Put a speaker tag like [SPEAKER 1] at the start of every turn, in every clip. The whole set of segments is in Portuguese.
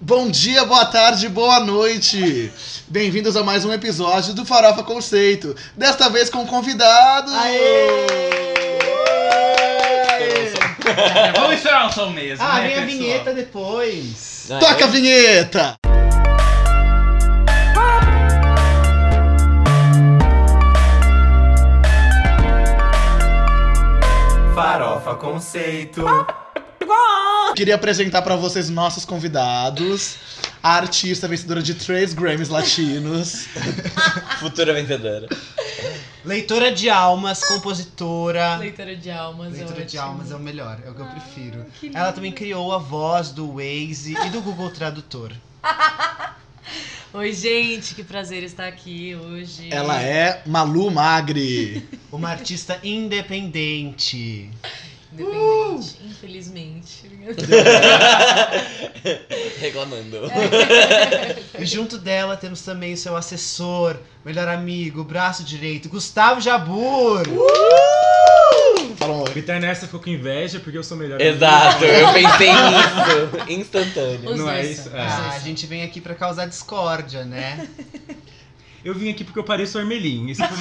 [SPEAKER 1] Bom dia, boa tarde, boa noite. Bem-vindos a mais um episódio do Farofa Conceito. Desta vez com convidados.
[SPEAKER 2] É, Vamos estourar um som mesmo, né,
[SPEAKER 3] Ah, vem a
[SPEAKER 2] pessoal?
[SPEAKER 3] vinheta depois.
[SPEAKER 1] Toca a vinheta.
[SPEAKER 4] Farofa Conceito.
[SPEAKER 1] Queria apresentar para vocês nossos convidados. A artista vencedora de três Grammys latinos.
[SPEAKER 5] Futura vencedora.
[SPEAKER 3] Leitora de almas, compositora.
[SPEAKER 6] Leitora de almas.
[SPEAKER 3] Leitora de almas é o melhor, é o que eu prefiro.
[SPEAKER 6] que
[SPEAKER 3] Ela
[SPEAKER 6] lindo.
[SPEAKER 3] também criou a voz do Waze e do Google Tradutor.
[SPEAKER 6] Oi, gente, que prazer estar aqui hoje.
[SPEAKER 1] Ela é Malu Magri.
[SPEAKER 3] Uma artista independente.
[SPEAKER 6] Independente, infelizmente.
[SPEAKER 5] Reclamando.
[SPEAKER 3] E junto dela temos também o seu assessor, melhor amigo, braço direito, Gustavo Jabur.
[SPEAKER 1] Fala um oi.
[SPEAKER 7] Ele tá nessa, ficou com inveja porque eu sou melhor.
[SPEAKER 5] Exato, eu pensei nisso. Instantâneo.
[SPEAKER 6] Os
[SPEAKER 7] Não é
[SPEAKER 6] dois
[SPEAKER 7] isso?
[SPEAKER 6] são.
[SPEAKER 7] É.
[SPEAKER 3] Ah, a gente vem aqui pra causar discórdia, né?
[SPEAKER 7] Eu vim aqui porque eu pareço o Armelin. E se for,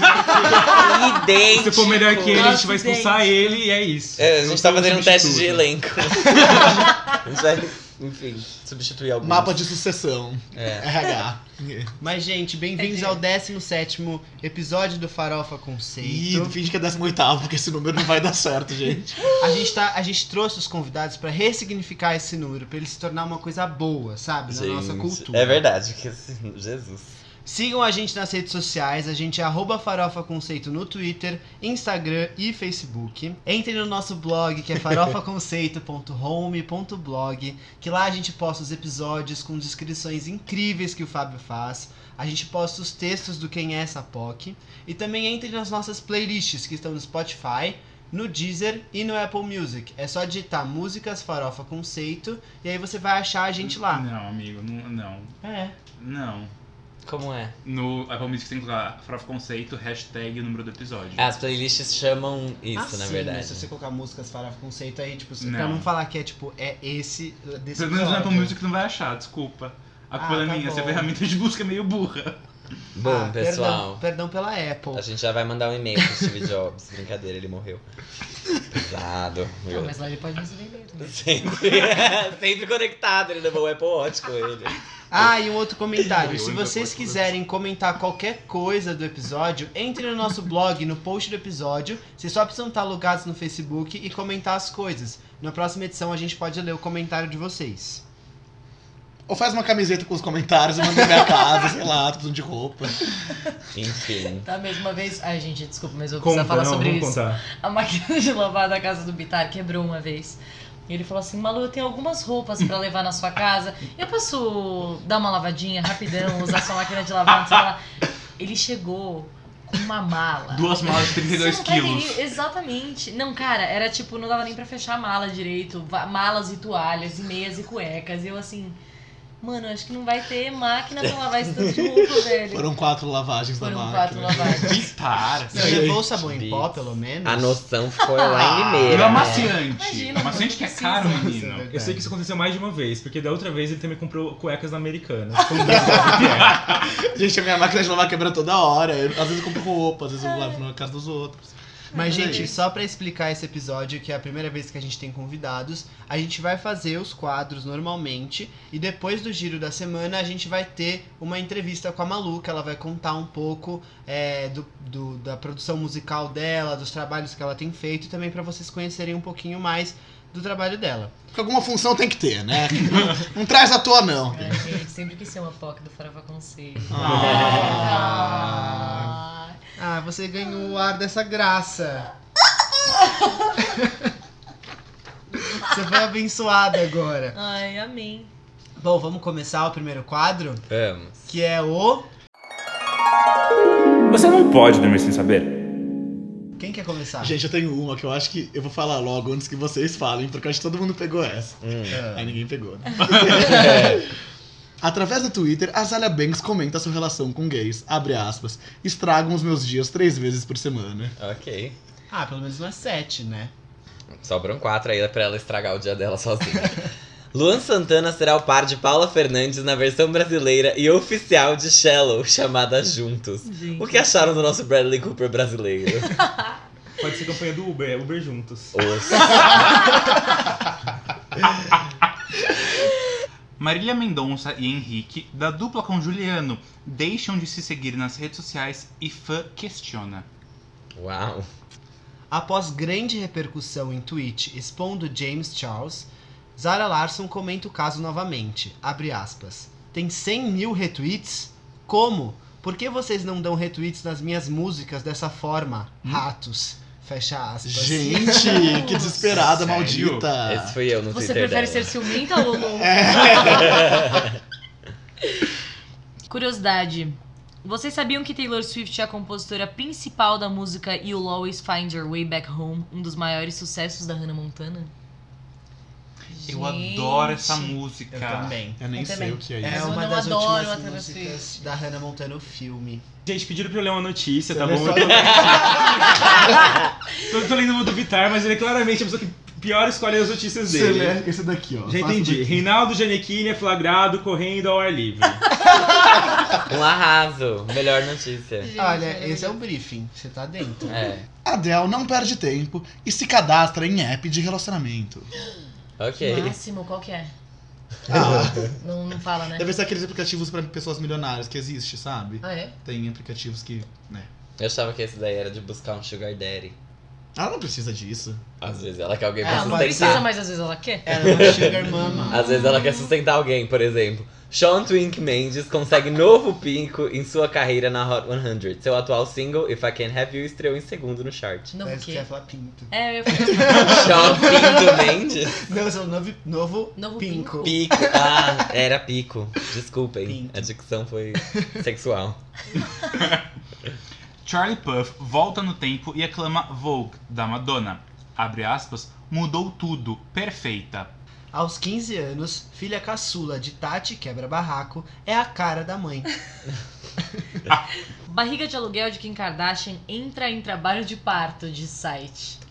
[SPEAKER 5] Idêntico.
[SPEAKER 7] se for melhor que ele, a gente
[SPEAKER 6] Nossa,
[SPEAKER 7] vai expulsar
[SPEAKER 6] gente.
[SPEAKER 7] ele e é isso.
[SPEAKER 5] É, a gente tá
[SPEAKER 7] Não tem
[SPEAKER 5] fazendo um teste de
[SPEAKER 7] substituto.
[SPEAKER 5] elenco. a gente vai, enfim, substituir alguns.
[SPEAKER 1] Mapa de sucessão.
[SPEAKER 5] É.
[SPEAKER 1] RH.
[SPEAKER 3] Mas, gente, bem-vindos ao 17 episódio do Farofa
[SPEAKER 1] E
[SPEAKER 3] Conceito.
[SPEAKER 1] finge que é 18, porque esse número não vai dar certo, gente.
[SPEAKER 3] A gente, tá, a gente trouxe os convidados pra ressignificar esse número, pra ele se tornar uma coisa boa, sabe? Na
[SPEAKER 5] Gente,
[SPEAKER 3] nossa cultura.
[SPEAKER 5] É verdade, que esse- Jesus.
[SPEAKER 3] Sigam a gente nas redes sociais, a gente é arroba farofa conceito no Twitter, Instagram e Facebook. Entrem no nosso blog, que é farofaconceito.home.blog, que lá a gente posta os episódios com descrições incríveis que o Fábio faz. A gente posta os textos do Quem é essa POC. E também entre nas nossas playlists, que estão no Spotify, no Deezer e no Apple Music. É só digitar músicas farofa conceito e aí você vai achar a gente lá.
[SPEAKER 7] Não, amigo, não. Não.
[SPEAKER 3] É.
[SPEAKER 7] não.
[SPEAKER 5] Como é?
[SPEAKER 7] No Apple Music tem que colocar Farofa Conceito, hashtag o número do episódio.
[SPEAKER 5] Ah, As playlists chamam isso,
[SPEAKER 3] Ah,
[SPEAKER 5] na
[SPEAKER 3] sim,
[SPEAKER 5] verdade. né?
[SPEAKER 3] mas Se você colocar músicas para conceito aí, tipo, se-
[SPEAKER 7] Não.
[SPEAKER 3] pra não falar que é tipo, é esse desse
[SPEAKER 7] Pelo menos no
[SPEAKER 3] episódio.
[SPEAKER 7] Apple Music não é vai achar, desculpa. A culpa
[SPEAKER 3] Ah,
[SPEAKER 7] é
[SPEAKER 3] tá
[SPEAKER 7] minha, essa
[SPEAKER 3] bom.
[SPEAKER 7] ferramenta de busca é meio burra.
[SPEAKER 5] Bom,
[SPEAKER 3] Ah,
[SPEAKER 5] pessoal,
[SPEAKER 3] Perdão, perdão pela Apple.
[SPEAKER 5] a gente já vai mandar um e-mail pro Steve Jobs. Brincadeira, ele morreu. Pesado.
[SPEAKER 6] Não,
[SPEAKER 5] meu.
[SPEAKER 6] mas lá ele pode nos vender. né?
[SPEAKER 5] Sempre, sempre conectado, ele levou o Apple Watch com ele.
[SPEAKER 3] Ah, e um outro comentário.
[SPEAKER 7] Eu
[SPEAKER 3] Se
[SPEAKER 7] ainda
[SPEAKER 3] vocês
[SPEAKER 7] posso-
[SPEAKER 3] quiserem comentar qualquer coisa do episódio, entre no nosso blog, no post do episódio. Vocês só precisam estar logados no Facebook e comentar as coisas. Na próxima edição a gente pode ler o comentário de vocês.
[SPEAKER 1] Ou faz uma camiseta com os comentários e manda na minha casa, sei lá, tô precisando de roupa.
[SPEAKER 5] Enfim.
[SPEAKER 6] Tá, mesmo uma vez. Ai, gente, desculpa, mas eu vou
[SPEAKER 7] Conta,
[SPEAKER 6] precisar falar
[SPEAKER 7] não,
[SPEAKER 6] sobre
[SPEAKER 7] vamos
[SPEAKER 6] isso.
[SPEAKER 7] contar.
[SPEAKER 6] A máquina de lavar da casa do Bitar quebrou uma vez. E ele falou assim: Malu, eu tenho algumas roupas pra levar na sua casa. Eu posso dar uma lavadinha rapidão, usar sua máquina de lavar, não sei lá. Ele chegou com uma mala.
[SPEAKER 7] Duas malas de 32
[SPEAKER 6] Você não tá
[SPEAKER 7] quilos.
[SPEAKER 6] entendendo. Exatamente. Não, cara, era tipo, não dava nem pra fechar a mala direito. Va- Malas e toalhas, e meias e cuecas. E eu assim, mano, acho que não vai ter máquina pra lavar esse tanto de roupa, velho.
[SPEAKER 1] Foram quatro lavagens
[SPEAKER 6] Foram
[SPEAKER 1] na
[SPEAKER 6] quatro
[SPEAKER 1] máquina.
[SPEAKER 6] lavagens.
[SPEAKER 7] Bitar.
[SPEAKER 3] Não,
[SPEAKER 1] Gente,
[SPEAKER 3] levou o sabão em pó,
[SPEAKER 5] Bi.
[SPEAKER 3] pelo menos.
[SPEAKER 5] A noção ficou lá em
[SPEAKER 7] E
[SPEAKER 5] Limeira.
[SPEAKER 7] o
[SPEAKER 5] né?
[SPEAKER 7] amaciante.
[SPEAKER 6] Imagina,
[SPEAKER 7] O amaciante que é
[SPEAKER 6] precisa.
[SPEAKER 7] caro,
[SPEAKER 3] Isso é
[SPEAKER 7] menino.
[SPEAKER 3] verdade.
[SPEAKER 7] Eu sei que isso aconteceu mais de uma vez, porque da outra vez ele também comprou cuecas na americana.
[SPEAKER 1] Gente, a minha máquina de lavar quebra toda hora. Eu, às vezes eu compro roupa, às vezes eu lavo na casa dos outros.
[SPEAKER 3] Mas,
[SPEAKER 1] Mas é
[SPEAKER 3] gente, só pra explicar esse episódio, que é a primeira vez que a gente tem convidados, a gente vai fazer os quadros normalmente e depois do giro da semana a gente vai ter uma entrevista com a Malu, que ela vai contar um pouco é, do, do- da produção musical dela, dos trabalhos que ela tem feito e também pra vocês conhecerem um pouquinho mais do trabalho dela.
[SPEAKER 1] Porque alguma função tem que ter, né? Não, não traz à toa, não.
[SPEAKER 6] Ai, gente, sempre quis ser uma POC do Farofa Conceito.
[SPEAKER 3] Ah.
[SPEAKER 6] Ah.
[SPEAKER 3] Ah, você ganhou o ar dessa graça. Você foi abençoada agora.
[SPEAKER 6] Ai, amém.
[SPEAKER 3] Bom, vamos começar o primeiro quadro?
[SPEAKER 5] Vamos.
[SPEAKER 3] que é o.
[SPEAKER 4] Você não pode dormir sem saber.
[SPEAKER 3] Quem quer começar?
[SPEAKER 1] Gente, eu tenho uma que eu acho que eu vou falar logo antes que vocês falem, porque eu acho que todo mundo pegou essa.
[SPEAKER 5] Hum.
[SPEAKER 1] Aí
[SPEAKER 3] Ah,
[SPEAKER 1] ninguém pegou, né? Através do Twitter, Azalea Banks comenta sua relação com gays. Abre aspas. Estragam os meus dias três vezes por semana.
[SPEAKER 5] ok.
[SPEAKER 3] ah, pelo menos não é sete, né?
[SPEAKER 5] Sobram quatro aí pra ela estragar o dia dela sozinha. Luan Santana será o par de Paula Fernandes na versão brasileira e oficial de Shallow, chamada Juntos.
[SPEAKER 6] Gente.
[SPEAKER 5] O que acharam do nosso Bradley Cooper brasileiro?
[SPEAKER 7] Pode ser campanha do Uber, é Uber juntos.
[SPEAKER 5] Os-
[SPEAKER 2] Marília Mendonça e Henrique, da dupla com Juliano, deixam de se seguir nas redes sociais e fã questiona.
[SPEAKER 5] Uau.
[SPEAKER 3] Após grande repercussão em tweet expondo James Charles, Zara Larson comenta o caso novamente. Abre aspas. Tem 100 mil retweets? Como? Por que vocês não dão retweets nas minhas músicas dessa forma? Ratos. Fecha aspas.
[SPEAKER 1] Hum? Gente, que desesperada,
[SPEAKER 2] Sério?
[SPEAKER 1] maldita.
[SPEAKER 5] Esse foi eu no
[SPEAKER 6] Você
[SPEAKER 5] Twitter
[SPEAKER 6] prefere ser
[SPEAKER 5] dela.
[SPEAKER 6] ciumenta ou louco? Curiosidade. Vocês sabiam que Taylor Swift é a compositora principal da música You'll Always Find Your Way Back Home, um dos maiores sucessos da Hannah Montana?
[SPEAKER 2] Eu adoro essa
[SPEAKER 6] Gente.
[SPEAKER 2] música.
[SPEAKER 3] Eu também.
[SPEAKER 1] Eu nem
[SPEAKER 6] Eu
[SPEAKER 1] sei
[SPEAKER 6] também.
[SPEAKER 1] o que é isso.
[SPEAKER 3] É
[SPEAKER 6] Mas eu
[SPEAKER 3] uma
[SPEAKER 6] não
[SPEAKER 3] das
[SPEAKER 6] adoro a
[SPEAKER 3] últimas
[SPEAKER 6] Taylor
[SPEAKER 3] músicas
[SPEAKER 6] Swift.
[SPEAKER 3] da Hannah Montana, o filme.
[SPEAKER 7] Gente, pediram pra eu ler uma notícia,
[SPEAKER 1] Você
[SPEAKER 7] tá
[SPEAKER 1] lê
[SPEAKER 7] bom?
[SPEAKER 1] só-
[SPEAKER 7] Eu tô, eu tô lendo uma do Vitar, mas ele é claramente a pessoa que pior escolhe as notícias
[SPEAKER 1] Você
[SPEAKER 7] dele.
[SPEAKER 1] lê esse daqui, ó.
[SPEAKER 7] Já
[SPEAKER 1] Faça
[SPEAKER 7] entendi.
[SPEAKER 1] daqui.
[SPEAKER 7] Reinaldo Janequini é flagrado correndo ao ar livre.
[SPEAKER 5] Um arraso. Melhor notícia.
[SPEAKER 6] Gente,
[SPEAKER 3] Olha,
[SPEAKER 6] olha
[SPEAKER 3] esse é o briefing. Você tá dentro.
[SPEAKER 5] É.
[SPEAKER 1] Adele não perde tempo e se cadastra em app de relacionamento.
[SPEAKER 5] Ok.
[SPEAKER 6] Máximo, qual que é?
[SPEAKER 1] Ah,
[SPEAKER 6] Não, não fala, né?
[SPEAKER 1] deve ser aqueles aplicativos pra pessoas milionárias que existe, sabe?
[SPEAKER 6] Ah, é?
[SPEAKER 1] Tem aplicativos que, né?
[SPEAKER 5] Eu achava que esse daí era de buscar um sugar daddy.
[SPEAKER 1] Ela não precisa disso.
[SPEAKER 5] Às vezes ela quer
[SPEAKER 3] É,
[SPEAKER 5] alguém pra
[SPEAKER 6] Ela Ah, não
[SPEAKER 3] pode
[SPEAKER 5] sustentar.
[SPEAKER 6] precisa, um. mas às vezes ela quer.
[SPEAKER 3] Era uma Sugar Mama.
[SPEAKER 5] Às vezes ela quer sustentar alguém, por exemplo. Sean Twink Mendes consegue novo pico em sua carreira na Hot 100. Seu atual single, If I Can't Have You, estreou em segundo no chart.
[SPEAKER 6] Novo
[SPEAKER 3] Parece que ia
[SPEAKER 6] quê?
[SPEAKER 3] falar pinto.
[SPEAKER 6] É, eu ia falar.
[SPEAKER 5] Sean Pinto Mendes?
[SPEAKER 3] Não, esse é o novo, novo,
[SPEAKER 6] Novo
[SPEAKER 3] pinco.
[SPEAKER 5] Pico. Ah, era pico. Desculpem,
[SPEAKER 3] Pinto.
[SPEAKER 5] a dicção foi sexual.
[SPEAKER 2] Charlie Puth volta no tempo e aclama Vogue, da Madonna. Abre aspas, mudou tudo, perfeita.
[SPEAKER 3] Aos 15 anos, filha caçula de Tati Quebra Barraco é a cara da mãe.
[SPEAKER 6] Barriga de aluguel de Kim Kardashian entra em trabalho de parto de site.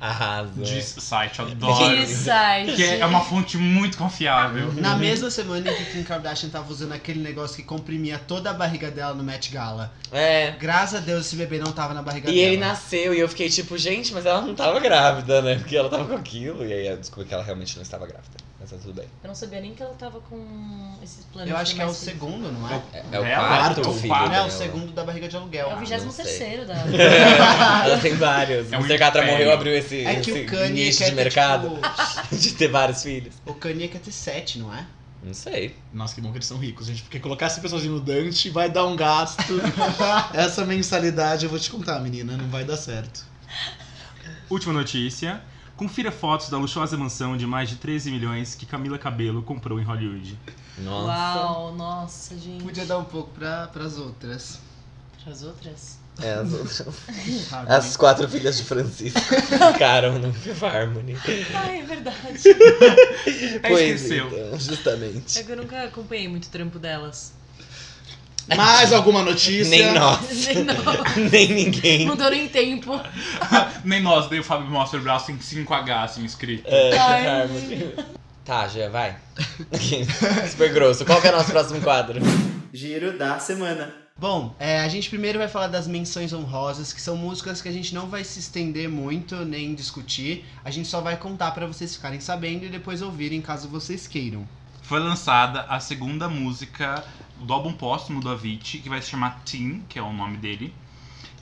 [SPEAKER 5] Arraso.
[SPEAKER 2] Diz site, adoro.
[SPEAKER 6] É. De site.
[SPEAKER 2] Que é uma fonte muito confiável.
[SPEAKER 3] Na mesma semana em que Kim Kardashian tava usando aquele negócio que comprimia toda a barriga dela no Met Gala.
[SPEAKER 5] É.
[SPEAKER 3] Graças a Deus esse bebê não tava na barriga
[SPEAKER 5] E
[SPEAKER 3] dela.
[SPEAKER 5] ele nasceu e eu fiquei tipo, gente, mas ela não tava grávida, né? Porque ela tava com aquilo. E aí eu descobri que ela realmente não estava grávida. Mas tá tudo bem.
[SPEAKER 6] Eu não sabia nem que ela tava com esses planos.
[SPEAKER 3] Eu acho
[SPEAKER 6] de
[SPEAKER 3] que é o
[SPEAKER 6] mais filhos.
[SPEAKER 3] segundo, não é?
[SPEAKER 5] É, é o
[SPEAKER 2] Ela?
[SPEAKER 5] quarto,
[SPEAKER 2] Quarto,
[SPEAKER 5] filho
[SPEAKER 2] quarto.
[SPEAKER 3] Não é
[SPEAKER 5] dela.
[SPEAKER 3] o segundo da barriga de aluguel.
[SPEAKER 6] É o
[SPEAKER 5] não
[SPEAKER 6] 23
[SPEAKER 5] sei.
[SPEAKER 6] terceiro da.
[SPEAKER 5] Ela tem vários.
[SPEAKER 2] É
[SPEAKER 5] É
[SPEAKER 2] um
[SPEAKER 5] Mr. Catra
[SPEAKER 2] império.
[SPEAKER 5] morreu abriu esse,
[SPEAKER 3] É que
[SPEAKER 5] esse
[SPEAKER 3] o Kanye
[SPEAKER 5] nicho
[SPEAKER 3] quer
[SPEAKER 5] de
[SPEAKER 3] ter,
[SPEAKER 5] mercado
[SPEAKER 3] tipo,
[SPEAKER 5] de ter vários filhos.
[SPEAKER 3] o Kanye quer ter sete, não é?
[SPEAKER 5] Não sei.
[SPEAKER 1] Nossa, que bom que eles são ricos, gente. Porque colocar essa pessoas no Dante vai dar um gasto. essa mensalidade eu vou te contar, menina. Não vai dar certo.
[SPEAKER 7] Última notícia. Confira fotos da luxuosa mansão de mais de 13 milhões que Camila Cabello comprou em Hollywood.
[SPEAKER 5] Nossa.
[SPEAKER 6] Uau, nossa, gente.
[SPEAKER 3] Podia dar um pouco pra, pras outras.
[SPEAKER 6] As outras?
[SPEAKER 5] É, as, outras-
[SPEAKER 3] sabe?
[SPEAKER 5] as quatro filhas de Francisco ficaram no Fifth Harmony.
[SPEAKER 6] Ai, é verdade.
[SPEAKER 5] Pois
[SPEAKER 2] esqueceu.
[SPEAKER 5] então, justamente.
[SPEAKER 6] É que eu nunca acompanhei muito o trampo delas.
[SPEAKER 1] Mais alguma notícia?
[SPEAKER 5] Nem nós,
[SPEAKER 6] Nem não.
[SPEAKER 5] nem ninguém.
[SPEAKER 6] Não deu nem tempo.
[SPEAKER 2] Nem nós, daí o Fábio mostra o braço em 5H assim escrito.
[SPEAKER 5] É, Fifth
[SPEAKER 6] Ai.
[SPEAKER 5] Harmony. Tá, já vai. Super grosso. Qual que é o nosso próximo quadro?
[SPEAKER 8] Giro da semana.
[SPEAKER 3] Bom, é, a gente primeiro vai falar das menções honrosas, que são músicas que a gente não vai se estender muito nem discutir. A gente só vai contar pra vocês ficarem sabendo e depois ouvirem caso vocês queiram.
[SPEAKER 2] Foi lançada a segunda música do álbum póstumo do Avicii, que vai se chamar Teen, que é o nome dele.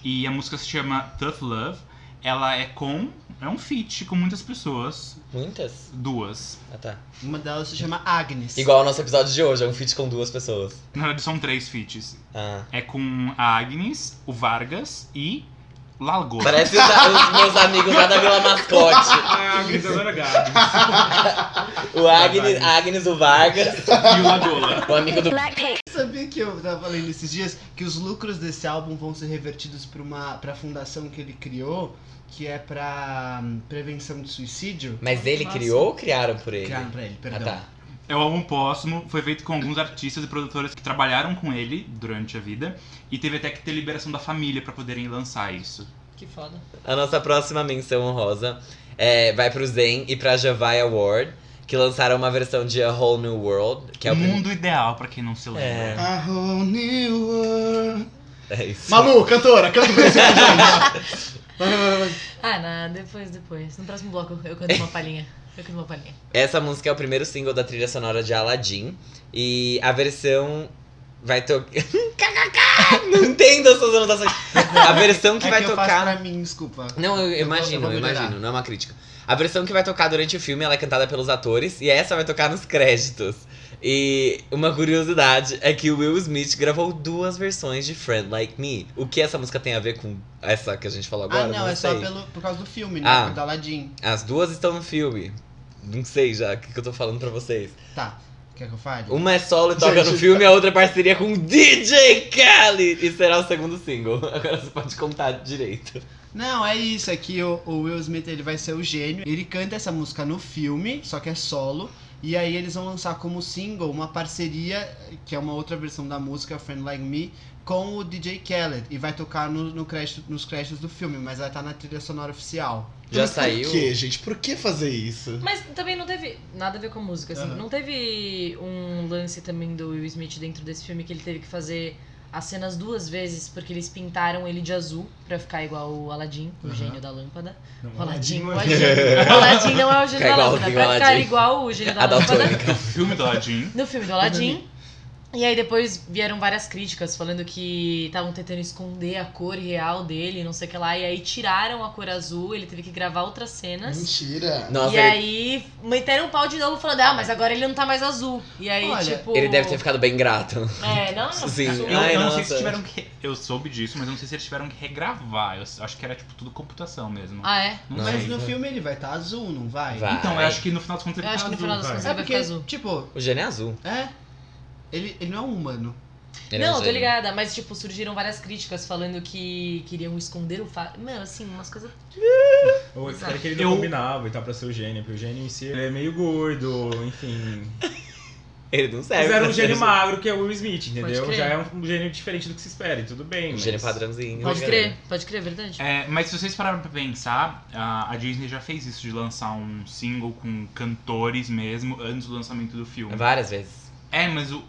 [SPEAKER 2] E a música se chama Tough Love. Ela é com. É um feat com muitas pessoas.
[SPEAKER 5] Muitas?
[SPEAKER 2] Duas.
[SPEAKER 5] Ah, tá.
[SPEAKER 3] Uma delas se chama Agnes.
[SPEAKER 5] Igual ao nosso episódio de hoje, é um feat com duas pessoas.
[SPEAKER 2] Na verdade, são três feats.
[SPEAKER 5] Ah.
[SPEAKER 2] É com a Agnes, o Vargas e Lalgo.
[SPEAKER 5] Parece os, os meus amigos lá da Vila Mascote.
[SPEAKER 7] Ah, Agnes adora Gabi.
[SPEAKER 5] O Agnes, Agnes, o Vargas,
[SPEAKER 2] E o Lagola.
[SPEAKER 5] o amigo do...
[SPEAKER 3] Sabia que eu tava falando esses dias que os lucros desse álbum vão ser revertidos pra uma pra fundação que ele criou, que é pra hum, prevenção de suicídio?
[SPEAKER 5] Mas ele
[SPEAKER 6] Nossa.
[SPEAKER 5] criou ou criaram por ele?
[SPEAKER 3] Criaram pra ele,
[SPEAKER 5] Ah,
[SPEAKER 3] perdão.
[SPEAKER 5] tá.
[SPEAKER 2] É o álbum póstumo, foi feito com alguns artistas e produtores que trabalharam com ele durante a vida. E teve até que ter liberação da família pra poderem lançar isso.
[SPEAKER 6] Que foda.
[SPEAKER 5] A nossa próxima menção honrosa é, vai pro Zen e pra Javai Award, que lançaram uma versão de A Whole New World, que é o primeiro-
[SPEAKER 2] Mundo ideal, pra quem não se lembra.
[SPEAKER 5] É.
[SPEAKER 1] A whole new world.
[SPEAKER 5] É isso.
[SPEAKER 1] Malu, cantora, canta pra esse Vai, vai, vai.
[SPEAKER 6] Ah, na, depois, depois. No próximo bloco eu canto uma palhinha. Eu canto uma palhinha.
[SPEAKER 5] Essa música é o primeiro single da trilha sonora de Aladdin. E a versão vai tocar. não entendo as suas anotações. A versão que
[SPEAKER 3] é
[SPEAKER 5] vai
[SPEAKER 3] que eu faço
[SPEAKER 5] tocar.
[SPEAKER 3] pra mim, desculpa.
[SPEAKER 5] Não, eu imagino,
[SPEAKER 3] vou
[SPEAKER 5] eu
[SPEAKER 3] melhorar.
[SPEAKER 5] imagino, não é uma crítica. A versão que vai tocar durante o filme, ela é cantada pelos atores e essa vai tocar nos créditos. E uma curiosidade é que o Will Smith gravou duas versões de Friend Like Me. O que essa música tem a ver com essa que a gente falou agora?
[SPEAKER 3] ah, não, é só
[SPEAKER 5] sei.
[SPEAKER 3] pelo, por causa do filme, né?
[SPEAKER 5] Ah.
[SPEAKER 3] Do Aladdin.
[SPEAKER 5] As duas estão no filme. Não sei já o que, que eu tô falando pra vocês.
[SPEAKER 3] Tá. Quer que eu fale?
[SPEAKER 1] Um-
[SPEAKER 5] Uma é solo e toca no filme, a outra é parceria com DJ Khaled. E será o segundo single. Agora você pode contar direito.
[SPEAKER 3] Não, é isso. É que o, o Will Smith ele vai ser o gênio. Ele canta essa música no filme, só que é solo. E aí eles vão lançar como single uma parceria, que é uma outra versão da música, Friend Like Me, com o DJ Khaled. E vai tocar no, no crédito, nos créditos do filme, mas vai estar na trilha sonora oficial.
[SPEAKER 5] Já
[SPEAKER 1] Mas
[SPEAKER 5] saiu.
[SPEAKER 1] Por que, gente? Por que fazer isso?
[SPEAKER 6] Mas também não teve nada a ver com a música, assim.
[SPEAKER 3] Aham.
[SPEAKER 6] Não teve um lance também do Will Smith dentro desse filme que ele teve que fazer as cenas duas vezes porque eles pintaram ele de azul pra ficar igual o Aladdin, o
[SPEAKER 3] Aham.
[SPEAKER 6] gênio da lâmpada.
[SPEAKER 7] Não,
[SPEAKER 6] O Aladdin, o
[SPEAKER 7] Aladdin.
[SPEAKER 6] Aladdin. O Aladdin não é o gênio
[SPEAKER 5] Fica
[SPEAKER 6] da lâmpada,
[SPEAKER 5] igualzinho
[SPEAKER 6] pra
[SPEAKER 5] o
[SPEAKER 6] ficar
[SPEAKER 5] Aladdin.
[SPEAKER 6] igual o gênio da
[SPEAKER 5] A
[SPEAKER 6] lâmpada.
[SPEAKER 5] Daltônica.
[SPEAKER 2] Filme do Aladdin.
[SPEAKER 6] no filme do Aladdin. E aí depois vieram várias críticas falando que estavam tentando esconder a cor real dele, não sei o que lá. E aí tiraram a cor azul, ele teve que gravar outras cenas.
[SPEAKER 1] Mentira.
[SPEAKER 5] Nossa,
[SPEAKER 6] e
[SPEAKER 5] ele-
[SPEAKER 6] aí meteram o pau de novo falando, ah, mas agora ele não tá mais azul. E aí,
[SPEAKER 3] Olha,
[SPEAKER 6] tipo.
[SPEAKER 5] Ele deve ter ficado bem grato.
[SPEAKER 6] É, não, não.
[SPEAKER 5] Sim.
[SPEAKER 6] azul.
[SPEAKER 2] Eu,
[SPEAKER 5] Ai,
[SPEAKER 2] eu não sei
[SPEAKER 5] nossa.
[SPEAKER 2] se tiveram que. Eu soube disso, mas eu não sei se eles tiveram que regravar. Eu acho que era tipo tudo computação mesmo.
[SPEAKER 6] Ah, é?
[SPEAKER 2] não,
[SPEAKER 5] Não. É.
[SPEAKER 2] sei.
[SPEAKER 3] Mas no filme ele vai estar azul, não vai?
[SPEAKER 5] Vai.
[SPEAKER 2] Então, eu acho que no final das contas
[SPEAKER 6] Eu
[SPEAKER 2] ele
[SPEAKER 6] acho
[SPEAKER 2] tá
[SPEAKER 6] que no
[SPEAKER 2] azul,
[SPEAKER 6] final das
[SPEAKER 2] vai.
[SPEAKER 6] contas
[SPEAKER 3] É
[SPEAKER 6] ele vai
[SPEAKER 3] porque,
[SPEAKER 6] ficar azul.
[SPEAKER 3] tipo,
[SPEAKER 5] O gênio é azul.
[SPEAKER 3] é. Ele, ele não é um humano.
[SPEAKER 5] Ele é um
[SPEAKER 6] não, tô
[SPEAKER 5] gênio.
[SPEAKER 6] ligada, mas tipo, surgiram várias críticas falando que queriam esconder o fato. Mano, assim, umas coisas.
[SPEAKER 7] Ou era que ele não
[SPEAKER 2] Eu-
[SPEAKER 7] combinava e tal pra ser o gênio, porque o gênio em si ele é meio gordo, enfim.
[SPEAKER 5] Ele não serve.
[SPEAKER 7] Mas era um
[SPEAKER 5] pra
[SPEAKER 7] gênio
[SPEAKER 5] ser-
[SPEAKER 7] magro que é o Will Smith, entendeu?
[SPEAKER 6] crer.
[SPEAKER 7] Já é um gênio diferente do que se espera, e tudo bem.
[SPEAKER 5] Um
[SPEAKER 7] mas-
[SPEAKER 5] gênio padrãozinho.
[SPEAKER 6] Pode crer, pode crer, é verdade.
[SPEAKER 2] É, mas se vocês pararam pra pensar, a a Disney já fez isso de lançar um single com cantores mesmo antes do lançamento do filme.
[SPEAKER 5] Várias vezes.
[SPEAKER 2] É, mas o.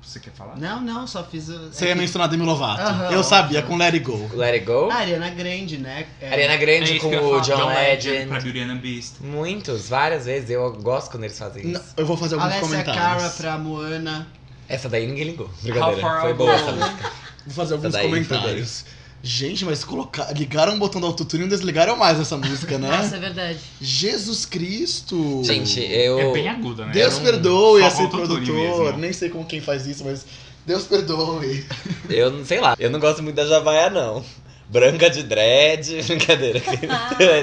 [SPEAKER 2] Você quer falar?
[SPEAKER 3] Não, não, só fiz. o-
[SPEAKER 1] Você
[SPEAKER 3] é
[SPEAKER 1] ia
[SPEAKER 3] que-
[SPEAKER 1] mencionar Demi Lovato.
[SPEAKER 3] Aham,
[SPEAKER 1] eu sabia,
[SPEAKER 3] óbvio.
[SPEAKER 1] com Let It Go.
[SPEAKER 5] Let It Go.
[SPEAKER 3] A
[SPEAKER 6] Ah,
[SPEAKER 3] Ariana Grande, né? É,
[SPEAKER 5] Ariana Grande
[SPEAKER 2] isso
[SPEAKER 5] com
[SPEAKER 2] que eu ia
[SPEAKER 5] o
[SPEAKER 2] falar.
[SPEAKER 5] John, Legend.
[SPEAKER 2] pra Beauty and the Beast.
[SPEAKER 5] Muitos, várias vezes. Eu gosto quando eles fazem
[SPEAKER 1] Não,
[SPEAKER 5] isso.
[SPEAKER 1] Eu vou fazer alguns
[SPEAKER 3] Alessia
[SPEAKER 1] comentários.
[SPEAKER 3] Cara pra Moana.
[SPEAKER 5] Essa daí ninguém ligou.
[SPEAKER 2] How
[SPEAKER 5] Brincadeira.
[SPEAKER 2] far
[SPEAKER 5] Foi
[SPEAKER 2] I'll
[SPEAKER 5] boa
[SPEAKER 2] go.
[SPEAKER 5] essa música.
[SPEAKER 1] Vou fazer alguns
[SPEAKER 5] Essa daí,
[SPEAKER 1] comentários. Gente, mas colocar, ligaram o botão do autotune e não desligaram mais essa música, né?
[SPEAKER 6] Nossa, é verdade.
[SPEAKER 1] Jesus Cristo!
[SPEAKER 5] Gente, eu.
[SPEAKER 2] É bem aguda, né?
[SPEAKER 1] Deus
[SPEAKER 2] Eu não-
[SPEAKER 1] perdoe
[SPEAKER 2] só
[SPEAKER 1] esse
[SPEAKER 2] com autotune
[SPEAKER 1] produtor. né?
[SPEAKER 2] mesmo.
[SPEAKER 1] Nem sei com quem faz isso, mas Deus perdoe.
[SPEAKER 5] Eu não sei lá. Eu não gosto muito da Javaia, não. Branca de dread. Brincadeira. Mas...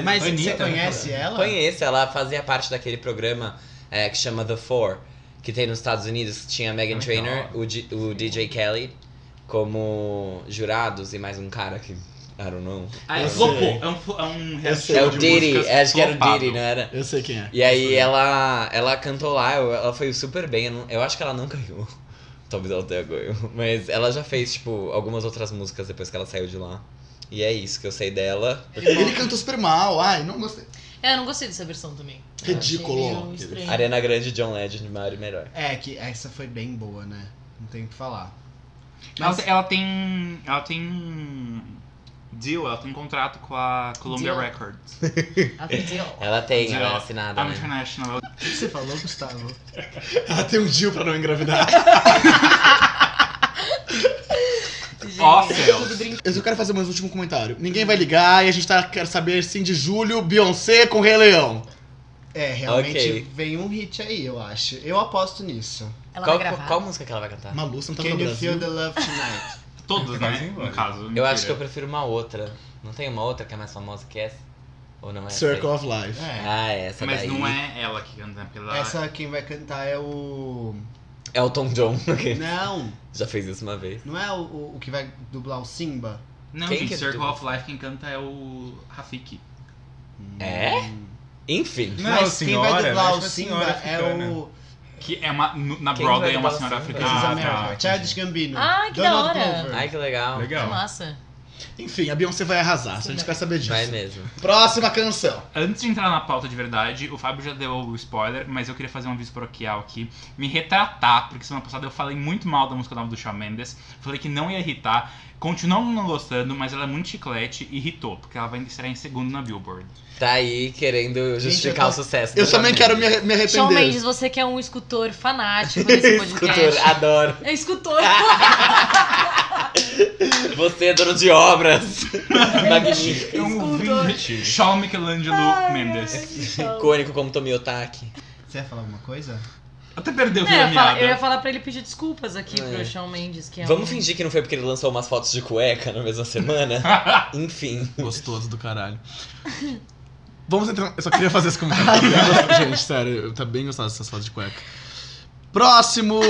[SPEAKER 3] Mas
[SPEAKER 2] Anitta,
[SPEAKER 3] você
[SPEAKER 2] né?
[SPEAKER 3] conhece ela?
[SPEAKER 5] Conheço, ela fazia parte daquele programa é, que chama The Four, que tem nos Estados Unidos, que tinha Megan
[SPEAKER 2] Legal.
[SPEAKER 5] Trainor, o, Di- o DJ Kelly como jurados e mais um cara que. I don't know.
[SPEAKER 2] Ah,
[SPEAKER 1] Eu
[SPEAKER 2] é
[SPEAKER 1] sei.
[SPEAKER 2] flopou. É um, flo- é um reality
[SPEAKER 1] sei.
[SPEAKER 5] É o
[SPEAKER 2] show de
[SPEAKER 5] Diddy,
[SPEAKER 2] músicas
[SPEAKER 5] acho que era o
[SPEAKER 2] flopado.
[SPEAKER 5] Diddy, né? não era?
[SPEAKER 1] Eu sei quem é.
[SPEAKER 5] E aí ela, ela cantou lá, eu- ela foi super bem, eu, não- eu acho que ela não ganhou. Talvez ela tenha ganho. Mas ela já fez, tipo, algumas outras músicas depois que ela saiu de lá. E é isso que eu sei dela.
[SPEAKER 1] Ele canta super mal. Ai, não gostei.
[SPEAKER 6] É, eu não gostei dessa versão também. Achei meio
[SPEAKER 1] Ridículo.
[SPEAKER 6] um estranho.
[SPEAKER 5] Arena Grande, John Legend, maior e melhor.
[SPEAKER 3] É, que essa foi bem boa, né? Não tem o que falar.
[SPEAKER 2] Ela,
[SPEAKER 3] Mas-
[SPEAKER 2] ela tem. Ela tem. um Deal, ela tem um contrato com a Columbia
[SPEAKER 6] Deal.
[SPEAKER 2] Records.
[SPEAKER 6] Ah, pediu.
[SPEAKER 5] Ela tem,
[SPEAKER 2] Deal.
[SPEAKER 5] ela é assinada,
[SPEAKER 2] I'm
[SPEAKER 5] né?
[SPEAKER 2] International.
[SPEAKER 3] O que você falou, Gustavo?
[SPEAKER 1] Ela tem um Gil pra não engravidar.
[SPEAKER 6] Gente,
[SPEAKER 2] Ó, céu.
[SPEAKER 6] tudo brin-
[SPEAKER 1] Eu só quero fazer mais um último comentário. Ninguém vai ligar e a gente tá, quer saber sim de julho, Beyoncé com Rei Leão.
[SPEAKER 3] É, realmente
[SPEAKER 5] Ok.
[SPEAKER 3] vem um hit aí, eu acho. Eu aposto nisso.
[SPEAKER 6] Ela
[SPEAKER 5] Qual,
[SPEAKER 6] vai gravar.
[SPEAKER 5] qual música que ela vai cantar?
[SPEAKER 1] Malu, você não tava
[SPEAKER 3] Can
[SPEAKER 1] Então no
[SPEAKER 3] you feel
[SPEAKER 1] Brasil.
[SPEAKER 3] the love tonight?
[SPEAKER 2] Todas,
[SPEAKER 7] Mas
[SPEAKER 2] né?
[SPEAKER 7] embora.
[SPEAKER 2] No caso.
[SPEAKER 5] Eu acho que eu prefiro uma outra. Não tem uma outra que é mais famosa que essa? Ou não é essa?
[SPEAKER 1] Circle
[SPEAKER 5] aí?
[SPEAKER 1] of Life.
[SPEAKER 3] É.
[SPEAKER 5] Ah, essa
[SPEAKER 2] Mas
[SPEAKER 5] daí.
[SPEAKER 2] não é ela que canta, né?
[SPEAKER 1] Ah.
[SPEAKER 2] Pela...
[SPEAKER 3] Essa quem vai cantar é o.
[SPEAKER 5] Elton John, que
[SPEAKER 3] Não,
[SPEAKER 5] já fez isso uma vez.
[SPEAKER 3] não é o, o, o que vai dublar o Simba?
[SPEAKER 2] Não,
[SPEAKER 5] Quem
[SPEAKER 2] gente,
[SPEAKER 5] que é
[SPEAKER 2] Circle
[SPEAKER 5] do-
[SPEAKER 2] of Life quem canta é o Rafiki.
[SPEAKER 5] É? Enfim.
[SPEAKER 7] Não,
[SPEAKER 3] Mas
[SPEAKER 7] senhora,
[SPEAKER 3] quem vai dublar
[SPEAKER 7] mas
[SPEAKER 3] o
[SPEAKER 7] uma
[SPEAKER 3] Simba
[SPEAKER 7] senhora
[SPEAKER 3] é
[SPEAKER 7] africana.
[SPEAKER 3] o.
[SPEAKER 2] Que é uma. no- Na
[SPEAKER 5] Quem
[SPEAKER 2] Broadway
[SPEAKER 5] vai
[SPEAKER 2] é uma
[SPEAKER 5] dançar?
[SPEAKER 2] senhora
[SPEAKER 5] Precisa
[SPEAKER 3] Esses
[SPEAKER 5] Ah,
[SPEAKER 2] africana.
[SPEAKER 3] American- Childish Gambino.
[SPEAKER 6] Ah, que da
[SPEAKER 3] Donald
[SPEAKER 6] hora.
[SPEAKER 3] Glover.
[SPEAKER 5] Ai, que legal.
[SPEAKER 7] Legal.
[SPEAKER 6] Que massa.
[SPEAKER 1] Enfim, a Beyoncé vai arrasar,
[SPEAKER 6] Sim,
[SPEAKER 1] a gente
[SPEAKER 6] vai.
[SPEAKER 1] quer saber disso.
[SPEAKER 5] Vai mesmo.
[SPEAKER 1] Próxima canção.
[SPEAKER 2] Antes de entrar na pauta de verdade, o Fábio já deu o spoiler, mas eu queria fazer um aviso paroquial aqui. Me retratar, porque semana passada eu falei muito mal da música nova do Shawn Mendes. Falei que não ia irritar. Continuo não gostando, mas ela é muito chiclete e irritou, porque ela vai estrear em segundo na Billboard.
[SPEAKER 5] Tá aí querendo justificar
[SPEAKER 3] eu tô-
[SPEAKER 5] o sucesso.
[SPEAKER 1] Eu
[SPEAKER 5] do
[SPEAKER 1] também quero
[SPEAKER 5] Shawn
[SPEAKER 1] me, me
[SPEAKER 6] Shawn Mendes,
[SPEAKER 1] arrepender.
[SPEAKER 6] você que é um escultor fanático
[SPEAKER 5] Mendes.
[SPEAKER 6] desse podcast.
[SPEAKER 5] Escultor, adoro.
[SPEAKER 6] É escultor.
[SPEAKER 5] Ah, Você é dono de obras. Magnífico.
[SPEAKER 2] É um
[SPEAKER 6] Escultor.
[SPEAKER 2] ouvinte. Shawn Michelangelo Mendes.
[SPEAKER 5] Icônico como Tomi Otaki.
[SPEAKER 3] Você ia falar alguma coisa?
[SPEAKER 2] Até perdeu
[SPEAKER 6] É, eu,
[SPEAKER 2] a
[SPEAKER 6] ia falar, eu ia
[SPEAKER 2] meada.
[SPEAKER 6] falar pra ele pedir desculpas aqui
[SPEAKER 5] É.
[SPEAKER 6] pro Shawn Mendes, que é
[SPEAKER 5] Vamos
[SPEAKER 6] um...
[SPEAKER 5] fingir que não foi porque ele lançou umas fotos de cueca na mesma semana? Enfim.
[SPEAKER 9] Gostoso do caralho.
[SPEAKER 1] Vamos entrar. Eu só queria fazer esse
[SPEAKER 9] Tá
[SPEAKER 1] comentário.
[SPEAKER 9] bem gostoso, Gente, sério, eu tá bem gostoso dessas fotos de cueca.
[SPEAKER 1] Próximo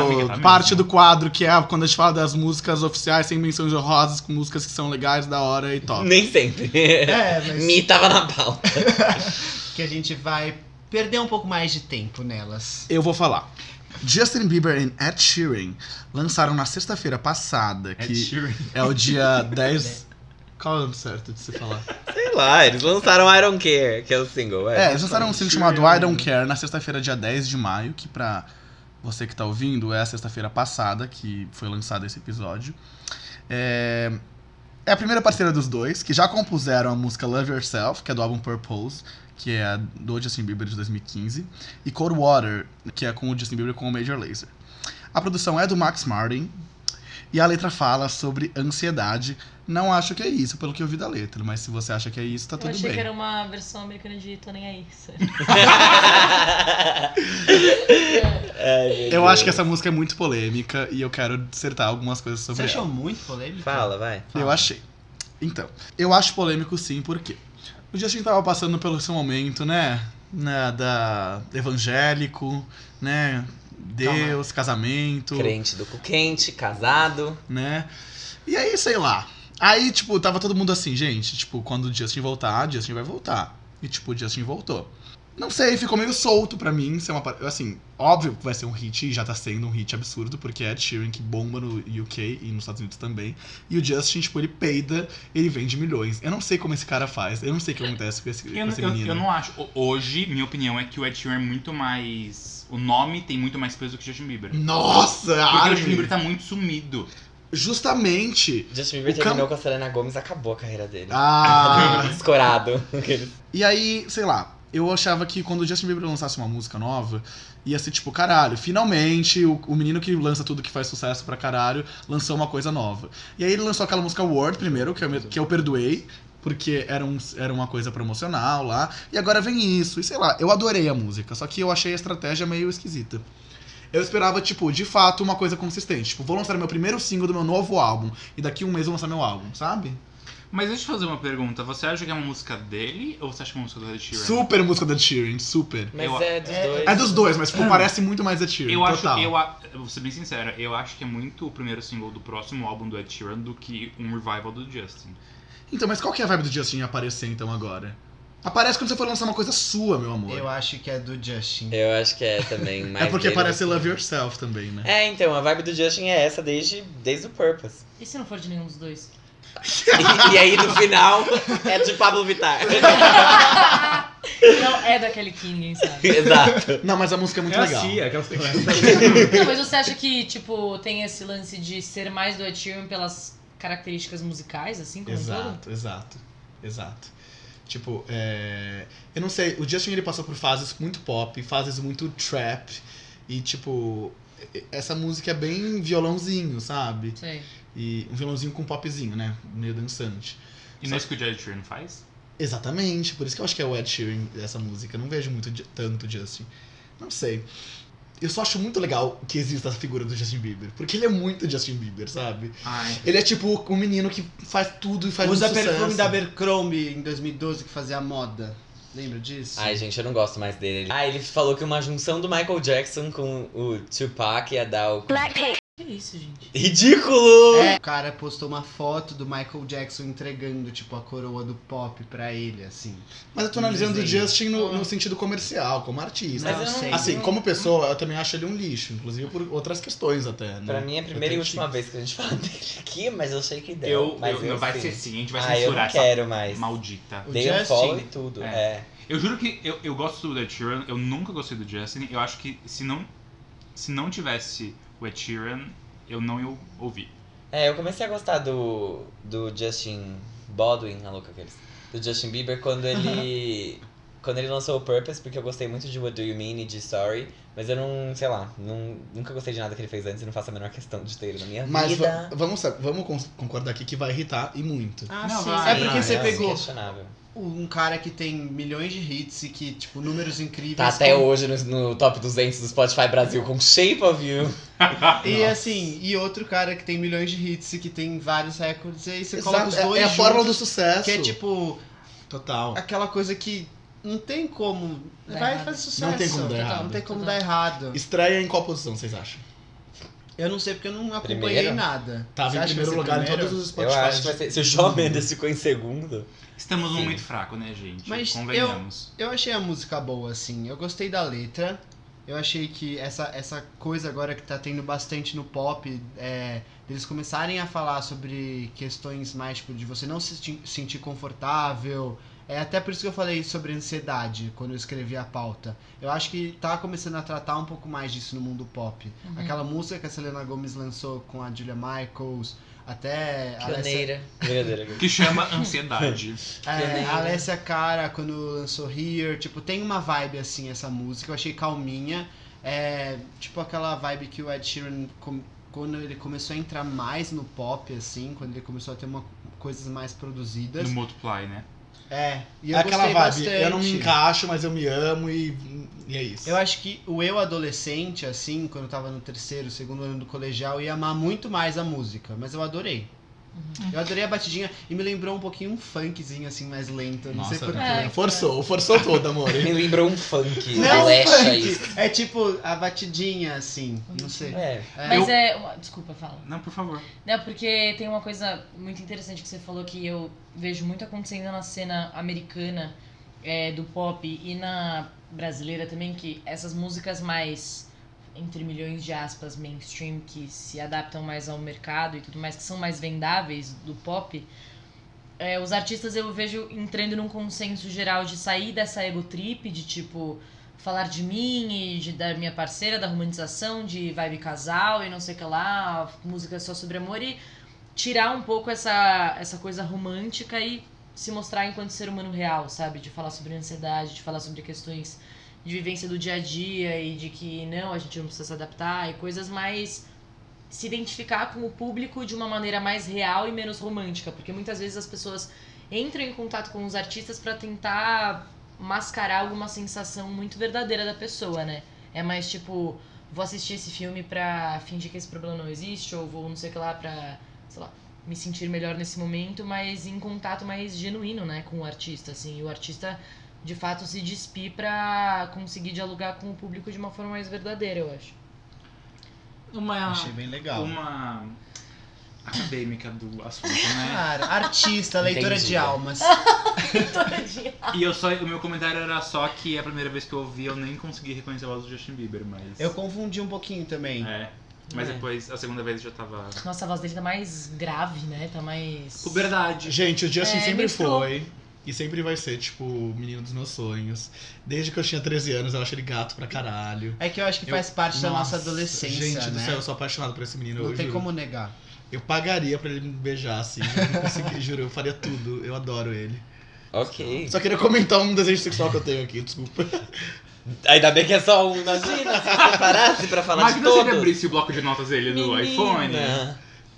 [SPEAKER 2] Amiga, tá
[SPEAKER 1] parte do
[SPEAKER 2] mesmo.
[SPEAKER 1] quadro, que é quando a gente fala das músicas oficiais sem menções honrosas, com músicas que são legais, da hora e top.
[SPEAKER 5] Nem sempre.
[SPEAKER 3] É, mas-
[SPEAKER 5] Mi tava na pauta.
[SPEAKER 3] Que a gente vai perder um pouco mais de tempo nelas.
[SPEAKER 1] Eu vou falar. Justin Bieber e Ed Sheeran lançaram na sexta-feira passada,
[SPEAKER 7] Ed
[SPEAKER 1] que
[SPEAKER 7] Sheeran.
[SPEAKER 1] é o dia 10. Qual é o nome certo de se falar?
[SPEAKER 5] Sei lá, eles lançaram I Don't Care, que é o single.
[SPEAKER 1] É,
[SPEAKER 5] É.
[SPEAKER 1] eles lançaram um single chamado I Don't Care na sexta-feira, dia 10 de maio, que pra você que tá ouvindo é a sexta-feira passada que foi lançado esse episódio. É... é a primeira parceira dos dois, que já compuseram a música Love Yourself, que é do álbum Purpose, que é a do Justin Bieber de 2015, e Cold Water, que é com o Justin Bieber com o Major Lazer. A produção é do Max Martin. E a letra fala sobre ansiedade. Não acho que é isso, pelo que eu vi da letra, mas se você acha que é isso, tá
[SPEAKER 6] Eu
[SPEAKER 1] tudo
[SPEAKER 6] achei
[SPEAKER 1] bem.
[SPEAKER 6] que era uma versão americana de Tô Nem Aí. sério.
[SPEAKER 1] Eu acho que essa música é muito polêmica e eu quero dissertar algumas coisas sobre
[SPEAKER 3] Você achou
[SPEAKER 1] ela.
[SPEAKER 3] muito polêmico?
[SPEAKER 5] Fala, vai.
[SPEAKER 1] Eu achei. Então, eu acho polêmico sim, por quê? O Justin tava passando pelo seu momento, né? né da evangélico, né? Deus, casamento,
[SPEAKER 5] Crente do cu quente, casado.
[SPEAKER 1] né? E aí, sei lá. Aí, tipo, tava todo mundo assim, gente, tipo, quando o Justin voltar, Justin vai voltar. E, tipo, o Justin voltou. Não sei, ficou meio solto pra mim. Ser uma, par- assim, óbvio que vai ser um hit, e já tá sendo um hit absurdo, porque é Ed Sheeran que bomba no UK e nos Estados Unidos também. E o Justin, tipo, ele peida, ele vende milhões. Eu não sei como esse cara faz, eu não sei o que acontece com esse, com
[SPEAKER 2] Eu,
[SPEAKER 1] esse
[SPEAKER 2] eu-
[SPEAKER 1] menino.
[SPEAKER 2] eu não acho. O- Hoje, minha opinião é que o Ed Sheeran é muito mais. O nome tem muito mais peso que o Justin Bieber.
[SPEAKER 1] Nossa,
[SPEAKER 2] Porque o Justin Bieber
[SPEAKER 1] Armin!
[SPEAKER 2] tá muito sumido.
[SPEAKER 1] Justamente!
[SPEAKER 5] Justin Bieber
[SPEAKER 1] O
[SPEAKER 5] terminou
[SPEAKER 1] Cam-
[SPEAKER 5] com a Selena Gomes, acabou a carreira dele.
[SPEAKER 1] Ah!
[SPEAKER 5] Escorado.
[SPEAKER 1] E aí, sei lá, eu achava que quando o Justin Bieber lançasse uma música nova, ia ser tipo, caralho, finalmente o, o menino que lança tudo que faz sucesso pra caralho lançou uma coisa nova. E aí ele lançou aquela música Word primeiro, que eu, me- que eu perdoei. Porque era, um, era uma coisa promocional lá. E agora vem isso. E sei lá, eu adorei a música. Só que eu achei a estratégia meio esquisita. Eu esperava, tipo, de fato, uma coisa consistente. Tipo, vou lançar meu primeiro single do meu novo álbum. E daqui um mês eu vou lançar meu álbum, sabe?
[SPEAKER 2] Mas deixa eu fazer uma pergunta. Você acha que é uma música dele ou você acha que é uma música do Ed Sheeran?
[SPEAKER 1] Super música da Sheeran, super.
[SPEAKER 5] Mas
[SPEAKER 2] Eu-
[SPEAKER 5] é dos
[SPEAKER 3] é-
[SPEAKER 5] dois.
[SPEAKER 1] É dos dois, mas tipo, parece muito mais a Tyrion.
[SPEAKER 2] Eu acho,
[SPEAKER 1] total.
[SPEAKER 2] eu, a- eu vou ser bem sincera, eu acho que é muito o primeiro single do próximo álbum do Ed Sheeran do que um revival do Justin.
[SPEAKER 1] Então, mas qual que é a vibe do Justin aparecer então agora? Aparece quando você for lançar uma coisa sua, meu amor.
[SPEAKER 3] Eu acho que é do Justin.
[SPEAKER 5] Eu acho que é também mais. assim.
[SPEAKER 1] é porque
[SPEAKER 5] dele
[SPEAKER 1] parece
[SPEAKER 5] do que-
[SPEAKER 1] Love Yourself também, né?
[SPEAKER 5] É, então, a vibe do Justin é essa desde, desde o Purpose.
[SPEAKER 6] E se não for de nenhum dos dois?
[SPEAKER 5] E, e aí no final é de Pablo Vittar.
[SPEAKER 6] Não, é daquele que ninguém sabe.
[SPEAKER 5] Exato.
[SPEAKER 1] Não, mas a música é muito
[SPEAKER 7] é
[SPEAKER 1] legal.
[SPEAKER 7] assim, é aquelas coisas.
[SPEAKER 6] Não, mas você acha que, tipo, tem esse lance de ser mais do Ed Sheeran pelas características musicais, assim, como um todo?
[SPEAKER 1] Exato, exato, exato. Tipo, é... eu não sei, o Justin ele passou por fases muito pop, fases muito trap, e tipo, e- essa música é bem violãozinho, sabe?
[SPEAKER 6] Sei.
[SPEAKER 1] E um violãozinho com popzinho, né? Meio dançante.
[SPEAKER 2] E não é isso que o Ed Sheeran faz?
[SPEAKER 1] Exatamente, por isso que eu acho que é o Ed Sheeran dessa música. Eu não vejo muito de- tanto Justin. Não sei. Eu só acho muito legal que exista essa figura do Justin Bieber, porque ele é muito Justin Bieber, sabe?
[SPEAKER 2] Ai.
[SPEAKER 1] Ele é tipo um menino que faz tudo e faz
[SPEAKER 3] Usa
[SPEAKER 1] muito
[SPEAKER 3] perfume
[SPEAKER 1] sucesso.
[SPEAKER 3] da Abercrombie em 2012 que fazia a moda. Lembra disso?
[SPEAKER 5] Ai, gente, eu não gosto mais dele. Ah, ele falou que uma junção do Michael Jackson com o Tupac ia dar o.
[SPEAKER 10] Blackpink.
[SPEAKER 6] Que isso, gente?
[SPEAKER 5] Ridículo!
[SPEAKER 3] É, o cara postou uma foto do Michael Jackson entregando, tipo, a coroa do pop pra ele, assim.
[SPEAKER 1] Mas eu tô analisando o
[SPEAKER 3] Desenho.
[SPEAKER 1] Justin no, no sentido comercial, como artista.
[SPEAKER 5] Mas eu não-
[SPEAKER 3] sei.
[SPEAKER 1] Assim, como pessoa, eu também acho ele um lixo, inclusive por outras questões até, né?
[SPEAKER 5] Pra mim é a primeira e
[SPEAKER 1] Eu tenho
[SPEAKER 5] última vez que a gente fala dele aqui, mas eu sei que deu.
[SPEAKER 2] Eu,
[SPEAKER 5] mas
[SPEAKER 2] eu- não, vai
[SPEAKER 5] sim.
[SPEAKER 2] ser sim, a gente vai
[SPEAKER 5] ah, eu não
[SPEAKER 2] censurar essa
[SPEAKER 5] quero mais.
[SPEAKER 2] maldita.
[SPEAKER 3] O
[SPEAKER 5] Dei um
[SPEAKER 3] Justin-
[SPEAKER 5] follow e tudo. É.
[SPEAKER 2] Eu juro que eu, eu gosto do Ed Sheeran, eu nunca gostei do Justin. Eu acho que se não, se não tivesse o Ed Sheeran, eu não ia ouvir.
[SPEAKER 5] É, eu comecei a gostar do, do Justin Baldwin, a louca aqueles. Do Justin Bieber quando ele. quando ele lançou o Purpose, porque eu gostei muito de What Do You Mean e de Sorry. Mas eu não, sei lá, não, nunca gostei de nada que ele fez antes e não faço a menor questão de ter ele na minha
[SPEAKER 1] Mas va-
[SPEAKER 5] vida.
[SPEAKER 1] vamos, sa- vamos con- concordar aqui que vai irritar e muito.
[SPEAKER 3] Ah,
[SPEAKER 2] Não,
[SPEAKER 3] sim.
[SPEAKER 2] vai.
[SPEAKER 3] É porque
[SPEAKER 5] Sim,
[SPEAKER 3] você
[SPEAKER 5] é
[SPEAKER 3] pegou
[SPEAKER 5] inquestionável.
[SPEAKER 3] um cara que tem milhões de hits e que, tipo, números incríveis.
[SPEAKER 5] Tá até
[SPEAKER 3] com-
[SPEAKER 5] hoje no, no top 200 do Spotify Brasil com Shape of You.
[SPEAKER 3] E assim, e outro cara que tem milhões de hits e que tem vários recordes, e aí você coloca
[SPEAKER 1] Exato,
[SPEAKER 3] os
[SPEAKER 1] é-
[SPEAKER 3] dois
[SPEAKER 1] é, a
[SPEAKER 3] juntos,
[SPEAKER 1] fórmula do sucesso.
[SPEAKER 3] que é tipo
[SPEAKER 1] Total.
[SPEAKER 3] aquela coisa que não tem como.
[SPEAKER 6] Dá
[SPEAKER 3] vai
[SPEAKER 6] errado.
[SPEAKER 3] fazer sucesso.
[SPEAKER 1] Não tem como dar
[SPEAKER 3] total,
[SPEAKER 1] errado.
[SPEAKER 3] Não tem como
[SPEAKER 6] Total.
[SPEAKER 3] dar errado.
[SPEAKER 1] Estreia em qual posição, vocês acham?
[SPEAKER 3] Eu não sei porque eu não acompanhei
[SPEAKER 5] Primeiro?
[SPEAKER 3] nada.
[SPEAKER 1] Tava
[SPEAKER 3] Você
[SPEAKER 1] em
[SPEAKER 3] acha que vai
[SPEAKER 1] primeiro
[SPEAKER 3] ser
[SPEAKER 1] lugar
[SPEAKER 3] primeiro?
[SPEAKER 1] em todos os
[SPEAKER 5] Eu
[SPEAKER 1] Spotify.
[SPEAKER 5] acho que vai ser. Se o Shawn Mendes ficou em segundo.
[SPEAKER 2] Estamos num
[SPEAKER 5] Sim.
[SPEAKER 2] momento fraco, né, gente?
[SPEAKER 3] Mas
[SPEAKER 2] Convenhamos.
[SPEAKER 3] Eu achei a música boa, assim. Eu gostei da letra. Eu achei que essa, essa coisa agora que tá tendo bastante no pop, é, deles começarem a falar sobre questões mais, tipo, de você não se senti- sentir confortável. É até por isso que eu falei sobre ansiedade quando eu escrevi a pauta. Eu acho que tá começando a tratar um pouco mais disso no mundo pop.
[SPEAKER 6] Uhum.
[SPEAKER 3] Aquela música que a Selena Gomez lançou com a Julia Michaels, até a Alessia
[SPEAKER 6] Pioneira.
[SPEAKER 5] Brincadeira.
[SPEAKER 2] Que chama ansiedade.
[SPEAKER 3] é,
[SPEAKER 6] Pioneira.
[SPEAKER 3] a
[SPEAKER 1] né?
[SPEAKER 3] Alessia Cara, quando lançou Here, tipo, tem uma vibe assim essa música, eu achei calminha. É, tipo aquela vibe que o Ed Sheeran, com- quando ele começou a entrar mais no pop, assim, quando ele começou a ter uma, coisas mais
[SPEAKER 2] no
[SPEAKER 3] produzidas.
[SPEAKER 2] Multiply, né?
[SPEAKER 3] É, e eu
[SPEAKER 1] É aquela
[SPEAKER 3] gostei
[SPEAKER 1] vibe,
[SPEAKER 3] bastante.
[SPEAKER 1] eu não me encaixo, mas eu me amo e, e é isso.
[SPEAKER 3] Eu acho que o eu adolescente, assim, quando eu tava no terceiro, segundo ano do colegial, ia amar muito mais a música, mas eu adorei. Eu adorei a batidinha e me lembrou um pouquinho um funkzinho, assim, mais lento, eu não sei
[SPEAKER 1] Nossa, né?
[SPEAKER 3] porquê.
[SPEAKER 6] É,
[SPEAKER 1] Tá forçou, forçou tudo, amor.
[SPEAKER 5] Me lembrou um funk.
[SPEAKER 3] Não,
[SPEAKER 5] Alexa
[SPEAKER 3] funk.
[SPEAKER 5] isso.
[SPEAKER 3] É tipo a batidinha, assim. Não sei.
[SPEAKER 5] É.
[SPEAKER 3] É.
[SPEAKER 6] Mas é. uma- Desculpa, fala.
[SPEAKER 2] Não, por favor.
[SPEAKER 6] Não, porque tem uma coisa muito interessante que você falou que eu vejo muito acontecendo na cena americana é, do pop e na brasileira também, que essas músicas mais, entre milhões de aspas, mainstream, que se adaptam mais ao mercado e tudo mais, que são mais vendáveis do pop, é, os artistas eu vejo entrando num consenso geral de sair dessa ego trip, de tipo falar de mim e de, da minha parceira, da romantização, de vibe casal e não sei o que lá, música só sobre amor e tirar um pouco essa, essa coisa romântica e se mostrar enquanto ser humano real, sabe? De falar sobre ansiedade, de falar sobre questões de vivência do dia a dia e de que não, a gente não precisa se adaptar e coisas mais se identificar com o público de uma maneira mais real e menos romântica, porque muitas vezes as pessoas entram em contato com os artistas pra tentar mascarar alguma sensação muito verdadeira da pessoa, né? É mais tipo, vou assistir esse filme pra fingir que esse problema não existe, ou vou não sei o que lá pra, sei lá, me sentir melhor nesse momento, mas em contato mais genuíno, né, com o artista, assim, e o artista de fato se despir pra conseguir dialogar com o público de uma forma mais verdadeira, eu acho.
[SPEAKER 2] Uma,
[SPEAKER 3] Achei bem legal.
[SPEAKER 2] uma acadêmica do assunto, né?
[SPEAKER 3] Cara, artista, leitora
[SPEAKER 5] Entendi.
[SPEAKER 3] de almas.
[SPEAKER 2] E eu só, o meu comentário era só que é a primeira vez que eu ouvi, eu nem consegui reconhecer a voz do Justin Bieber, mas.
[SPEAKER 3] Eu confundi um pouquinho também.
[SPEAKER 2] É. Mas
[SPEAKER 5] É.
[SPEAKER 2] depois, a segunda vez eu já tava.
[SPEAKER 6] Nossa, a voz dele tá mais grave, né? Tá mais.
[SPEAKER 2] Puberdade.
[SPEAKER 1] Gente, o Justin
[SPEAKER 6] É,
[SPEAKER 1] sempre
[SPEAKER 6] misturou.
[SPEAKER 1] foi e sempre vai ser, tipo, o menino dos meus sonhos. Desde que eu tinha 13 anos, eu acho ele gato pra caralho.
[SPEAKER 3] É que eu acho que faz parte da nossa adolescência,
[SPEAKER 1] Gente do
[SPEAKER 3] né?
[SPEAKER 1] céu, eu sou apaixonado por esse menino.
[SPEAKER 3] Não
[SPEAKER 1] eu
[SPEAKER 3] tem
[SPEAKER 1] juro.
[SPEAKER 3] como negar.
[SPEAKER 1] Eu pagaria pra ele me beijar, assim. Eu não consegui, juro, eu faria tudo. Eu adoro ele.
[SPEAKER 5] Ok.
[SPEAKER 1] Só queria comentar um desejo sexual que eu tenho aqui, desculpa.
[SPEAKER 5] Ainda bem que é só um. Imagina se você parasse pra falar de
[SPEAKER 2] Imagina se ele
[SPEAKER 5] todos.
[SPEAKER 2] abrisse o bloco de notas dele no
[SPEAKER 5] Menina.
[SPEAKER 2] iPhone.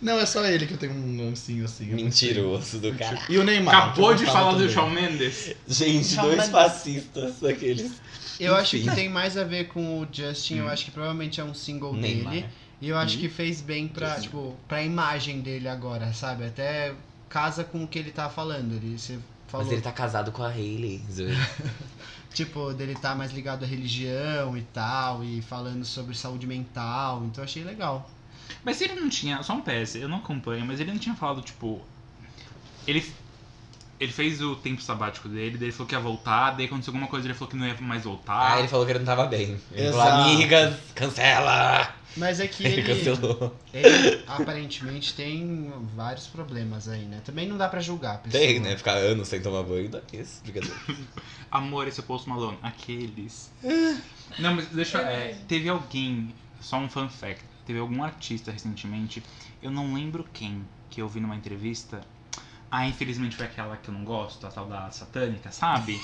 [SPEAKER 1] Não, é só ele que eu tenho um lancinho assim. eu não sei.
[SPEAKER 5] Mentiroso do cara.
[SPEAKER 1] E o Neymar. que eu
[SPEAKER 2] Acabou
[SPEAKER 1] não
[SPEAKER 2] de
[SPEAKER 1] falo
[SPEAKER 2] falar do
[SPEAKER 1] também.
[SPEAKER 2] Shawn Mendes.
[SPEAKER 5] Gente,
[SPEAKER 6] Shawn
[SPEAKER 5] dois
[SPEAKER 6] Mendes.
[SPEAKER 5] fascistas daqueles.
[SPEAKER 3] Eu acho
[SPEAKER 5] Enfim.
[SPEAKER 3] que tem mais a ver com o Justin, eu acho que provavelmente é um single
[SPEAKER 5] Neymar.
[SPEAKER 3] dele. E eu acho
[SPEAKER 5] Hum.
[SPEAKER 3] que fez bem pra,
[SPEAKER 5] Justin.
[SPEAKER 3] tipo, pra imagem dele agora, sabe? Até casa com o que ele tá falando. Ele, você falou
[SPEAKER 5] Mas ele tá casado com a Hailey. zoeira.
[SPEAKER 3] Tipo, dele tá mais ligado à religião e tal, e falando sobre saúde mental, então eu achei legal.
[SPEAKER 2] Mas ele não tinha. Só um PS, eu não acompanho, mas ele não tinha falado, tipo. Ele. Ele fez o tempo sabático dele, daí ele falou que ia voltar, daí aconteceu alguma coisa, ele falou que não ia mais voltar.
[SPEAKER 5] Ah, ele falou que ele não tava bem. Ele falou,
[SPEAKER 3] Exato.
[SPEAKER 5] amigas, cancela!
[SPEAKER 3] Mas é que
[SPEAKER 5] Ele
[SPEAKER 3] ele,
[SPEAKER 5] cancelou.
[SPEAKER 3] ele aparentemente tem vários problemas aí, né? Também não dá pra julgar a pessoa.
[SPEAKER 5] Tem, né? Ficar anos sem tomar banho, dá isso. Brincadeira.
[SPEAKER 2] Amor, esse é o Post Malone. Aqueles.
[SPEAKER 6] Ah.
[SPEAKER 2] Não, mas deixa. é, teve alguém, só um fun fact. Teve algum artista recentemente, eu não lembro quem, que eu vi numa entrevista. Ah, infelizmente foi aquela que eu não gosto, a tal da satânica, sabe?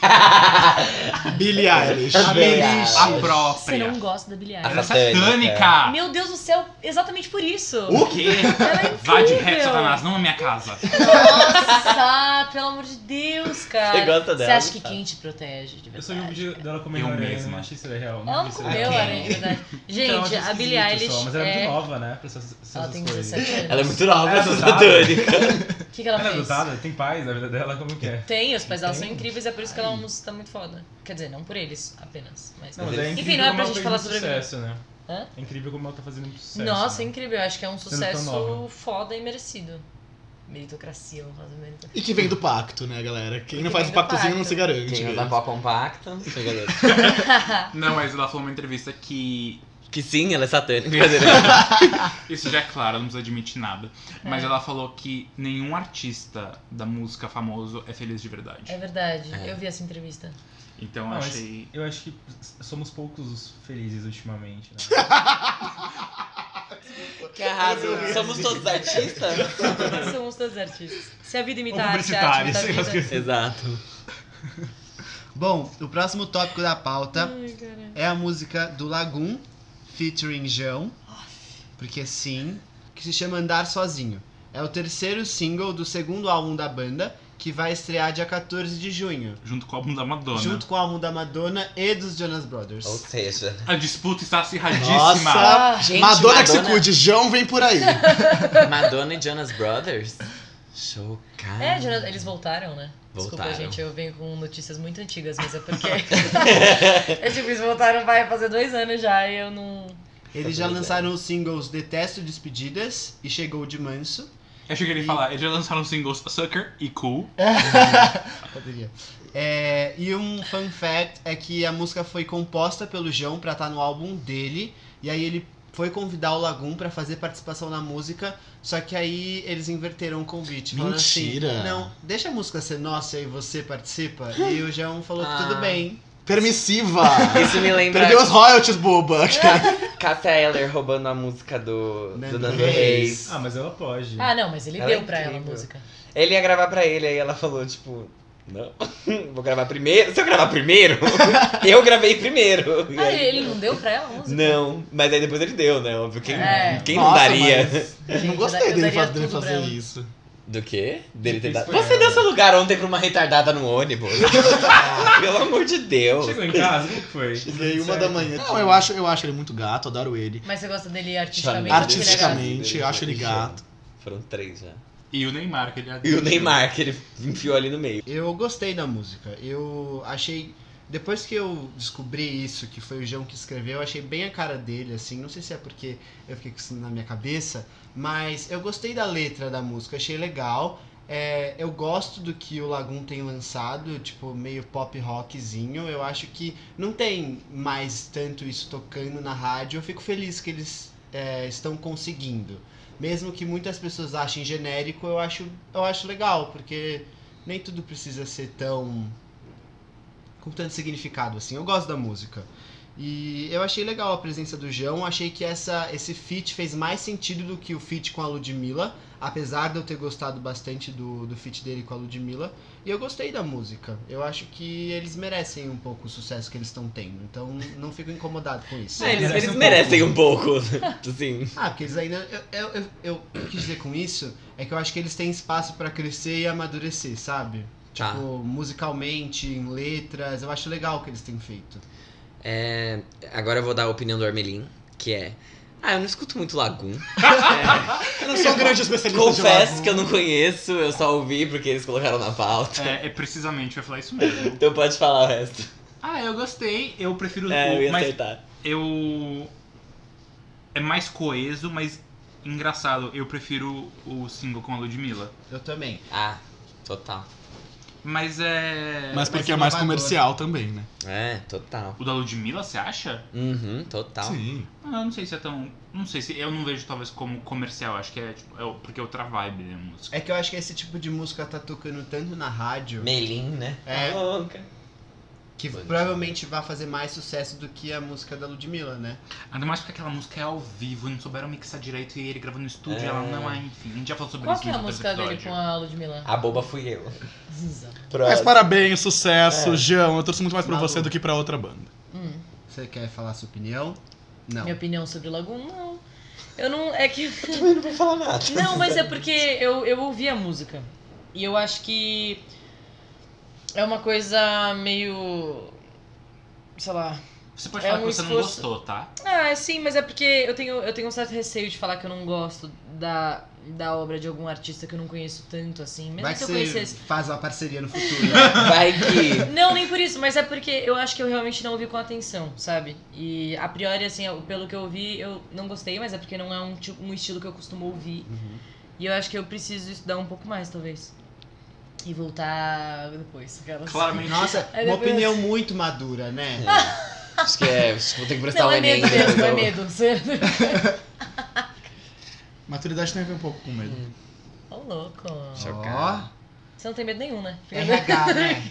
[SPEAKER 3] Billie Eilish. A
[SPEAKER 5] Billie
[SPEAKER 2] A
[SPEAKER 5] Eilish.
[SPEAKER 9] Ah,
[SPEAKER 3] Eilish.
[SPEAKER 6] Você
[SPEAKER 2] própria.
[SPEAKER 6] não gosta da Billie
[SPEAKER 2] Ela
[SPEAKER 6] Eilish.
[SPEAKER 2] é
[SPEAKER 5] Satânica.
[SPEAKER 2] satânica!
[SPEAKER 6] Meu Deus do céu, exatamente por isso.
[SPEAKER 2] O quê?
[SPEAKER 6] Ela é
[SPEAKER 2] Uh! Vai de
[SPEAKER 6] incrível.
[SPEAKER 2] ré, Satanás, não na minha casa.
[SPEAKER 6] Nossa, pelo amor de Deus, cara.
[SPEAKER 5] Você gosta dela,
[SPEAKER 6] acha que
[SPEAKER 5] sabe?
[SPEAKER 6] quem te protege, de verdade?
[SPEAKER 7] Eu só vi um vídeo dela comendo
[SPEAKER 2] Eu
[SPEAKER 7] aranha, eu
[SPEAKER 2] mesma.
[SPEAKER 7] não achei isso é real.
[SPEAKER 6] Ela não
[SPEAKER 7] vi isso
[SPEAKER 6] comeu
[SPEAKER 7] daí.
[SPEAKER 6] aranha, de um verdade.
[SPEAKER 7] Então, eu
[SPEAKER 6] Gente,
[SPEAKER 7] achei
[SPEAKER 6] a Billie
[SPEAKER 7] esquisito
[SPEAKER 6] Eilish
[SPEAKER 7] só, Mas ela é
[SPEAKER 6] é...
[SPEAKER 7] muito nova, né? Pra essas, essas
[SPEAKER 6] Ela tem
[SPEAKER 7] coisas.
[SPEAKER 6] 17 anos.
[SPEAKER 5] Ela é muito nova,
[SPEAKER 7] Ela é
[SPEAKER 5] essa
[SPEAKER 7] adotada?
[SPEAKER 5] satânica.
[SPEAKER 6] O que, que ela
[SPEAKER 7] Ela é
[SPEAKER 6] fez?
[SPEAKER 7] adotada? Tem pais na vida dela? Como que é?
[SPEAKER 6] Tem, os pais dela são
[SPEAKER 7] Tem?
[SPEAKER 6] incríveis, é por isso que ela é uma música muito foda. Quer dizer, não por eles apenas, mas...
[SPEAKER 7] Não, mas é
[SPEAKER 6] Enfim,
[SPEAKER 7] incrível
[SPEAKER 6] não é
[SPEAKER 7] como
[SPEAKER 6] pra gente
[SPEAKER 7] ela fez
[SPEAKER 6] falar
[SPEAKER 7] muito
[SPEAKER 6] sobre-
[SPEAKER 7] sucesso, né?
[SPEAKER 6] Hã?
[SPEAKER 7] É incrível como ela tá fazendo muito sucesso.
[SPEAKER 6] Nossa, é
[SPEAKER 7] né?
[SPEAKER 6] incrível, eu acho que é um
[SPEAKER 7] não é tão
[SPEAKER 6] sucesso
[SPEAKER 7] nova.
[SPEAKER 6] foda e merecido. Meritocracia, eu falo meritocracia.
[SPEAKER 9] E que vem do pacto, né, galera? Quem não
[SPEAKER 6] Que
[SPEAKER 9] faz
[SPEAKER 6] vem
[SPEAKER 9] o
[SPEAKER 6] do
[SPEAKER 9] pactozinho
[SPEAKER 6] pacto.
[SPEAKER 9] não se garante.
[SPEAKER 5] Quem
[SPEAKER 9] né?
[SPEAKER 5] usa pó compacta, não sei, galera.
[SPEAKER 6] É
[SPEAKER 2] Não, mas ela falou numa entrevista que.
[SPEAKER 5] Que sim, ela é satânica. Brincadeira.
[SPEAKER 2] Isso já é claro, não precisa admitir nada. Mas
[SPEAKER 6] É.
[SPEAKER 2] ela falou que nenhum artista da música famoso é feliz de verdade.
[SPEAKER 6] É verdade, eu vi essa entrevista.
[SPEAKER 2] Então
[SPEAKER 7] Não,
[SPEAKER 2] eu
[SPEAKER 7] mas
[SPEAKER 2] achei.
[SPEAKER 7] Eu acho que s- somos poucos os felizes ultimamente, né?
[SPEAKER 5] que arraso. Somos todos artistas?
[SPEAKER 6] Somos todos artistas. Se a vida imita
[SPEAKER 7] Ou
[SPEAKER 6] a arte, a arte
[SPEAKER 7] publicitários,
[SPEAKER 6] imita a
[SPEAKER 7] sei
[SPEAKER 6] vida.
[SPEAKER 5] Exato.
[SPEAKER 3] Bom, o próximo tópico da pauta
[SPEAKER 6] Ai, caralho.
[SPEAKER 3] é a música do Lagoon, featuring João, porque sim, que se chama Andar Sozinho. É o terceiro single do segundo álbum da banda, que vai estrear dia 14 de junho,
[SPEAKER 2] Junto com o álbum da Madonna.
[SPEAKER 3] junto com o álbum da Madonna e dos Jonas Brothers.
[SPEAKER 5] Ou seja.
[SPEAKER 2] A disputa está acirradíssima.
[SPEAKER 9] Nossa.
[SPEAKER 6] Ah,
[SPEAKER 5] Gente,
[SPEAKER 9] Madonna que se cuide, João vem por aí.
[SPEAKER 5] Madonna e Jonas Brothers? Chocado.
[SPEAKER 6] É, Jonathan, eles voltaram, né? Desculpa,
[SPEAKER 5] Voltaram.
[SPEAKER 6] gente, eu venho com notícias muito antigas, mas é porque. é tipo, eles voltaram vai fazer dois anos já e eu não.
[SPEAKER 3] Eles já lançaram os singles Detesto Despedidas e Chegou de Manso.
[SPEAKER 2] Eu achei que ele ia falar, eles já lançaram os singles Sucker e Cool.
[SPEAKER 3] Poderia. É, e um fun fact é que a música foi composta pelo João pra estar no álbum dele. E aí ele foi convidar o Lagoon pra fazer participação na música. Só que aí eles inverteram o convite. falando
[SPEAKER 9] Mentira.
[SPEAKER 3] Tipo Assim, Não, deixa a música ser nossa e você participa. E o João falou que tudo
[SPEAKER 5] Ah.
[SPEAKER 3] bem.
[SPEAKER 9] Permissiva.
[SPEAKER 5] Isso me lembra
[SPEAKER 9] Perdeu os royalties, boba.
[SPEAKER 5] É. Cassia Eller roubando a música do,
[SPEAKER 3] Nando
[SPEAKER 5] do Nando
[SPEAKER 3] Reis.
[SPEAKER 5] Reis.
[SPEAKER 7] Ah, mas ela pode.
[SPEAKER 6] Ah, não, mas ele
[SPEAKER 5] Ela é
[SPEAKER 6] deu pra ela a
[SPEAKER 5] incrível.
[SPEAKER 6] música.
[SPEAKER 5] Ele ia gravar pra ele, aí ela falou, tipo, não, vou gravar primeiro. Se eu gravar primeiro, eu gravei primeiro. E
[SPEAKER 6] Ah,
[SPEAKER 5] aí-
[SPEAKER 6] ele não deu pra ela a música?
[SPEAKER 5] Não, mas aí depois ele deu, né? Óbvio, quem,
[SPEAKER 6] É.
[SPEAKER 5] quem não
[SPEAKER 9] Nossa,
[SPEAKER 5] daria?
[SPEAKER 9] mas
[SPEAKER 6] Gente,
[SPEAKER 9] não
[SPEAKER 6] eu
[SPEAKER 9] gostei
[SPEAKER 6] daria
[SPEAKER 9] dele,
[SPEAKER 6] tudo
[SPEAKER 9] fa- dele
[SPEAKER 6] pra
[SPEAKER 9] fazer
[SPEAKER 6] ela.
[SPEAKER 9] isso.
[SPEAKER 5] Do quê? Dele ter
[SPEAKER 7] Difícil
[SPEAKER 5] dado.
[SPEAKER 7] pra
[SPEAKER 5] Você
[SPEAKER 7] ela.
[SPEAKER 5] deu seu lugar ontem pra uma retardada no ônibus. Pelo amor de Deus.
[SPEAKER 7] Chegou em casa? Como que foi?
[SPEAKER 9] Cheguei uma
[SPEAKER 7] Certo.
[SPEAKER 9] da manhã. Não, eu acho, eu acho ele muito gato, adoro ele.
[SPEAKER 6] Mas você gosta dele artisticamente?
[SPEAKER 5] Chama-
[SPEAKER 6] do que ele é gato?
[SPEAKER 9] Artisticamente, eu acho ele gato.
[SPEAKER 5] Foram três já.
[SPEAKER 2] E o Neymar, que ele é
[SPEAKER 5] E o Neymar, que ele enfiou ali no meio.
[SPEAKER 3] Eu gostei da música. Eu achei. Depois que eu descobri isso, que foi o João que escreveu, eu achei bem a cara dele, assim. Não sei se é porque eu fiquei com isso na minha cabeça, mas eu gostei da letra da música, achei legal. É, eu gosto do que o Lagoon tem lançado, tipo, meio pop rockzinho. Eu acho que não tem mais tanto isso tocando na rádio. Eu fico feliz que eles é, estão conseguindo. Mesmo que muitas pessoas achem genérico, eu acho, eu acho legal, porque nem tudo precisa ser tão com tanto significado assim. Eu gosto da música. E eu achei legal a presença do João, achei que essa esse feat fez mais sentido do que o feat com a Ludmilla, apesar de eu ter gostado bastante do, do feat dele com a Ludmilla, e eu gostei da música. Eu acho que eles merecem um pouco o sucesso que eles estão tendo, então não fico incomodado com isso.
[SPEAKER 5] Ah, eles,
[SPEAKER 7] Merece
[SPEAKER 5] eles
[SPEAKER 7] um
[SPEAKER 5] merecem um pouco. assim.
[SPEAKER 3] Ah, porque eles ainda. Eu, eu, eu, eu, o que dizer com isso é que eu acho que eles têm espaço pra crescer e amadurecer, sabe?
[SPEAKER 5] Tá.
[SPEAKER 3] Tipo, musicalmente, em letras. Eu acho legal o que eles têm feito.
[SPEAKER 5] É, agora eu vou dar a opinião do Armelin, que é. Ah, eu não escuto muito É. Lagoon.
[SPEAKER 9] Eu não sou um grande especialista
[SPEAKER 5] Confesso
[SPEAKER 9] de
[SPEAKER 5] que eu não conheço, eu só ouvi porque eles colocaram na pauta.
[SPEAKER 2] É, é precisamente, eu ia falar isso mesmo.
[SPEAKER 5] Então pode falar o resto.
[SPEAKER 2] Ah, eu gostei. Eu prefiro
[SPEAKER 5] É, eu
[SPEAKER 2] o.
[SPEAKER 5] ia
[SPEAKER 2] Mas
[SPEAKER 5] acertar.
[SPEAKER 2] eu. É mais coeso, mas engraçado. Eu prefiro o single com a Ludmilla.
[SPEAKER 3] Eu também.
[SPEAKER 5] Ah, total.
[SPEAKER 2] Mas é.
[SPEAKER 1] Mas porque é
[SPEAKER 3] inovador.
[SPEAKER 1] mais comercial também, né?
[SPEAKER 5] É, total.
[SPEAKER 2] O da Ludmilla, você acha?
[SPEAKER 5] Uhum,
[SPEAKER 9] Tá.
[SPEAKER 5] total.
[SPEAKER 1] Sim.
[SPEAKER 2] Ah, Eu não sei se é tão. Não sei se. Eu não vejo talvez como comercial. Acho que é tipo. É, o- porque é outra vibe da música.
[SPEAKER 3] É que eu acho que esse tipo de música tá tocando tanto na rádio
[SPEAKER 5] Melin, né?
[SPEAKER 3] É.
[SPEAKER 5] Tá louca.
[SPEAKER 3] que
[SPEAKER 5] Pode.
[SPEAKER 3] provavelmente vai fazer mais sucesso do que a música da Ludmilla, né?
[SPEAKER 2] Ainda mais porque aquela música é ao vivo, não souberam mixar direito e ele gravou no estúdio
[SPEAKER 5] É.
[SPEAKER 2] ela não é, enfim. A gente já falou sobre
[SPEAKER 6] Qual
[SPEAKER 2] isso
[SPEAKER 6] que é a
[SPEAKER 2] no outro
[SPEAKER 6] música dele
[SPEAKER 2] episódio.
[SPEAKER 6] com a Ludmilla?
[SPEAKER 5] A boba fui eu.
[SPEAKER 6] Ziza.
[SPEAKER 1] Mas
[SPEAKER 5] Próximo.
[SPEAKER 1] parabéns, sucesso,
[SPEAKER 5] É.
[SPEAKER 1] João. Eu torço muito mais pra
[SPEAKER 3] Maluco.
[SPEAKER 1] você do que pra outra banda.
[SPEAKER 6] Hum.
[SPEAKER 3] Você quer falar sua opinião? Não.
[SPEAKER 6] Minha opinião sobre o Lagoon, não. Eu não. É que.
[SPEAKER 5] Também não vou falar nada.
[SPEAKER 6] Não, mas é porque eu, eu ouvi a música. E eu acho que é uma coisa meio. Sei lá.
[SPEAKER 2] Você pode
[SPEAKER 6] É
[SPEAKER 2] falar
[SPEAKER 6] um
[SPEAKER 2] que você não
[SPEAKER 6] esforço-
[SPEAKER 2] gostou, tá?
[SPEAKER 6] Ah, sim, mas é porque eu tenho, eu tenho um certo receio de falar que eu não gosto da, da obra de algum artista que eu não conheço tanto assim. Mesmo
[SPEAKER 3] Vai
[SPEAKER 6] se
[SPEAKER 3] que
[SPEAKER 6] eu
[SPEAKER 3] você
[SPEAKER 6] conhecesse.
[SPEAKER 3] faz uma parceria no futuro. né?
[SPEAKER 5] Vai que.
[SPEAKER 6] Não, nem por isso, mas é porque eu acho que eu realmente não ouvi com atenção, sabe? E a priori, assim, eu- pelo que eu ouvi, eu não gostei, mas é porque não é um, tipo, um estilo que eu costumo ouvir.
[SPEAKER 3] Uhum.
[SPEAKER 6] E eu acho que eu preciso estudar um pouco mais, talvez. E voltar depois. aquelas-
[SPEAKER 2] Claramente.
[SPEAKER 3] Nossa, uma
[SPEAKER 6] Aí É depois-
[SPEAKER 3] opinião muito madura, né?
[SPEAKER 5] Acho que é. Acho que vou ter que prestar
[SPEAKER 3] tá
[SPEAKER 6] Não,
[SPEAKER 5] o
[SPEAKER 6] é
[SPEAKER 5] Enem.
[SPEAKER 6] medo mesmo,
[SPEAKER 3] então.
[SPEAKER 5] né?
[SPEAKER 6] é medo. Você-
[SPEAKER 1] Maturidade tem a ver um pouco com
[SPEAKER 6] é
[SPEAKER 1] medo.
[SPEAKER 9] Hum.
[SPEAKER 6] Ô, louco.
[SPEAKER 5] Chocado.
[SPEAKER 6] Você não tem medo nenhum, né? Fica-
[SPEAKER 3] RH, né?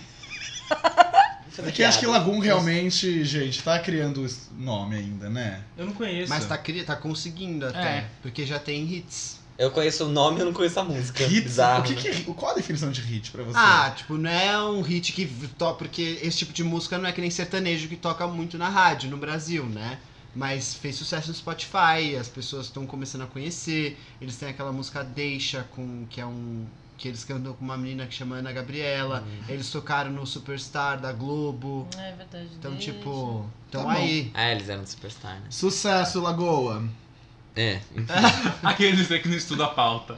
[SPEAKER 1] É que acho que Lagoon realmente, gente, tá criando esse nome ainda, né?
[SPEAKER 7] Eu não conheço.
[SPEAKER 3] Mas tá, cri- tá conseguindo até. Porque já tem hits.
[SPEAKER 5] Eu conheço o nome, eu não conheço a música.
[SPEAKER 1] Hit?
[SPEAKER 5] Bizarro,
[SPEAKER 1] o que
[SPEAKER 5] né?
[SPEAKER 1] que é, hit? qual a definição de hit pra você?
[SPEAKER 3] Ah, tipo, não é um hit que toca, porque esse tipo de música não é que nem sertanejo que toca muito na rádio no Brasil, né? Mas fez sucesso no Spotify, as pessoas estão começando a conhecer. Eles têm aquela música Deixa, com, que é um. que eles cantam com uma menina que chama Ana
[SPEAKER 1] é
[SPEAKER 3] Gabriela.
[SPEAKER 1] Uhum.
[SPEAKER 3] Eles tocaram no Superstar da Globo.
[SPEAKER 6] É verdade.
[SPEAKER 3] Então,
[SPEAKER 6] deixa.
[SPEAKER 3] tipo, então
[SPEAKER 1] Tá bom.
[SPEAKER 3] aí.
[SPEAKER 5] Ah, eles eram do Superstar, né?
[SPEAKER 1] Sucesso, Lagoa.
[SPEAKER 5] É.
[SPEAKER 2] Aqueles que não estudam a pauta.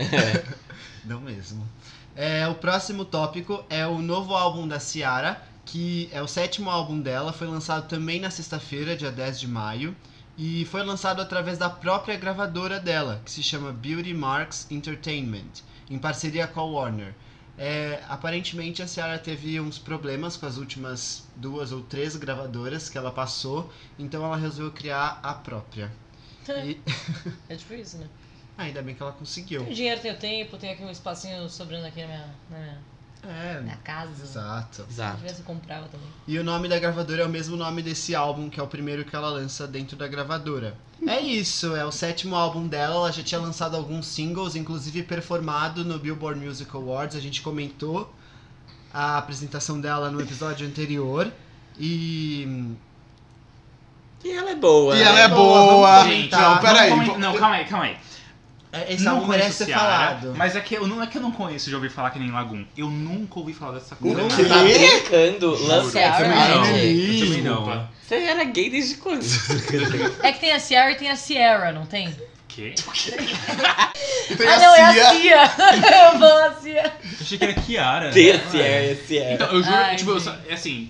[SPEAKER 3] Não mesmo. É, o próximo tópico é o novo álbum da Ciara, que é o sétimo álbum dela, foi lançado também na sexta-feira, dia 10 de maio, e foi lançado através da própria gravadora dela, que se chama Beauty Marks Entertainment, em parceria com a Warner. É, aparentemente a Ciara teve uns problemas com as últimas duas ou três gravadoras que ela passou, então ela resolveu criar a própria. E
[SPEAKER 6] É tipo isso, né?
[SPEAKER 3] ainda bem que ela conseguiu.
[SPEAKER 6] Tenho dinheiro, tenho tempo, tenho aqui um espacinho sobrando aqui na minha, na minha, na
[SPEAKER 3] É,
[SPEAKER 6] minha casa.
[SPEAKER 3] exato.
[SPEAKER 6] Se
[SPEAKER 5] Exato.
[SPEAKER 6] tivesse, eu comprava também.
[SPEAKER 3] E o nome da gravadora é o mesmo nome desse álbum, que é o primeiro que ela lança dentro da gravadora. É isso, é o sétimo álbum dela, ela já tinha lançado alguns singles, inclusive performado no Billboard Music Awards, a gente comentou a apresentação dela no episódio anterior. E
[SPEAKER 5] E ela é boa.
[SPEAKER 1] E
[SPEAKER 5] né?
[SPEAKER 1] ela é
[SPEAKER 3] boa,
[SPEAKER 1] boa.
[SPEAKER 3] vamos
[SPEAKER 2] Gente,
[SPEAKER 3] Tá,
[SPEAKER 1] Não, peraí.
[SPEAKER 2] vamos comentar- Não, calma aí, calma aí.
[SPEAKER 3] é, esse
[SPEAKER 2] não
[SPEAKER 3] álbum merece
[SPEAKER 2] conheço
[SPEAKER 3] ser
[SPEAKER 2] Ciara,
[SPEAKER 3] falado.
[SPEAKER 2] Mas é que eu, não é que eu não conheço de ouvir falar que nem Lagoon. Eu nunca ouvi falar dessa coisa.
[SPEAKER 1] é
[SPEAKER 3] Não.
[SPEAKER 5] Você tá brincando. Lance
[SPEAKER 6] Eu também
[SPEAKER 5] Arrow,
[SPEAKER 7] não.
[SPEAKER 5] gente.
[SPEAKER 7] Eu também não. né?
[SPEAKER 2] Desculpa.
[SPEAKER 5] Você era gay desde quando?
[SPEAKER 6] É que tem a Ciara e tem a Sierra, não tem?
[SPEAKER 2] Quê?
[SPEAKER 1] então, Tem
[SPEAKER 6] ah,
[SPEAKER 1] a
[SPEAKER 6] não,
[SPEAKER 1] Cia.
[SPEAKER 6] é a Cia. Eu falo a Cia.
[SPEAKER 7] Achei que era Kiara. é.
[SPEAKER 5] Tia, Sierra, Sierra.
[SPEAKER 2] Então, eu juro,
[SPEAKER 6] Ai,
[SPEAKER 2] tipo, eu
[SPEAKER 6] gente.
[SPEAKER 2] só, é assim.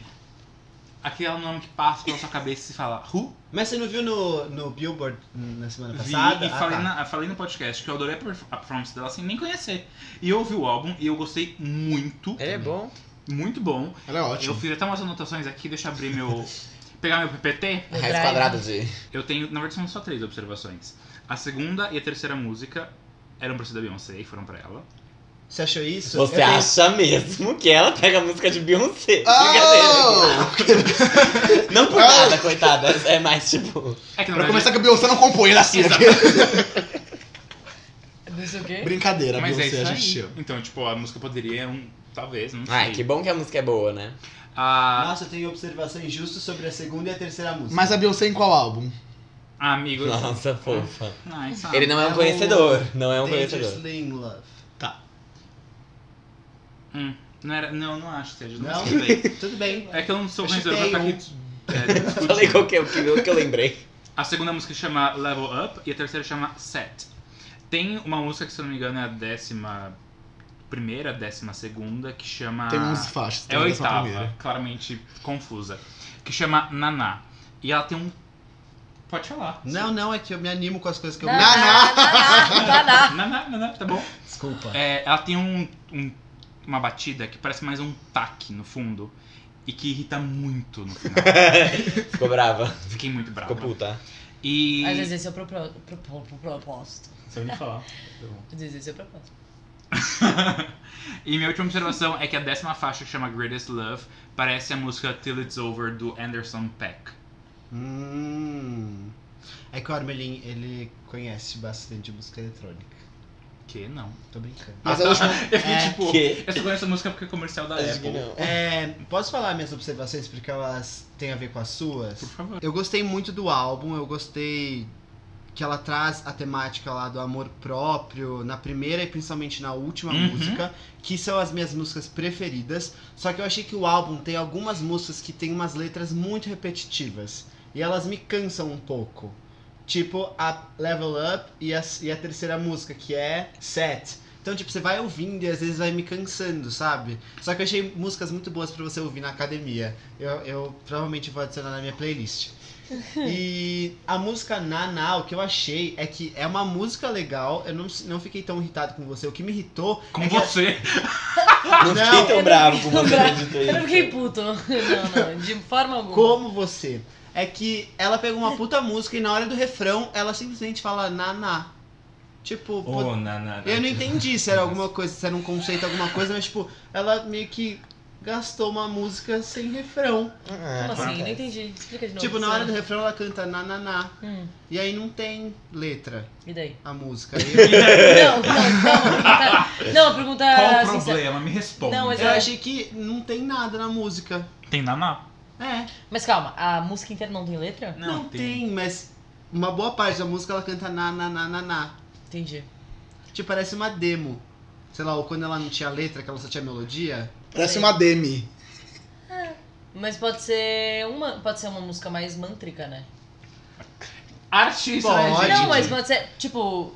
[SPEAKER 2] Aquele é o nome que passa pela sua cabeça e fala, who?
[SPEAKER 3] Mas você não viu no, no Billboard hum, na semana
[SPEAKER 2] Vi
[SPEAKER 3] passada?
[SPEAKER 2] e
[SPEAKER 3] Ah,
[SPEAKER 2] falei,
[SPEAKER 3] tá.
[SPEAKER 2] na- falei no podcast que eu adorei a perf- a performance dela sem nem conhecer. E eu ouvi o álbum e eu gostei muito.
[SPEAKER 5] Ele é bom?
[SPEAKER 2] Muito bom.
[SPEAKER 1] Ela é ótima.
[SPEAKER 2] Eu fiz até umas anotações aqui, deixa eu abrir meu. pegar meu PPT.
[SPEAKER 6] O
[SPEAKER 5] Raiz
[SPEAKER 6] drive.
[SPEAKER 5] quadrada de.
[SPEAKER 2] Eu tenho, na verdade, são só três observações. A segunda e a terceira música eram pra ser da Beyoncé e foram pra ela.
[SPEAKER 3] Você achou isso?
[SPEAKER 5] Você
[SPEAKER 3] Eu tenho-
[SPEAKER 5] acha mesmo que ela pega a música de Beyoncé?
[SPEAKER 1] Ah! Oh!
[SPEAKER 5] Brincadeira. Não por nada, coitada. É mais tipo.
[SPEAKER 2] É que na
[SPEAKER 1] Pra
[SPEAKER 2] verdade.
[SPEAKER 1] começar que a Beyoncé não compõe na Cia.
[SPEAKER 6] Não sei o quê.
[SPEAKER 1] Brincadeira,
[SPEAKER 2] Mas é
[SPEAKER 1] Beyoncé, a
[SPEAKER 2] isso
[SPEAKER 1] gente
[SPEAKER 2] aí.
[SPEAKER 1] chama.
[SPEAKER 2] Então, tipo, a música poderia um. Talvez, não sei.
[SPEAKER 5] Ai, que bom que a música é boa, né?
[SPEAKER 2] Ah,
[SPEAKER 3] Nossa, eu tenho observações justas sobre a segunda e a terceira música.
[SPEAKER 1] Mas a Beyoncé em qual álbum?
[SPEAKER 2] amigo.
[SPEAKER 6] Ah.
[SPEAKER 5] Nossa, fofa.
[SPEAKER 2] Ai, sabe.
[SPEAKER 5] Ele não é
[SPEAKER 3] É
[SPEAKER 5] um
[SPEAKER 3] o-
[SPEAKER 5] conhecedor. Não é um conhecedor.
[SPEAKER 3] Dangerously in Love.
[SPEAKER 2] Hum, não, era, não, não acho que seja. Não,
[SPEAKER 3] Não?
[SPEAKER 2] escutei.
[SPEAKER 3] Tudo bem.
[SPEAKER 2] É que eu não sou
[SPEAKER 3] Eu
[SPEAKER 2] conhecedor pra ficar
[SPEAKER 3] chutei um.
[SPEAKER 2] aqui. é, discutindo.
[SPEAKER 5] Falei qual que é o que o que eu lembrei.
[SPEAKER 2] A segunda música chama Level Up e a terceira chama Set. Tem uma música que, se eu não me engano, é a décima primeira, décima segunda, que chama.
[SPEAKER 9] Tem 11 faixas.
[SPEAKER 2] É
[SPEAKER 9] tem
[SPEAKER 2] a
[SPEAKER 9] essa
[SPEAKER 2] oitava,
[SPEAKER 9] primeira.
[SPEAKER 2] claramente confusa. Que chama Naná. E ela tem um. Pode falar.
[SPEAKER 3] Não, não, é que eu me animo com as coisas que eu
[SPEAKER 6] Naná, naná, naná.
[SPEAKER 2] Naná, Naná, tá bom?
[SPEAKER 5] Desculpa.
[SPEAKER 2] É, ela tem um, um- uma batida que parece mais um taque no fundo. E que irrita muito no final.
[SPEAKER 5] Ficou brava.
[SPEAKER 2] Fiquei muito bravo.
[SPEAKER 5] Ficou puta.
[SPEAKER 2] E.
[SPEAKER 6] Às vezes esse é o propro- propro- pro- propósito.
[SPEAKER 7] Você vai me falar.
[SPEAKER 6] Às vezes esse é o propósito.
[SPEAKER 2] e minha última observação é que a décima faixa que chama Greatest Love parece a música Till It's Over do Anderson Peck.
[SPEAKER 3] Hum. É que o Armelin, ele conhece bastante música eletrônica.
[SPEAKER 2] Que não.
[SPEAKER 3] Tô brincando.
[SPEAKER 9] Mas a última.
[SPEAKER 2] Eu fiquei
[SPEAKER 3] É,
[SPEAKER 2] tipo.
[SPEAKER 5] que-
[SPEAKER 2] Eu só conheço a música porque é comercial da
[SPEAKER 9] Acho que
[SPEAKER 2] Apple.
[SPEAKER 9] não.
[SPEAKER 3] É, posso falar minhas observações porque elas têm a ver com as suas?
[SPEAKER 2] Por favor.
[SPEAKER 3] Eu gostei muito do álbum, eu gostei que ela traz a temática lá do amor próprio na primeira e principalmente na última
[SPEAKER 2] Uhum.
[SPEAKER 3] música, que são as minhas músicas preferidas. Só que eu achei que o álbum tem algumas músicas que tem umas letras muito repetitivas e elas me cansam um pouco. Tipo a Level Up e a, e a terceira música, que é Set. Então, tipo, você vai ouvindo e às vezes vai me cansando, sabe? Só que eu achei músicas muito boas pra você ouvir na academia. Eu, eu provavelmente vou adicionar na minha playlist. E a música Naná, o que eu achei é que é uma música legal. Eu não, não fiquei tão irritado com você. O que me irritou
[SPEAKER 2] Com
[SPEAKER 3] é que
[SPEAKER 2] você.
[SPEAKER 5] Não, fiquei tão
[SPEAKER 6] eu
[SPEAKER 5] bravo
[SPEAKER 6] não
[SPEAKER 5] com
[SPEAKER 6] fiquei
[SPEAKER 5] você,
[SPEAKER 6] brava.
[SPEAKER 5] acredito
[SPEAKER 6] Eu não
[SPEAKER 5] aí.
[SPEAKER 6] fiquei puto. Não, não, de forma alguma.
[SPEAKER 3] como você. É que ela pegou uma puta música e na hora do refrão ela simplesmente fala naná. Tipo, pô,
[SPEAKER 7] Oh, na, na, na.
[SPEAKER 3] eu não entendi se era alguma coisa, se era um conceito, alguma coisa, mas tipo, ela meio que gastou uma música sem refrão.
[SPEAKER 6] Como assim?
[SPEAKER 5] acontece.
[SPEAKER 6] Não é. entendi. Explica de novo.
[SPEAKER 3] tipo, na hora do refrão ela canta nananá.
[SPEAKER 6] Hum,
[SPEAKER 3] E aí não tem letra
[SPEAKER 6] e daí?
[SPEAKER 3] a música. E Eu,
[SPEAKER 6] Não, não, não. a pergunta- Não, a pergunta
[SPEAKER 2] Qual o
[SPEAKER 3] assim,
[SPEAKER 6] sincera.
[SPEAKER 2] problema? Me responde.
[SPEAKER 6] Não, mas
[SPEAKER 3] eu achei que não tem nada na música.
[SPEAKER 2] Tem Naná.
[SPEAKER 3] É,
[SPEAKER 6] Mas calma, a música inteira não tem letra?
[SPEAKER 3] não, tem. mas uma boa parte da música ela canta nananananá.
[SPEAKER 6] Entendi.
[SPEAKER 3] Tipo, parece uma demo. Sei lá, ou quando ela não tinha letra, que ela só tinha melodia.
[SPEAKER 9] Parece uma Demi.
[SPEAKER 6] Mas pode ser uma, pode ser uma música mais mântrica, né?
[SPEAKER 2] Artista,
[SPEAKER 3] Pode.
[SPEAKER 2] né, gente?
[SPEAKER 6] Não, mas pode ser, tipo,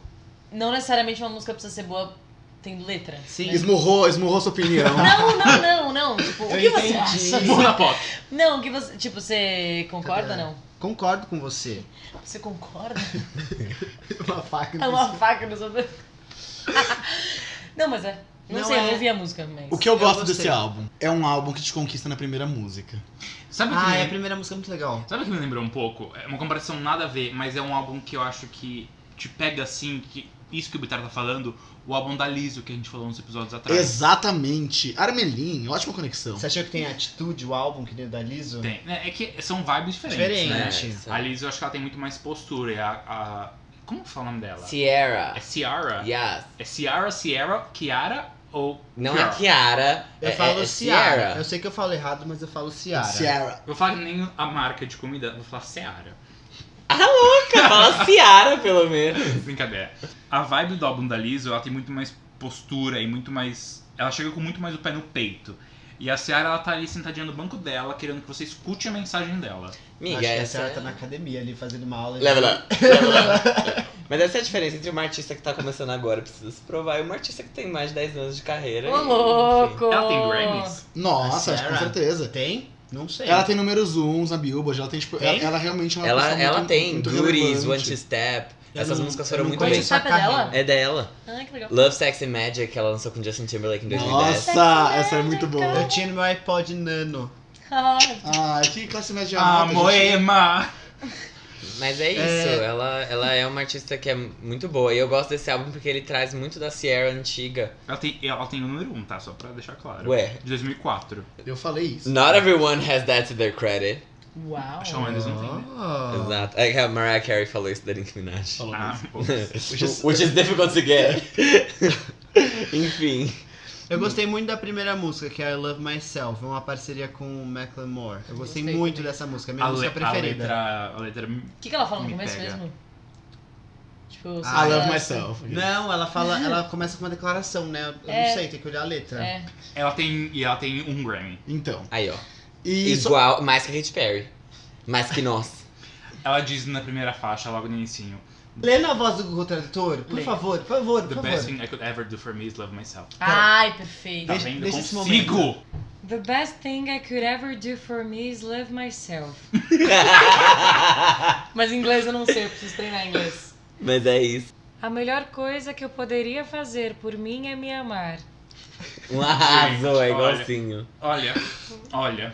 [SPEAKER 6] não necessariamente uma música precisa ser boa tendo letra.
[SPEAKER 3] Sim.
[SPEAKER 6] Né?
[SPEAKER 9] Esmurrou, esmurrou sua opinião.
[SPEAKER 6] Não, não, não, não. Tipo, o
[SPEAKER 3] Eu
[SPEAKER 6] que você
[SPEAKER 3] entendi.
[SPEAKER 6] acha?
[SPEAKER 2] Burro na pop.
[SPEAKER 6] Não, o que você, tipo, você concorda
[SPEAKER 3] É.
[SPEAKER 6] não?
[SPEAKER 3] Concordo com você.
[SPEAKER 6] Você concorda?
[SPEAKER 3] Uma faca
[SPEAKER 6] É uma faca no seu Não, mas é. Não,
[SPEAKER 3] Não
[SPEAKER 6] sei, eu
[SPEAKER 3] é.
[SPEAKER 6] não ouvi a música, mas
[SPEAKER 9] O que eu
[SPEAKER 3] Eu
[SPEAKER 9] gosto
[SPEAKER 3] gostei.
[SPEAKER 9] desse álbum é um álbum que te conquista na primeira música.
[SPEAKER 2] Sabe o que
[SPEAKER 3] Ah,
[SPEAKER 2] me-
[SPEAKER 3] é a primeira música é muito legal.
[SPEAKER 2] Sabe o que me lembrou um pouco? É uma comparação nada a ver, mas é um álbum que eu acho que te pega assim, que isso que o Bitar tá falando, o álbum da Liso que a gente falou uns episódios atrás.
[SPEAKER 9] Exatamente. Armelin, ótima conexão.
[SPEAKER 3] Você achou que tem atitude o álbum que nem o da Liso?
[SPEAKER 2] Tem. É é que são vibes diferentes,
[SPEAKER 3] Diferente.
[SPEAKER 2] né?
[SPEAKER 5] É,
[SPEAKER 3] gente.
[SPEAKER 5] isso.
[SPEAKER 2] A Liso eu acho que ela tem muito mais postura. É a, a- Como que fala o nome dela?
[SPEAKER 5] Sierra.
[SPEAKER 2] É Ciara?
[SPEAKER 5] Yes.
[SPEAKER 2] É Ciara, Sierra, Kiara ou.
[SPEAKER 5] Não
[SPEAKER 2] Kiara?
[SPEAKER 5] é Kiara.
[SPEAKER 3] Eu
[SPEAKER 5] é,
[SPEAKER 3] falo
[SPEAKER 5] é, é
[SPEAKER 3] Ciara. Eu sei que eu falo errado, mas eu falo Ciara.
[SPEAKER 9] Ciara.
[SPEAKER 2] Vou falar que nem a marca de comida, vou falar Seara.
[SPEAKER 5] Ah, louca! Fala Ciara, pelo menos.
[SPEAKER 2] Brincadeira. A vibe do álbum da Lizzo, ela tem muito mais postura e muito mais. Ela chega com muito mais o pé no peito. E a Ciara, ela tá ali sentadinha no banco dela, querendo que você escute a mensagem dela.
[SPEAKER 3] Acho
[SPEAKER 5] Miga,
[SPEAKER 3] que a
[SPEAKER 5] essa... é-
[SPEAKER 3] Ciara tá na academia ali fazendo uma aula.
[SPEAKER 5] Level up. Level up. Mas essa é a diferença entre uma artista que tá começando agora, precisa se provar, e uma artista que tem mais de 10 anos de carreira.
[SPEAKER 6] Ô,
[SPEAKER 5] e, enfim.
[SPEAKER 6] louco!
[SPEAKER 2] Ela tem Grammys?
[SPEAKER 9] Nossa,
[SPEAKER 3] A
[SPEAKER 9] acho que
[SPEAKER 3] Ciara.
[SPEAKER 9] com certeza.
[SPEAKER 3] Tem? Não sei.
[SPEAKER 9] Ela tem números uns na Billboard, ela tem, tipo,
[SPEAKER 2] Tem?
[SPEAKER 9] Ela, ela realmente é uma
[SPEAKER 5] Ela,
[SPEAKER 9] pessoa
[SPEAKER 5] ela
[SPEAKER 9] muito-
[SPEAKER 5] tem
[SPEAKER 9] muito
[SPEAKER 5] Goodies, One
[SPEAKER 9] relevante.
[SPEAKER 5] to Step.
[SPEAKER 3] Eu
[SPEAKER 5] Essas
[SPEAKER 3] não-
[SPEAKER 5] músicas
[SPEAKER 3] eu
[SPEAKER 5] foram
[SPEAKER 3] não
[SPEAKER 5] muito
[SPEAKER 3] conheço
[SPEAKER 5] bem.
[SPEAKER 3] essa
[SPEAKER 6] Sabe dela?
[SPEAKER 3] carreira.
[SPEAKER 5] É dela.
[SPEAKER 6] Ah, que legal.
[SPEAKER 5] Love, Sex and Magic, que ela lançou com Justin Timberlake em 2010.
[SPEAKER 9] Nossa, essa é muito boa.
[SPEAKER 3] Eu tinha no meu iPod Nano.
[SPEAKER 6] Ah,
[SPEAKER 9] Ah, que classe média
[SPEAKER 2] Ah,
[SPEAKER 9] alta, gente.
[SPEAKER 2] Moema!
[SPEAKER 5] Mas é isso,
[SPEAKER 3] É.
[SPEAKER 5] Ela, ela é uma artista que é muito boa. E eu gosto desse álbum porque ele traz muito da Sierra antiga.
[SPEAKER 2] Ela tem, ela tem o número 1, tá? Só pra deixar claro.
[SPEAKER 5] Ué,
[SPEAKER 2] De 2004.
[SPEAKER 9] Eu falei isso.
[SPEAKER 5] not everyone has that to their credit.
[SPEAKER 6] uau.
[SPEAKER 2] Shawn Mendes não tem, né?
[SPEAKER 3] Ah.
[SPEAKER 5] Exato. É que a Mariah Carey falou isso da Nicki Minaj.
[SPEAKER 9] Falou
[SPEAKER 2] Ah,
[SPEAKER 9] isso.
[SPEAKER 2] pô.
[SPEAKER 9] Which is-
[SPEAKER 5] Which is difficult to get. Enfim.
[SPEAKER 3] Eu gostei muito da primeira música, que é I Love Myself, uma parceria com o Macklemore. Eu gostei muito dessa música, é minha
[SPEAKER 2] A, le,
[SPEAKER 3] música
[SPEAKER 2] a
[SPEAKER 3] preferida.
[SPEAKER 2] letra. A letra.
[SPEAKER 6] O que, que ela fala no
[SPEAKER 2] Me
[SPEAKER 6] começo
[SPEAKER 2] pega.
[SPEAKER 6] mesmo? Tipo,
[SPEAKER 3] Ah,
[SPEAKER 9] I
[SPEAKER 6] se
[SPEAKER 9] love
[SPEAKER 6] ela-
[SPEAKER 2] é
[SPEAKER 9] myself.
[SPEAKER 3] Não, ela fala, ela começa com uma declaração, né? Eu
[SPEAKER 6] É.
[SPEAKER 3] não sei, tem que olhar a letra.
[SPEAKER 6] É.
[SPEAKER 2] Ela tem. E ela tem um Grammy.
[SPEAKER 9] Então.
[SPEAKER 5] Aí, ó.
[SPEAKER 9] E isso.
[SPEAKER 5] Igual, mais que a Katy Perry. Mais que nós.
[SPEAKER 2] Ela diz na primeira faixa, logo no inicinho.
[SPEAKER 3] Lê na voz do Google Tradutor, por
[SPEAKER 6] Lê.
[SPEAKER 3] favor, por favor,
[SPEAKER 2] The
[SPEAKER 3] por
[SPEAKER 2] best
[SPEAKER 3] favor.
[SPEAKER 2] thing I could ever do for me is love myself.
[SPEAKER 6] Tá Ai, perfeito.
[SPEAKER 2] Tá
[SPEAKER 3] Deixa-
[SPEAKER 2] vendo?
[SPEAKER 3] deixa esse
[SPEAKER 2] Consigo!
[SPEAKER 6] The best thing I could ever do for me is love myself. Mas em inglês eu não sei, eu preciso treinar inglês.
[SPEAKER 5] Mas é isso.
[SPEAKER 6] A melhor coisa que eu poderia fazer por mim é me amar.
[SPEAKER 5] Um arraso, é
[SPEAKER 2] olha.
[SPEAKER 5] igualzinho.
[SPEAKER 2] Olha, olha.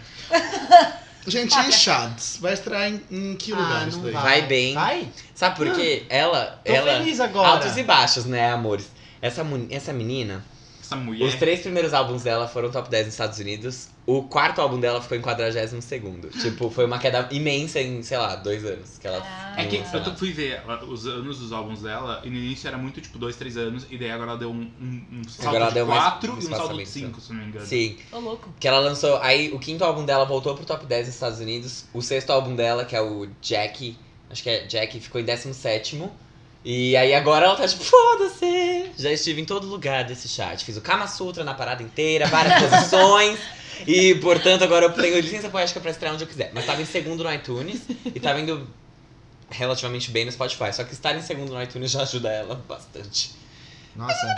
[SPEAKER 1] Gente, e Chads? Vai estrear em, em que
[SPEAKER 3] Ah,
[SPEAKER 2] né?
[SPEAKER 1] lugar
[SPEAKER 3] não
[SPEAKER 1] isso daí?
[SPEAKER 3] vai.
[SPEAKER 5] Vai bem.
[SPEAKER 3] Vai?
[SPEAKER 5] Sabe por quê? Ela.
[SPEAKER 3] Ah, Tô
[SPEAKER 5] ela
[SPEAKER 3] feliz agora.
[SPEAKER 5] Altos e baixos, né, amores? Essa, mu- essa menina,
[SPEAKER 2] Essa mulher.
[SPEAKER 3] é?
[SPEAKER 5] os três primeiros álbuns dela foram top 10 nos Estados Unidos. O quarto álbum dela ficou em 42. Tipo, foi uma queda imensa em, sei lá, dois anos. Que ela.
[SPEAKER 6] Ah.
[SPEAKER 2] É que
[SPEAKER 5] sei
[SPEAKER 2] eu
[SPEAKER 5] lá.
[SPEAKER 2] tô- fui ver ela- os anos dos álbuns dela, e no início era muito tipo dois, três anos, e daí agora ela deu um, um, um salto
[SPEAKER 5] ela
[SPEAKER 2] de
[SPEAKER 5] deu mais-
[SPEAKER 2] quatro
[SPEAKER 5] um
[SPEAKER 2] e um salto de
[SPEAKER 5] espaçamento.
[SPEAKER 2] cinco, se não me engano.
[SPEAKER 5] Sim.
[SPEAKER 3] Ah.
[SPEAKER 6] Ô, louco.
[SPEAKER 5] Que ela lançou. Aí o quinto álbum dela voltou pro top 10 nos Estados Unidos. O sexto álbum dela, que é o Jack. Acho que é Jack, ficou em 17. E aí agora ela tá tipo, foda-se! Já estive em todo lugar desse chat. Fiz o Kama Sutra na parada inteira, várias posições. E, portanto, agora eu tenho licença poética pra estrear onde eu quiser. Mas tava em segundo no iTunes e tava indo relativamente bem no Spotify. Só que estar em segundo no iTunes já ajuda ela bastante.
[SPEAKER 3] Nossa.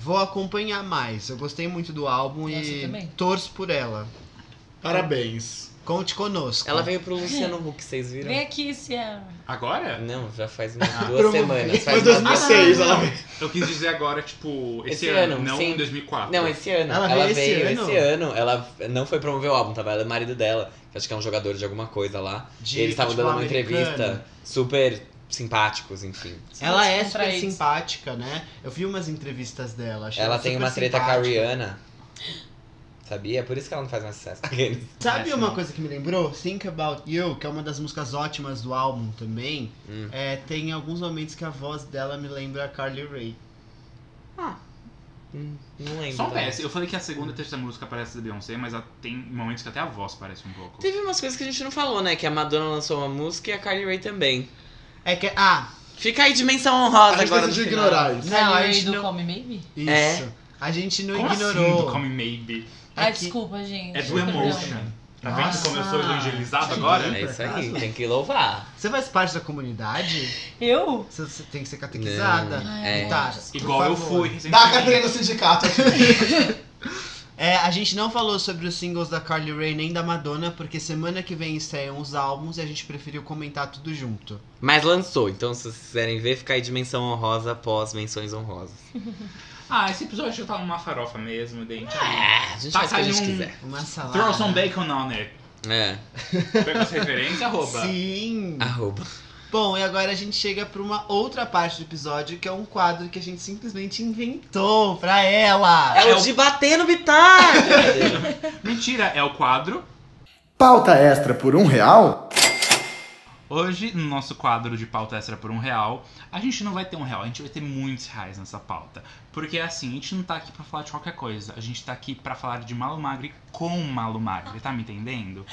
[SPEAKER 3] Vou acompanhar mais. Eu gostei muito do álbum
[SPEAKER 6] Nossa, eu
[SPEAKER 3] e
[SPEAKER 6] também.
[SPEAKER 3] torço por ela.
[SPEAKER 1] Parabéns.
[SPEAKER 3] Conte conosco.
[SPEAKER 5] Ela veio pro Luciano Huck, vocês viram? Ah.
[SPEAKER 6] Vem aqui, Ciara.
[SPEAKER 2] Agora?
[SPEAKER 5] Não, já faz umas duas
[SPEAKER 3] Promovi.
[SPEAKER 5] semanas.
[SPEAKER 1] Foi
[SPEAKER 5] Faz Ah, umas duas
[SPEAKER 1] 2006,
[SPEAKER 3] Ah,
[SPEAKER 1] ela veio.
[SPEAKER 2] Eu quis dizer agora, tipo, esse,
[SPEAKER 5] Esse
[SPEAKER 2] ano,
[SPEAKER 5] ano,
[SPEAKER 2] não
[SPEAKER 5] sim.
[SPEAKER 2] em 2004.
[SPEAKER 5] Não, esse ano.
[SPEAKER 3] Ela
[SPEAKER 5] Ela,
[SPEAKER 3] veio
[SPEAKER 5] veio,
[SPEAKER 3] esse
[SPEAKER 5] esse,
[SPEAKER 3] ano?
[SPEAKER 5] ano? Ela não foi promover o álbum, tava ela e o marido dela, que acho que é um jogador de alguma coisa lá.
[SPEAKER 3] De
[SPEAKER 5] e eles estavam
[SPEAKER 3] futebol
[SPEAKER 5] dando uma
[SPEAKER 3] americano.
[SPEAKER 5] entrevista super simpáticos, enfim.
[SPEAKER 3] Ela é
[SPEAKER 6] Pra
[SPEAKER 3] super
[SPEAKER 6] eles.
[SPEAKER 3] simpática, né? Eu vi umas entrevistas dela. achei
[SPEAKER 5] ela tem
[SPEAKER 3] super
[SPEAKER 5] uma treta com a
[SPEAKER 3] simpática.
[SPEAKER 5] Rihanna. Sabia? Por isso que ela não faz mais sucesso. Aqueles.
[SPEAKER 3] Sabe
[SPEAKER 2] Acho
[SPEAKER 3] uma
[SPEAKER 2] não.
[SPEAKER 3] coisa que me lembrou? Think About You, que é uma das músicas ótimas do álbum também.
[SPEAKER 5] Hum.
[SPEAKER 3] É, tem alguns momentos que a voz dela me lembra a Carly Rae.
[SPEAKER 5] Hum, não lembro.
[SPEAKER 2] Só
[SPEAKER 5] tá?
[SPEAKER 2] parece. Eu falei que a segunda e terceira música parece da Beyoncé, mas ela tem momentos que até a voz parece um pouco.
[SPEAKER 5] Teve umas coisas que a gente não falou, né? Que a Madonna lançou uma música e a Carly Rae também.
[SPEAKER 3] É que. Ah,
[SPEAKER 5] Fica aí dimensão honrosa
[SPEAKER 1] A gente
[SPEAKER 5] agora. no
[SPEAKER 1] decidiu
[SPEAKER 5] final.
[SPEAKER 1] ignorar isso.
[SPEAKER 3] não, a
[SPEAKER 6] Carly Rae
[SPEAKER 3] gente
[SPEAKER 6] do
[SPEAKER 3] não.
[SPEAKER 6] Call Me Maybe?
[SPEAKER 3] Isso.
[SPEAKER 5] É.
[SPEAKER 3] A gente não
[SPEAKER 2] como
[SPEAKER 3] um ignorou.
[SPEAKER 2] assim do É, Come Maybe?
[SPEAKER 6] Ah,
[SPEAKER 3] que-
[SPEAKER 6] desculpa, gente.
[SPEAKER 2] É do Emotion. Tá vendo
[SPEAKER 3] Nossa.
[SPEAKER 2] como eu sou evangelizado
[SPEAKER 3] Sim.
[SPEAKER 2] agora?
[SPEAKER 5] É isso aí,
[SPEAKER 3] Por acaso?
[SPEAKER 5] tem que louvar.
[SPEAKER 3] Você faz parte da comunidade?
[SPEAKER 6] Eu?
[SPEAKER 3] Você- Você tem que ser catequizada.
[SPEAKER 5] Não,
[SPEAKER 6] Ai,
[SPEAKER 5] é.
[SPEAKER 3] Tá.
[SPEAKER 6] nossa.
[SPEAKER 2] Igual
[SPEAKER 3] Por
[SPEAKER 2] eu
[SPEAKER 3] favor.
[SPEAKER 2] fui
[SPEAKER 1] Dá a
[SPEAKER 2] recentemente.
[SPEAKER 1] Catarina no sindicato aqui.
[SPEAKER 3] É, a gente não falou sobre os singles da Carly Rae nem da Madonna, porque semana que vem estreiam os álbuns e a gente preferiu comentar tudo junto.
[SPEAKER 5] Mas lançou, então se vocês quiserem ver, fica aí dimensão honrosa após menções honrosas.
[SPEAKER 2] Ah, esse episódio já tá numa farofa mesmo, daí a gente-
[SPEAKER 5] É, a gente
[SPEAKER 2] Tá,
[SPEAKER 5] faz o que
[SPEAKER 2] sai
[SPEAKER 5] a gente
[SPEAKER 2] um-
[SPEAKER 5] quiser.
[SPEAKER 3] Uma salada.
[SPEAKER 2] Throw some bacon on it.
[SPEAKER 5] É.
[SPEAKER 2] Pega essa referência, arroba.
[SPEAKER 3] Sim!
[SPEAKER 5] Arroba.
[SPEAKER 3] Bom, e agora a gente chega pra uma outra parte do episódio, que é um quadro que a gente simplesmente inventou pra ela.
[SPEAKER 5] É o de bater no bitar!
[SPEAKER 2] Mentira, é o quadro.
[SPEAKER 9] Pauta extra por um real?
[SPEAKER 2] Hoje, no nosso quadro de pauta extra por um real, a gente não vai ter um real, a gente vai ter muitos reais nessa pauta. Porque assim, a gente não tá aqui pra falar de qualquer coisa, a gente tá aqui pra falar de Malu Magre com Malu Magre, tá me entendendo?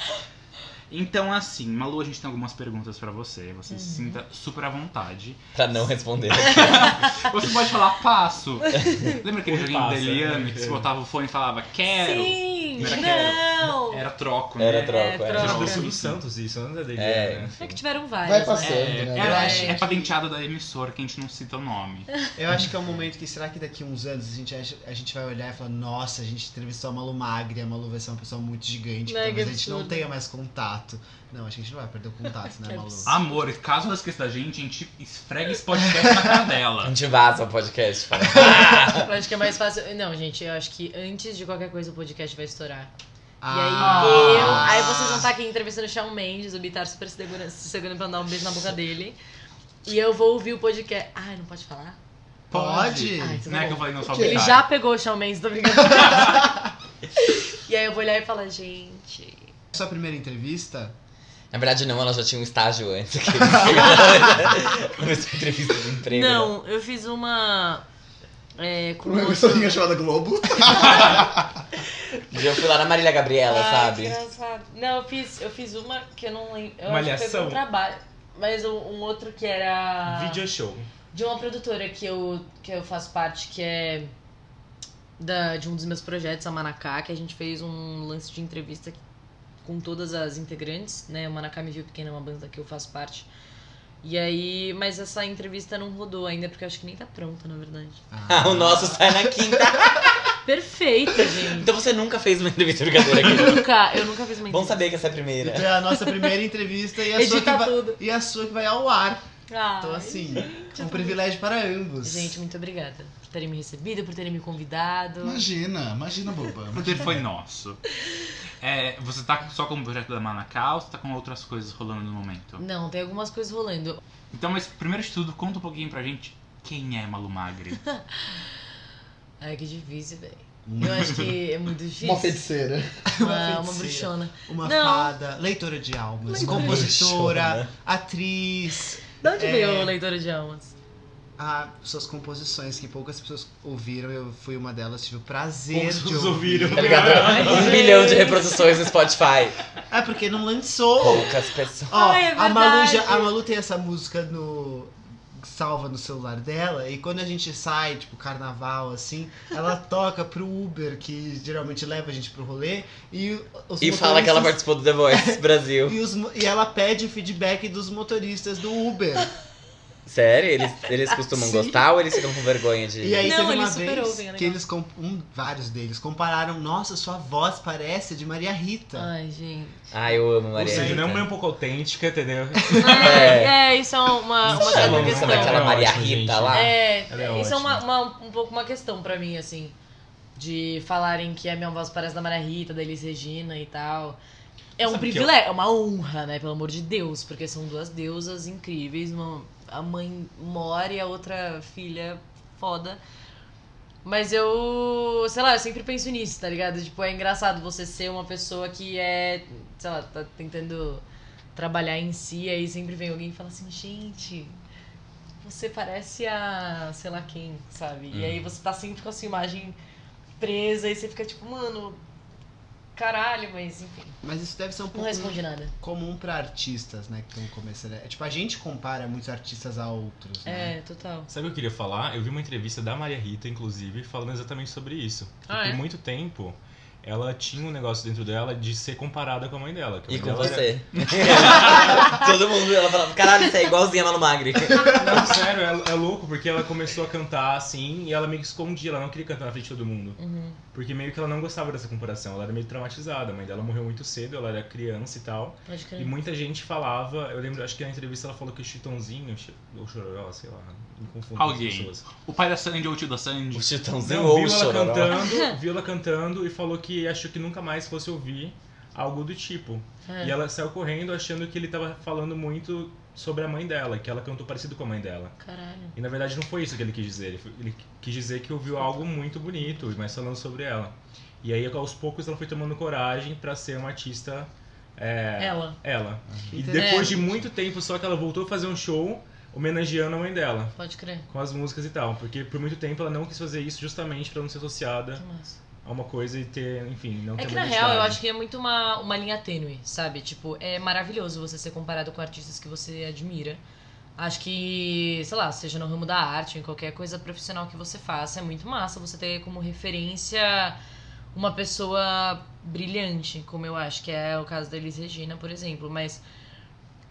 [SPEAKER 2] Então assim, Malu, a gente tem algumas perguntas pra você, você se sinta super à vontade.
[SPEAKER 5] pra não responder.
[SPEAKER 2] Você pode falar passo. Lembra aquele joguinho da
[SPEAKER 5] né?
[SPEAKER 7] Passa,
[SPEAKER 2] Eliane que
[SPEAKER 7] é.
[SPEAKER 2] se botava o fone e falava quero?
[SPEAKER 6] Sim!
[SPEAKER 2] Não era
[SPEAKER 6] Não!
[SPEAKER 2] Era troco, né?
[SPEAKER 5] Era troco,
[SPEAKER 6] É,
[SPEAKER 5] é.
[SPEAKER 7] Era
[SPEAKER 6] troca.
[SPEAKER 7] do Silvio Santos isso, não é da
[SPEAKER 5] É.
[SPEAKER 7] Eliana, né?
[SPEAKER 6] É que tiveram vários.
[SPEAKER 9] Vai
[SPEAKER 6] né?
[SPEAKER 9] passando,
[SPEAKER 2] É,
[SPEAKER 9] né?
[SPEAKER 2] era-
[SPEAKER 6] Eu
[SPEAKER 2] é
[SPEAKER 6] acho
[SPEAKER 2] patenteada da emissora que a gente não cita o nome.
[SPEAKER 3] Eu acho que é um momento que, será que daqui uns anos a gente, acha- a gente vai olhar e falar, nossa, a gente entrevistou a Malu Magre, a Malu vai ser uma pessoa muito gigante,
[SPEAKER 6] Né,
[SPEAKER 3] talvez
[SPEAKER 6] que
[SPEAKER 3] a gente não
[SPEAKER 6] absurdo.
[SPEAKER 3] tenha mais contato. Não, a gente não vai perder o contato, né,
[SPEAKER 6] Que
[SPEAKER 3] Malu?
[SPEAKER 6] absurdo.
[SPEAKER 2] Amor, caso ela esqueça da gente, a gente esfrega esse podcast na cara
[SPEAKER 5] A
[SPEAKER 2] dela.
[SPEAKER 5] gente vaza o podcast. fala.
[SPEAKER 6] Eu acho que é mais fácil. Não, gente, eu acho que antes de qualquer coisa o podcast vai estourar. E
[SPEAKER 3] Ah.
[SPEAKER 6] aí eu. Aí vocês vão tá- estar aqui entrevistando o Shawn Mendes, o Bitar super se segurando, se segurando pra dar um beijo na boca dele. E eu vou ouvir o podcast. Ai, não pode falar?
[SPEAKER 3] Pode?
[SPEAKER 6] Ai, então
[SPEAKER 2] Não
[SPEAKER 6] tá
[SPEAKER 2] é que eu
[SPEAKER 6] bom.
[SPEAKER 2] falei não só
[SPEAKER 6] Ele
[SPEAKER 2] brincar.
[SPEAKER 6] já pegou o Shawn Mendes, tô brincando. e aí eu vou olhar e falar, gente.
[SPEAKER 3] Sua primeira entrevista?
[SPEAKER 5] Na verdade, não, ela já tinha um estágio antes. Que... Começou a entrevista de emprego. né?
[SPEAKER 6] Não, eu fiz uma. É, com
[SPEAKER 1] Uma
[SPEAKER 6] outro-
[SPEAKER 1] emissorinha chamada Globo.
[SPEAKER 5] E né? Um Eu fui lá na Marília Gabriela,
[SPEAKER 6] Ai,
[SPEAKER 5] sabe?
[SPEAKER 6] Ah, que engraçado. Não, eu fiz, eu fiz uma que eu não lembro. Eu acho que foi
[SPEAKER 7] Malhação.
[SPEAKER 6] um trabalho. Mas um, um outro que era.
[SPEAKER 7] Video show.
[SPEAKER 6] De uma produtora que eu, que eu faço parte, que é da, de um dos meus projetos, a Manacá, que a gente fez um lance de entrevista com todas as integrantes, né? O Manacá Me Viu Pequena é uma banda que eu faço parte. E aí, mas essa entrevista não rodou ainda, porque eu acho que nem tá pronta, na verdade.
[SPEAKER 5] Ah, o nosso sai na quinta.
[SPEAKER 6] Perfeita, gente.
[SPEAKER 5] Então você nunca fez uma entrevista brincadeira aqui.
[SPEAKER 6] nunca, eu nunca fiz uma entrevista.
[SPEAKER 5] Vamos saber que essa é a primeira.
[SPEAKER 3] Então é a nossa primeira entrevista e a, sua que
[SPEAKER 6] Edita
[SPEAKER 3] vai,
[SPEAKER 6] tudo.
[SPEAKER 3] e a sua que vai ao ar.
[SPEAKER 6] Ah,
[SPEAKER 3] Então, assim, um privilégio para ambos.
[SPEAKER 6] Gente, muito obrigada por terem me recebido, por terem me convidado.
[SPEAKER 1] Imagina, imagina, boba.
[SPEAKER 2] O roteiro foi nosso. É, você tá só com o projeto da Manacau ou você tá com outras coisas rolando no momento?
[SPEAKER 6] Não, tem algumas coisas rolando.
[SPEAKER 2] Então, mas primeiro de tudo, conta um pouquinho pra gente quem é Malu Magri.
[SPEAKER 6] Ai, que difícil, velho. Eu acho que é muito difícil.
[SPEAKER 1] Uma feiticeira.
[SPEAKER 6] Uma, uma
[SPEAKER 3] feiticeira.
[SPEAKER 6] bruxona.
[SPEAKER 3] Uma
[SPEAKER 6] Não.
[SPEAKER 3] fada, leitora de almas,
[SPEAKER 6] Leitora de-
[SPEAKER 3] compositora,
[SPEAKER 5] Bruxona.
[SPEAKER 1] né?
[SPEAKER 3] atriz.
[SPEAKER 6] De onde
[SPEAKER 3] É.
[SPEAKER 6] veio o Leitora de Almas?
[SPEAKER 3] Ah, suas composições que poucas pessoas ouviram, eu fui uma delas, tive o prazer
[SPEAKER 7] Poucos
[SPEAKER 3] de
[SPEAKER 7] nos
[SPEAKER 3] ouvir.
[SPEAKER 7] ouviram.
[SPEAKER 5] Obrigada. Um
[SPEAKER 6] Ai,
[SPEAKER 5] milhão de
[SPEAKER 6] gente.
[SPEAKER 5] reproduções no Spotify.
[SPEAKER 3] É porque não lançou.
[SPEAKER 5] Poucas pessoas.
[SPEAKER 3] Ó,
[SPEAKER 6] Ai, é
[SPEAKER 3] a, Malu
[SPEAKER 6] verdade.
[SPEAKER 3] já- a Malu tem essa música no. salva no celular dela, e quando a gente sai, tipo, carnaval, assim, ela toca pro Uber, que geralmente leva a gente pro rolê, e os
[SPEAKER 5] E fala que ela
[SPEAKER 3] motoristas-
[SPEAKER 5] participou do The Voice Brasil.
[SPEAKER 3] e, os mo- e ela pede o feedback dos motoristas do Uber.
[SPEAKER 5] Sério? Eles, eles costumam
[SPEAKER 3] Sim.
[SPEAKER 5] gostar ou eles ficam com vergonha de.
[SPEAKER 3] E aí
[SPEAKER 6] Não,
[SPEAKER 3] teve
[SPEAKER 6] eles
[SPEAKER 3] uma
[SPEAKER 6] super
[SPEAKER 3] vez
[SPEAKER 6] ouvem, é
[SPEAKER 3] que
[SPEAKER 6] legal.
[SPEAKER 3] eles, com- um, vários deles, compararam, nossa, sua voz parece a de Maria Rita.
[SPEAKER 6] Ai, gente.
[SPEAKER 5] Ai, Ah, eu amo
[SPEAKER 7] Ou
[SPEAKER 5] Maria.
[SPEAKER 7] seja,
[SPEAKER 5] Rita.
[SPEAKER 7] não é um pouco autêntica, entendeu?
[SPEAKER 6] É, é, isso é uma, uma
[SPEAKER 7] Isso
[SPEAKER 6] certa
[SPEAKER 7] é uma-
[SPEAKER 5] Sabe aquela
[SPEAKER 6] questão.
[SPEAKER 7] É
[SPEAKER 5] Maria
[SPEAKER 7] ótimo,
[SPEAKER 5] Rita
[SPEAKER 7] gente.
[SPEAKER 5] lá?
[SPEAKER 6] É,
[SPEAKER 7] Ela é
[SPEAKER 6] isso é uma,
[SPEAKER 7] ótima.
[SPEAKER 6] uma- um pouco uma questão pra mim, assim. De falarem que a minha voz parece da Maria Rita, da Elis Regina e tal. É um
[SPEAKER 7] Sabe que
[SPEAKER 6] privilégio, é uma honra, né? Pelo amor de Deus, porque são duas deusas incríveis. Uma, a mãe mora e a outra filha foda. Mas eu, sei lá, eu sempre penso nisso, tá ligado? Tipo, é engraçado você ser uma pessoa que é, sei lá, tá tentando trabalhar em si, aí sempre vem alguém e fala assim, gente, você parece a sei lá quem, sabe? E
[SPEAKER 7] Hum.
[SPEAKER 6] aí você tá sempre com a sua imagem presa e você fica tipo, mano, caralho, mas enfim.
[SPEAKER 3] Mas isso deve ser um
[SPEAKER 6] Não
[SPEAKER 3] pouco
[SPEAKER 6] responde nada.
[SPEAKER 3] comum pra artistas, né, que estão começando. É, tipo, a gente compara muitos artistas a outros, né?
[SPEAKER 6] É, total.
[SPEAKER 7] Sabe o que eu queria falar? Eu vi uma entrevista da Maria Rita, inclusive, falando exatamente sobre isso. Que
[SPEAKER 6] Ah, é?
[SPEAKER 7] Por muito tempo, ela tinha um negócio dentro dela de ser comparada com a mãe dela. que a
[SPEAKER 5] E
[SPEAKER 7] mãe
[SPEAKER 5] com
[SPEAKER 7] dela era-
[SPEAKER 5] você. Todo mundo, ela falava, caralho, você é igualzinha a Manu Magri.
[SPEAKER 7] Não, sério, é, é louco, porque ela começou a cantar assim e ela meio que escondia, ela não queria cantar na frente de todo mundo.
[SPEAKER 6] Uhum.
[SPEAKER 7] Porque meio que ela não gostava dessa comparação, ela era meio traumatizada. A mãe dela morreu muito cedo, ela era criança e tal.
[SPEAKER 6] Pode crer.
[SPEAKER 7] E muita gente falava, eu lembro, acho que na entrevista ela falou que o Chitãozinho, Chi- ou Chororó, sei lá, me confundo
[SPEAKER 2] Alguém.
[SPEAKER 7] as pessoas.
[SPEAKER 2] O pai da Sandy ou o tio da Sandy?
[SPEAKER 5] O Chitãozinho
[SPEAKER 7] Não,
[SPEAKER 5] ou
[SPEAKER 7] viu
[SPEAKER 5] o
[SPEAKER 7] ela
[SPEAKER 5] Chororó.
[SPEAKER 7] cantando, viu ela cantando e falou que achou que nunca mais fosse ouvir algo do tipo.
[SPEAKER 6] É.
[SPEAKER 7] E ela saiu correndo achando que ele tava falando muito sobre a mãe dela, que ela cantou parecido com a mãe dela.
[SPEAKER 6] Caralho.
[SPEAKER 7] E na verdade não foi isso que ele quis dizer. Ele, foi- ele quis dizer que ouviu algo muito bonito, mas falando sobre ela. E aí aos poucos ela foi tomando coragem pra ser uma artista. é,
[SPEAKER 6] Ela.
[SPEAKER 7] ela. E
[SPEAKER 3] Interessante.
[SPEAKER 7] depois
[SPEAKER 6] É.
[SPEAKER 7] de muito tempo só que ela voltou a fazer um show homenageando a mãe dela.
[SPEAKER 6] Pode crer.
[SPEAKER 7] Com as músicas e tal. Porque por muito tempo ela não quis fazer isso justamente pra não ser associada
[SPEAKER 6] Que massa.
[SPEAKER 7] a uma coisa e ter, enfim, não ter
[SPEAKER 6] É que
[SPEAKER 7] uma
[SPEAKER 6] na real eu
[SPEAKER 7] identidade.
[SPEAKER 6] acho que é muito uma, uma linha tênue, sabe? Tipo, é maravilhoso você ser comparado com artistas que você admira. Acho que, sei lá, seja no ramo da arte, em qualquer coisa profissional que você faça, é muito massa você ter como referência uma pessoa brilhante, como eu acho que é o caso da Elis Regina, por exemplo. Mas,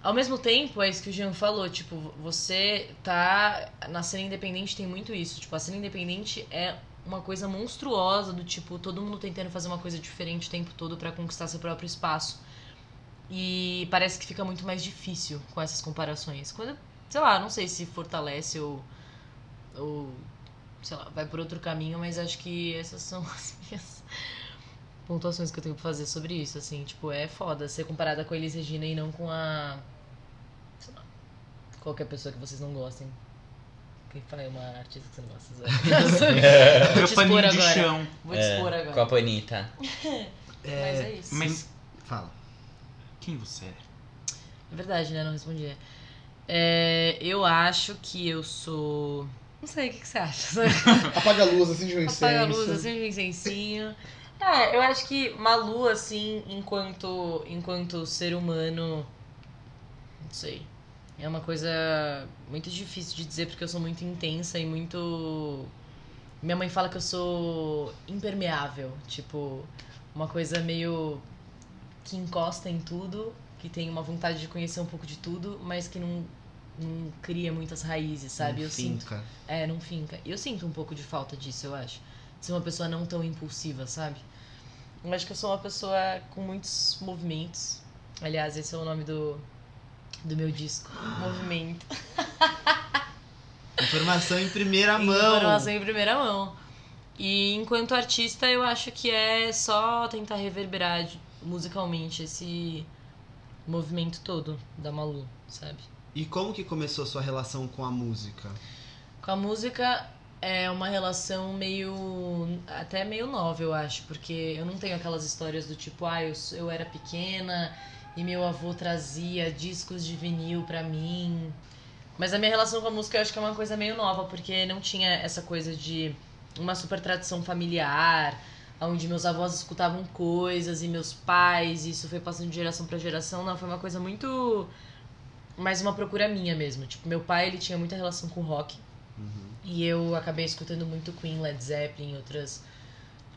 [SPEAKER 6] ao mesmo tempo, é isso que o Jean falou, tipo, você tá. Na cena independente tem muito isso. Tipo, a cena independente é uma coisa monstruosa do tipo, todo mundo tentando fazer uma coisa diferente o tempo todo pra conquistar seu próprio espaço. E parece que fica muito mais difícil com essas comparações. Quando, sei lá, não sei se fortalece ou ou sei lá, vai por outro caminho, mas acho que essas são as minhas pontuações que eu tenho pra fazer sobre isso, assim, tipo, é foda ser comparada com a Elis Regina e não com a sei lá, qualquer pessoa que vocês não gostem. Quem fala é uma artista que você não gosta. zoa. Vou te
[SPEAKER 2] Meu
[SPEAKER 6] expor
[SPEAKER 2] paninho de
[SPEAKER 6] agora.
[SPEAKER 2] chão.
[SPEAKER 6] Vou te expor agora.
[SPEAKER 5] É, Com a Panita.
[SPEAKER 6] Mas é isso.
[SPEAKER 2] Mas
[SPEAKER 3] Fala.
[SPEAKER 2] quem você é?
[SPEAKER 6] É verdade, né? Não respondi. É, eu acho que eu sou. Não sei, o que, que você acha?
[SPEAKER 1] Apaga a luz, assim, de um incenso.
[SPEAKER 6] Apaga a luz, acende um incensinho. É, eu acho que Malu, assim, enquanto, enquanto ser humano. Não sei. É uma coisa muito difícil de dizer porque eu sou muito intensa e muito. Minha mãe fala que eu sou impermeável. Tipo, uma coisa meio. que encosta em tudo, que tem uma vontade de conhecer um pouco de tudo, mas que não não cria muitas raízes, sabe? eu sinto.
[SPEAKER 3] Finca.
[SPEAKER 6] É, não finca. Eu sinto um pouco de falta disso, eu acho. De ser uma pessoa não tão impulsiva, sabe? Eu acho que eu sou uma pessoa com muitos movimentos. Aliás, esse é o nome do, do meu disco. Movimento.
[SPEAKER 3] Informação em primeira mão.
[SPEAKER 6] Informação assim em primeira mão. E enquanto artista, eu acho que é só tentar reverberar de- musicalmente esse movimento todo da Malu, sabe?
[SPEAKER 3] E como que começou sua relação com a música?
[SPEAKER 6] Com a música é uma relação meio. até meio nova, eu acho, porque eu não tenho aquelas histórias do tipo, ah, eu, sou- eu era pequena e meu avô trazia discos de vinil pra mim. Mas a minha relação com a música eu acho que é uma coisa meio nova, porque não tinha essa coisa de uma super tradição familiar, onde meus avós escutavam coisas e meus pais, e isso foi passando de geração pra geração. Não, foi uma coisa muito. mais uma procura minha mesmo. Tipo, meu pai ele tinha muita relação com rock. E eu acabei escutando muito Queen, Led Zeppelin, outras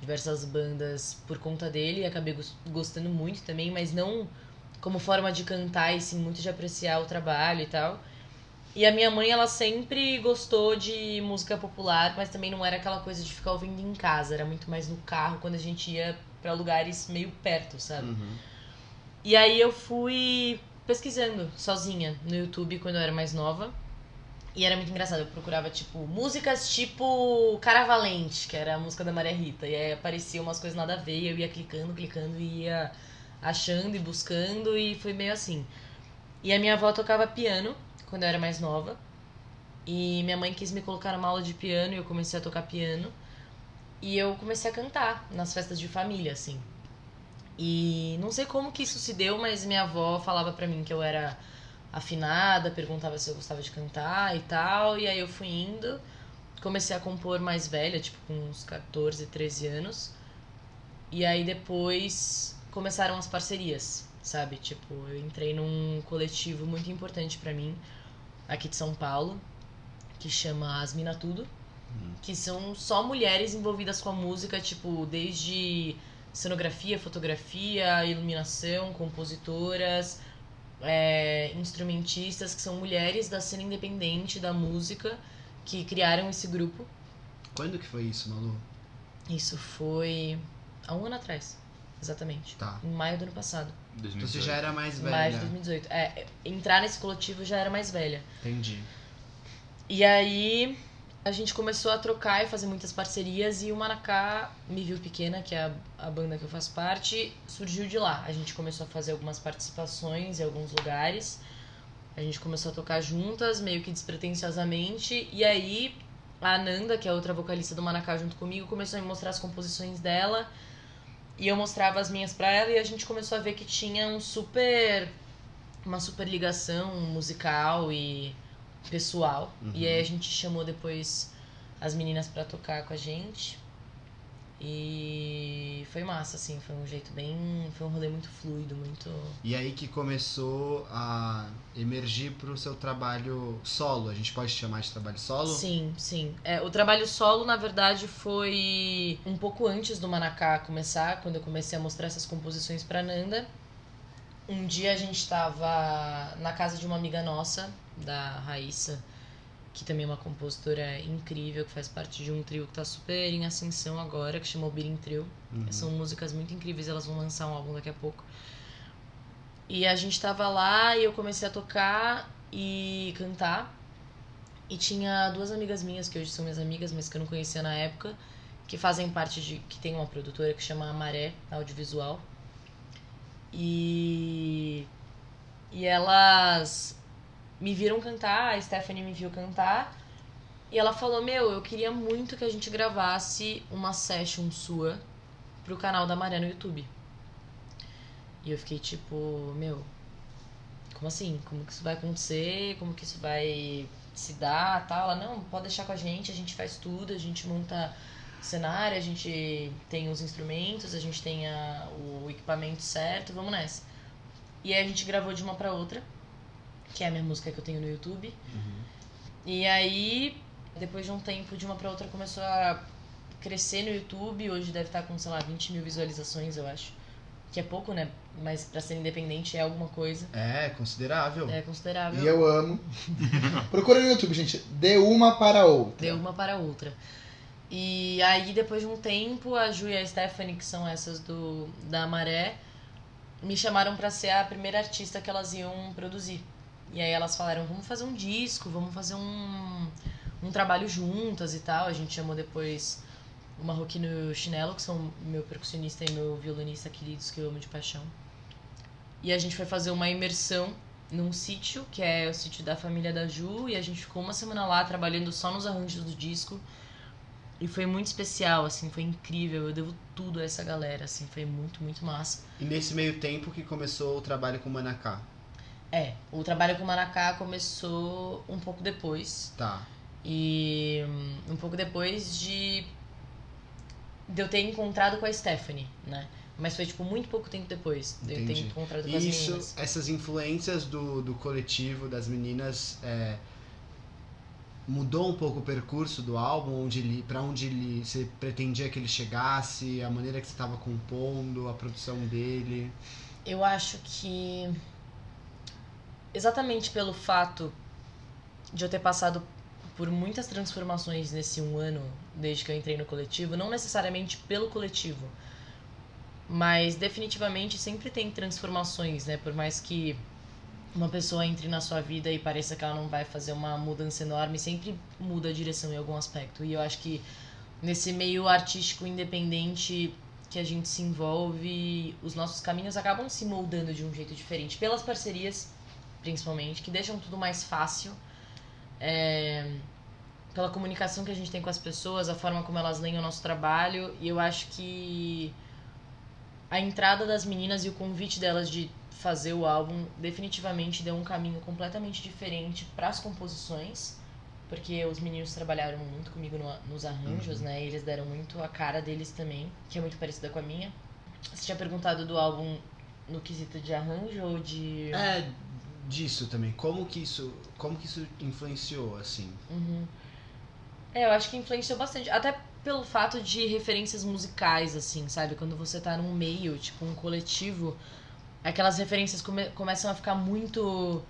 [SPEAKER 6] diversas bandas por conta dele. E acabei gos- gostando muito também, mas não como forma de cantar, e sim muito de apreciar o trabalho e tal. E a minha mãe, ela sempre gostou de música popular, mas também não era aquela coisa de ficar ouvindo em casa, era muito mais no carro quando a gente ia pra lugares meio perto, sabe? E aí eu fui pesquisando sozinha no YouTube quando eu era mais nova. E era muito engraçado, eu procurava, tipo, músicas tipo Caravalente, que era a música da Maria Rita. E aí apareciam umas coisas nada a ver, e eu ia clicando, clicando, e ia achando e buscando, e foi meio assim. E a minha avó tocava piano quando eu era mais nova. E minha mãe quis me colocar numa aula de piano, e eu comecei a tocar piano. E eu comecei a cantar nas festas de família, assim. E não sei como que isso se deu, mas minha avó falava pra mim que eu era afinada, perguntava se eu gostava de cantar e tal. E aí eu fui indo, comecei a compor mais velha, tipo com uns 14, 13 anos. E aí depois começaram as parcerias, sabe? Tipo, eu entrei num coletivo muito importante pra mim, aqui de São Paulo, que chama As Mina Tudo. Que são só mulheres envolvidas com a música, tipo, desde cenografia, fotografia, iluminação, compositoras, é, instrumentistas, que são mulheres da cena independente da música, que criaram esse grupo.
[SPEAKER 3] Quando que foi isso, Malu?
[SPEAKER 6] Isso foi há um ano atrás, exatamente.
[SPEAKER 3] Tá.
[SPEAKER 6] Em maio do ano passado.
[SPEAKER 3] Então você já era mais
[SPEAKER 6] Em
[SPEAKER 3] velha.
[SPEAKER 6] maio de 2018. É, entrar nesse coletivo eu já era mais velha.
[SPEAKER 3] Entendi.
[SPEAKER 6] E aí a gente começou a trocar e fazer muitas parcerias e o Maracá Me Viu Pequena, que é a, a banda que eu faço parte, surgiu de lá. A gente começou a fazer algumas participações em alguns lugares. A gente começou a tocar juntas, meio que despretensiosamente. E aí a Ananda, que é outra vocalista do Maracá junto comigo, começou a me mostrar as composições dela. E eu mostrava as minhas pra ela e a gente começou a ver que tinha um super uma super ligação musical e pessoal. E aí a gente chamou depois as meninas pra tocar com a gente. E foi massa, assim, foi um jeito bem. Foi um rolê muito fluido, muito.
[SPEAKER 3] E aí que começou a emergir pro seu trabalho solo. A gente pode chamar de trabalho solo?
[SPEAKER 6] Sim, sim. É, o trabalho solo, na verdade, foi um pouco antes do Manacá começar, quando eu comecei a mostrar essas composições pra Nanda. Um dia a gente tava na casa de uma amiga nossa, da Raíssa, que também é uma compositora incrível, que faz parte de um trio que tá super em ascensão agora, que chamou Birim Trio.
[SPEAKER 3] Uhum.
[SPEAKER 6] São músicas muito incríveis, elas vão lançar um álbum daqui a pouco. E a gente tava lá e eu comecei a tocar e cantar. E tinha duas amigas minhas, que hoje são minhas amigas, mas que eu não conhecia na época, que fazem parte de. que tem uma produtora que chama Maré Audiovisual. E. E elas me viram cantar, a Stephanie me viu cantar. E ela falou: Meu, eu queria muito que a gente gravasse uma session sua pro canal da Maré no YouTube. E eu fiquei tipo: Meu, como assim? Como que isso vai acontecer? Como que isso vai se dar tal? Ela: Não, pode deixar com a gente, a gente faz tudo, a gente monta cenário, a gente tem os instrumentos, a gente tem a- o equipamento certo, vamos nessa. E aí a gente gravou de uma pra outra, que é a minha música que eu tenho no YouTube. E aí, depois de um tempo, de uma pra outra, começou a crescer no YouTube. Hoje deve estar com, sei lá, 20 mil visualizações, eu acho. Que é pouco, né? Mas pra ser independente é alguma coisa.
[SPEAKER 3] É, considerável.
[SPEAKER 6] É considerável.
[SPEAKER 10] E eu amo. Procura no YouTube, gente. De uma para outra.
[SPEAKER 6] de uma para a outra. E aí, depois de um tempo, a Ju e a Stephanie, que são essas do da Maré, me chamaram pra ser a primeira artista que elas iam produzir. E aí elas falaram, vamos fazer um disco, vamos fazer um, um trabalho juntas e tal. A gente chamou depois o Marroquino e o Chinelo, que são meu percussionista e meu violinista queridos, que eu amo de paixão. E a gente foi fazer uma imersão num sítio, que é o sítio da família da Ju, e a gente ficou uma semana lá trabalhando só nos arranjos do disco. E foi muito especial, assim, foi incrível. Eu devo tudo a essa galera, assim, foi muito, muito massa.
[SPEAKER 3] E nesse meio tempo que começou o trabalho com o Manacá.
[SPEAKER 6] É, o trabalho com o Maracá começou um pouco depois.
[SPEAKER 3] Tá.
[SPEAKER 6] E hum, um pouco depois de, de eu ter encontrado com a Stephanie, né? Mas foi, tipo, muito pouco tempo depois de eu ter
[SPEAKER 3] Entendi.
[SPEAKER 6] encontrado com as
[SPEAKER 3] Isso,
[SPEAKER 6] meninas.
[SPEAKER 3] essas influências do, do coletivo, das meninas, é, mudou um pouco o percurso do álbum, onde ele, pra onde ele, você pretendia que ele chegasse, a maneira que você estava compondo, a produção dele.
[SPEAKER 6] Eu acho que exatamente pelo fato de eu ter passado por muitas transformações nesse um ano desde que eu entrei no coletivo, não necessariamente pelo coletivo, mas definitivamente sempre tem transformações, né? Por mais que uma pessoa entre na sua vida e pareça que ela não vai fazer uma mudança enorme, sempre muda a direção em algum aspecto. E eu acho que nesse meio artístico independente que a gente se envolve, os nossos caminhos acabam se moldando de um jeito diferente, pelas parcerias, principalmente, que deixam tudo mais fácil. É, Pela comunicação que a gente tem com as pessoas, a forma como elas leem o nosso trabalho, e eu acho que a entrada das meninas e o convite delas de fazer o álbum definitivamente deu um caminho completamente diferente para as composições, porque os meninos trabalharam muito comigo no- nos arranjos, né? E eles deram muito a cara deles também, que é muito parecida com a minha. Você tinha perguntado do álbum no quesito de arranjo ou de.
[SPEAKER 3] É disso também, como que isso, como que isso influenciou, assim?
[SPEAKER 6] Uhum. É, eu acho que influenciou bastante. Até pelo fato de referências musicais, assim, sabe? Quando você tá num meio, tipo, um coletivo, aquelas referências come- começam a ficar muito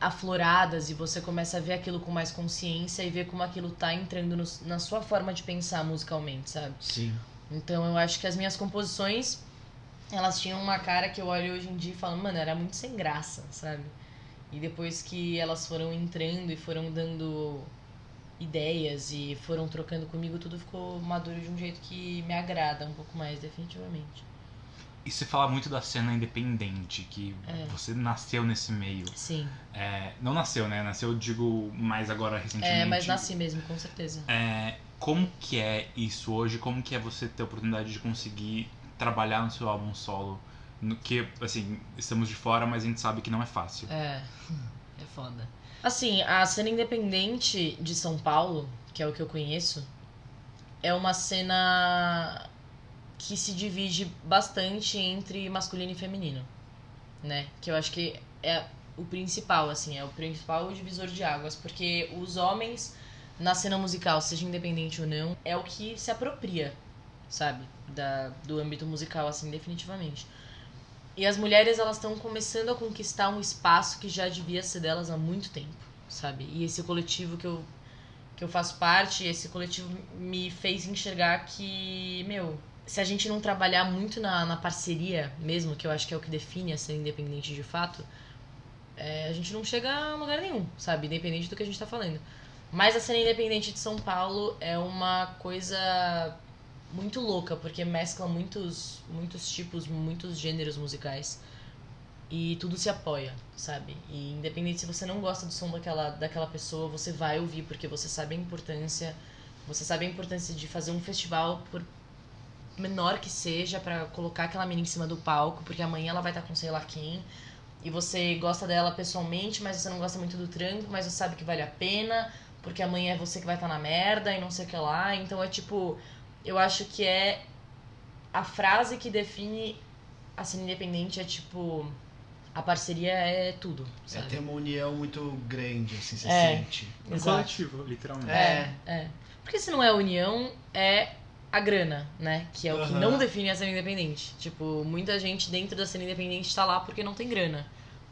[SPEAKER 6] afloradas e você começa a ver aquilo com mais consciência e ver como aquilo tá entrando no- na sua forma de pensar musicalmente, sabe?
[SPEAKER 3] Sim.
[SPEAKER 6] Então eu acho que as minhas composições, elas tinham uma cara que eu olho hoje em dia e falo, mano, era muito sem graça, sabe? E depois que elas foram entrando e foram dando ideias e foram trocando comigo, tudo ficou maduro de um jeito que me agrada um pouco mais, definitivamente.
[SPEAKER 2] E você fala muito da cena independente, que
[SPEAKER 6] É.
[SPEAKER 2] você nasceu nesse meio.
[SPEAKER 6] Sim.
[SPEAKER 2] É, não nasceu, né? Nasceu, eu digo, mais agora recentemente.
[SPEAKER 6] É, mas nasci mesmo, com certeza.
[SPEAKER 2] É, como que é isso hoje? Como que é você ter a oportunidade de conseguir trabalhar no seu álbum solo? No que, assim, estamos de fora, mas a gente sabe que não é fácil.
[SPEAKER 6] É, é foda. Assim, a cena independente de São Paulo, que é o que eu conheço, é uma cena que se divide bastante entre masculino e feminino, né? Que eu acho que é o principal, assim, é o principal divisor de águas, porque os homens na cena musical, seja independente ou não, é o que se apropria, sabe, da, do âmbito musical, assim, definitivamente. E as mulheres, elas estão começando a conquistar um espaço que já devia ser delas há muito tempo, sabe? E esse coletivo que eu, que eu faço parte, esse coletivo me fez enxergar que, meu, se a gente não trabalhar muito na, na parceria mesmo, que eu acho que é o que define a ser independente de fato, é, a gente não chega a lugar nenhum, sabe? Independente do que a gente tá falando. Mas a cena independente de São Paulo é uma coisa muito louca, porque mescla muitos, muitos tipos, muitos gêneros musicais. E tudo se apoia, sabe? E independente se você não gosta do som daquela, daquela pessoa, você vai ouvir, porque você sabe a importância. Você sabe a importância de fazer um festival, por menor que seja, pra colocar aquela menina em cima do palco, porque amanhã ela vai estar com sei lá quem. E você gosta dela pessoalmente, mas você não gosta muito do trampo, mas você sabe que vale a pena, porque amanhã é você que vai estar na merda e não sei o que lá. Então é tipo eu acho que é a frase que define a cena independente é tipo a parceria é tudo,
[SPEAKER 3] É
[SPEAKER 6] sabe?
[SPEAKER 3] ter uma união muito grande, assim, você
[SPEAKER 6] É.
[SPEAKER 3] sente.
[SPEAKER 7] É um
[SPEAKER 6] Exato.
[SPEAKER 2] É.
[SPEAKER 7] coletivo, literalmente.
[SPEAKER 6] É, é. Porque se não é união, é a grana, né? Que é o que
[SPEAKER 3] Aham.
[SPEAKER 6] não define a cena independente. Tipo, muita gente dentro da cena independente tá lá porque não tem grana.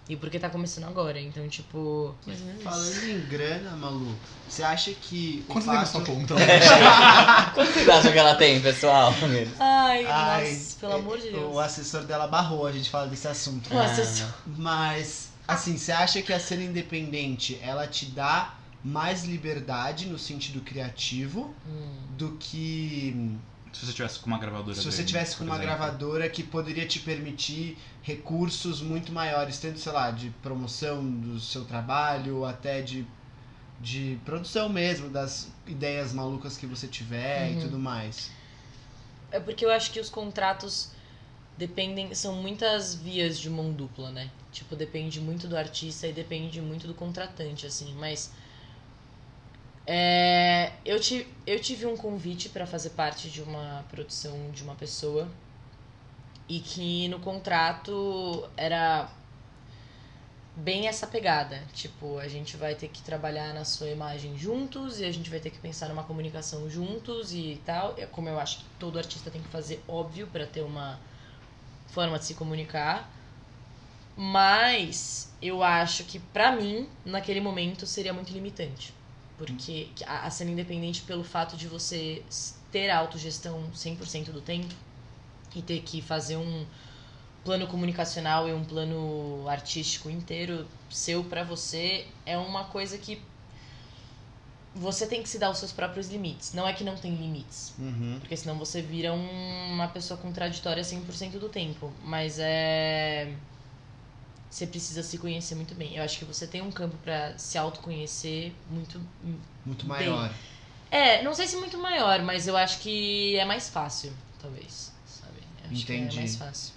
[SPEAKER 6] E porque tá começando agora. Então, tipo. mais ou menos isso.
[SPEAKER 3] Falando em grana, Malu, você acha que.
[SPEAKER 1] Quanto
[SPEAKER 3] o
[SPEAKER 1] tem na
[SPEAKER 3] fato-
[SPEAKER 1] sua
[SPEAKER 10] um, então,
[SPEAKER 1] conta?
[SPEAKER 10] né?
[SPEAKER 5] É. Quanto vocês acham que ela tem, pessoal?
[SPEAKER 6] Ai,
[SPEAKER 3] Ai, é, tipo,
[SPEAKER 6] nossa, pelo amor de Deus.
[SPEAKER 3] O assessor dela barrou a gente falar desse assunto. né?
[SPEAKER 6] O assessor.
[SPEAKER 3] Mas, assim, você acha que a cena independente ela te dá mais liberdade no sentido criativo
[SPEAKER 6] Hum.
[SPEAKER 3] do que
[SPEAKER 2] Se você tivesse com uma gravadora
[SPEAKER 3] se você
[SPEAKER 2] grande,
[SPEAKER 3] tivesse com
[SPEAKER 2] por
[SPEAKER 3] uma
[SPEAKER 2] exemplo.
[SPEAKER 3] gravadora que poderia te permitir recursos muito maiores, tanto, sei lá, de promoção do seu trabalho, até de, de produção mesmo, das ideias malucas que você tiver
[SPEAKER 6] Uhum.
[SPEAKER 3] e tudo mais.
[SPEAKER 6] É porque eu acho que os contratos dependem. São muitas vias de mão dupla, né? Tipo, depende muito do artista e depende muito do contratante, assim. Mas. é, eu, ti- eu tive um convite pra fazer parte de uma produção de uma pessoa. E que no contrato era bem essa pegada. Tipo, a gente vai ter que trabalhar na sua imagem juntos e a gente vai ter que pensar numa comunicação juntos e tal. É como eu acho que todo artista tem que fazer, óbvio, pra ter uma forma de se comunicar. Mas eu acho que pra mim, naquele momento, seria muito limitante. Porque a a cena independente, pelo fato de você s- ter autogestão 100% do tempo e ter que fazer um plano comunicacional e um plano artístico inteiro seu pra você é uma coisa que você tem que se dar os seus próprios limites. Não é que não tem limites,
[SPEAKER 3] Uhum.
[SPEAKER 6] porque senão você vira um- uma pessoa contraditória 100% do tempo. Mas é. Você precisa se conhecer muito bem. Eu acho que você tem um campo pra se autoconhecer muito.
[SPEAKER 3] Muito
[SPEAKER 6] Bem,
[SPEAKER 3] maior.
[SPEAKER 6] É, não sei se muito maior, mas eu acho que é mais fácil, talvez. Sabe? Eu acho que
[SPEAKER 3] Entendi.
[SPEAKER 6] é mais fácil.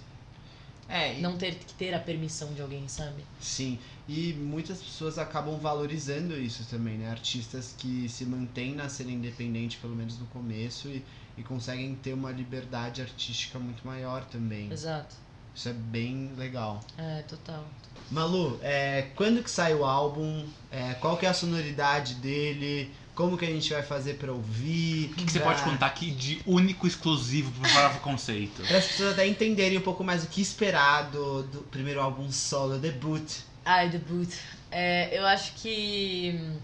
[SPEAKER 3] É, e- Hum.
[SPEAKER 6] Não ter que ter a permissão de alguém, sabe?
[SPEAKER 3] Sim, e muitas pessoas acabam valorizando isso também, né? Artistas que se mantêm na cena independente, pelo menos no começo, e, e conseguem ter uma liberdade artística muito maior também.
[SPEAKER 6] Exato.
[SPEAKER 3] Isso é bem legal.
[SPEAKER 6] É, total.
[SPEAKER 3] Malu, é, quando que sai o álbum? É, qual que é a sonoridade dele? Como que a gente vai fazer pra ouvir?
[SPEAKER 2] O que, que você pode contar aqui de único, exclusivo pro Farofa Conceito?
[SPEAKER 3] Para as pessoas até entenderem um pouco mais o que esperar do, do primeiro álbum solo, debut.
[SPEAKER 6] Ai, The Boot. É, eu acho que. hum,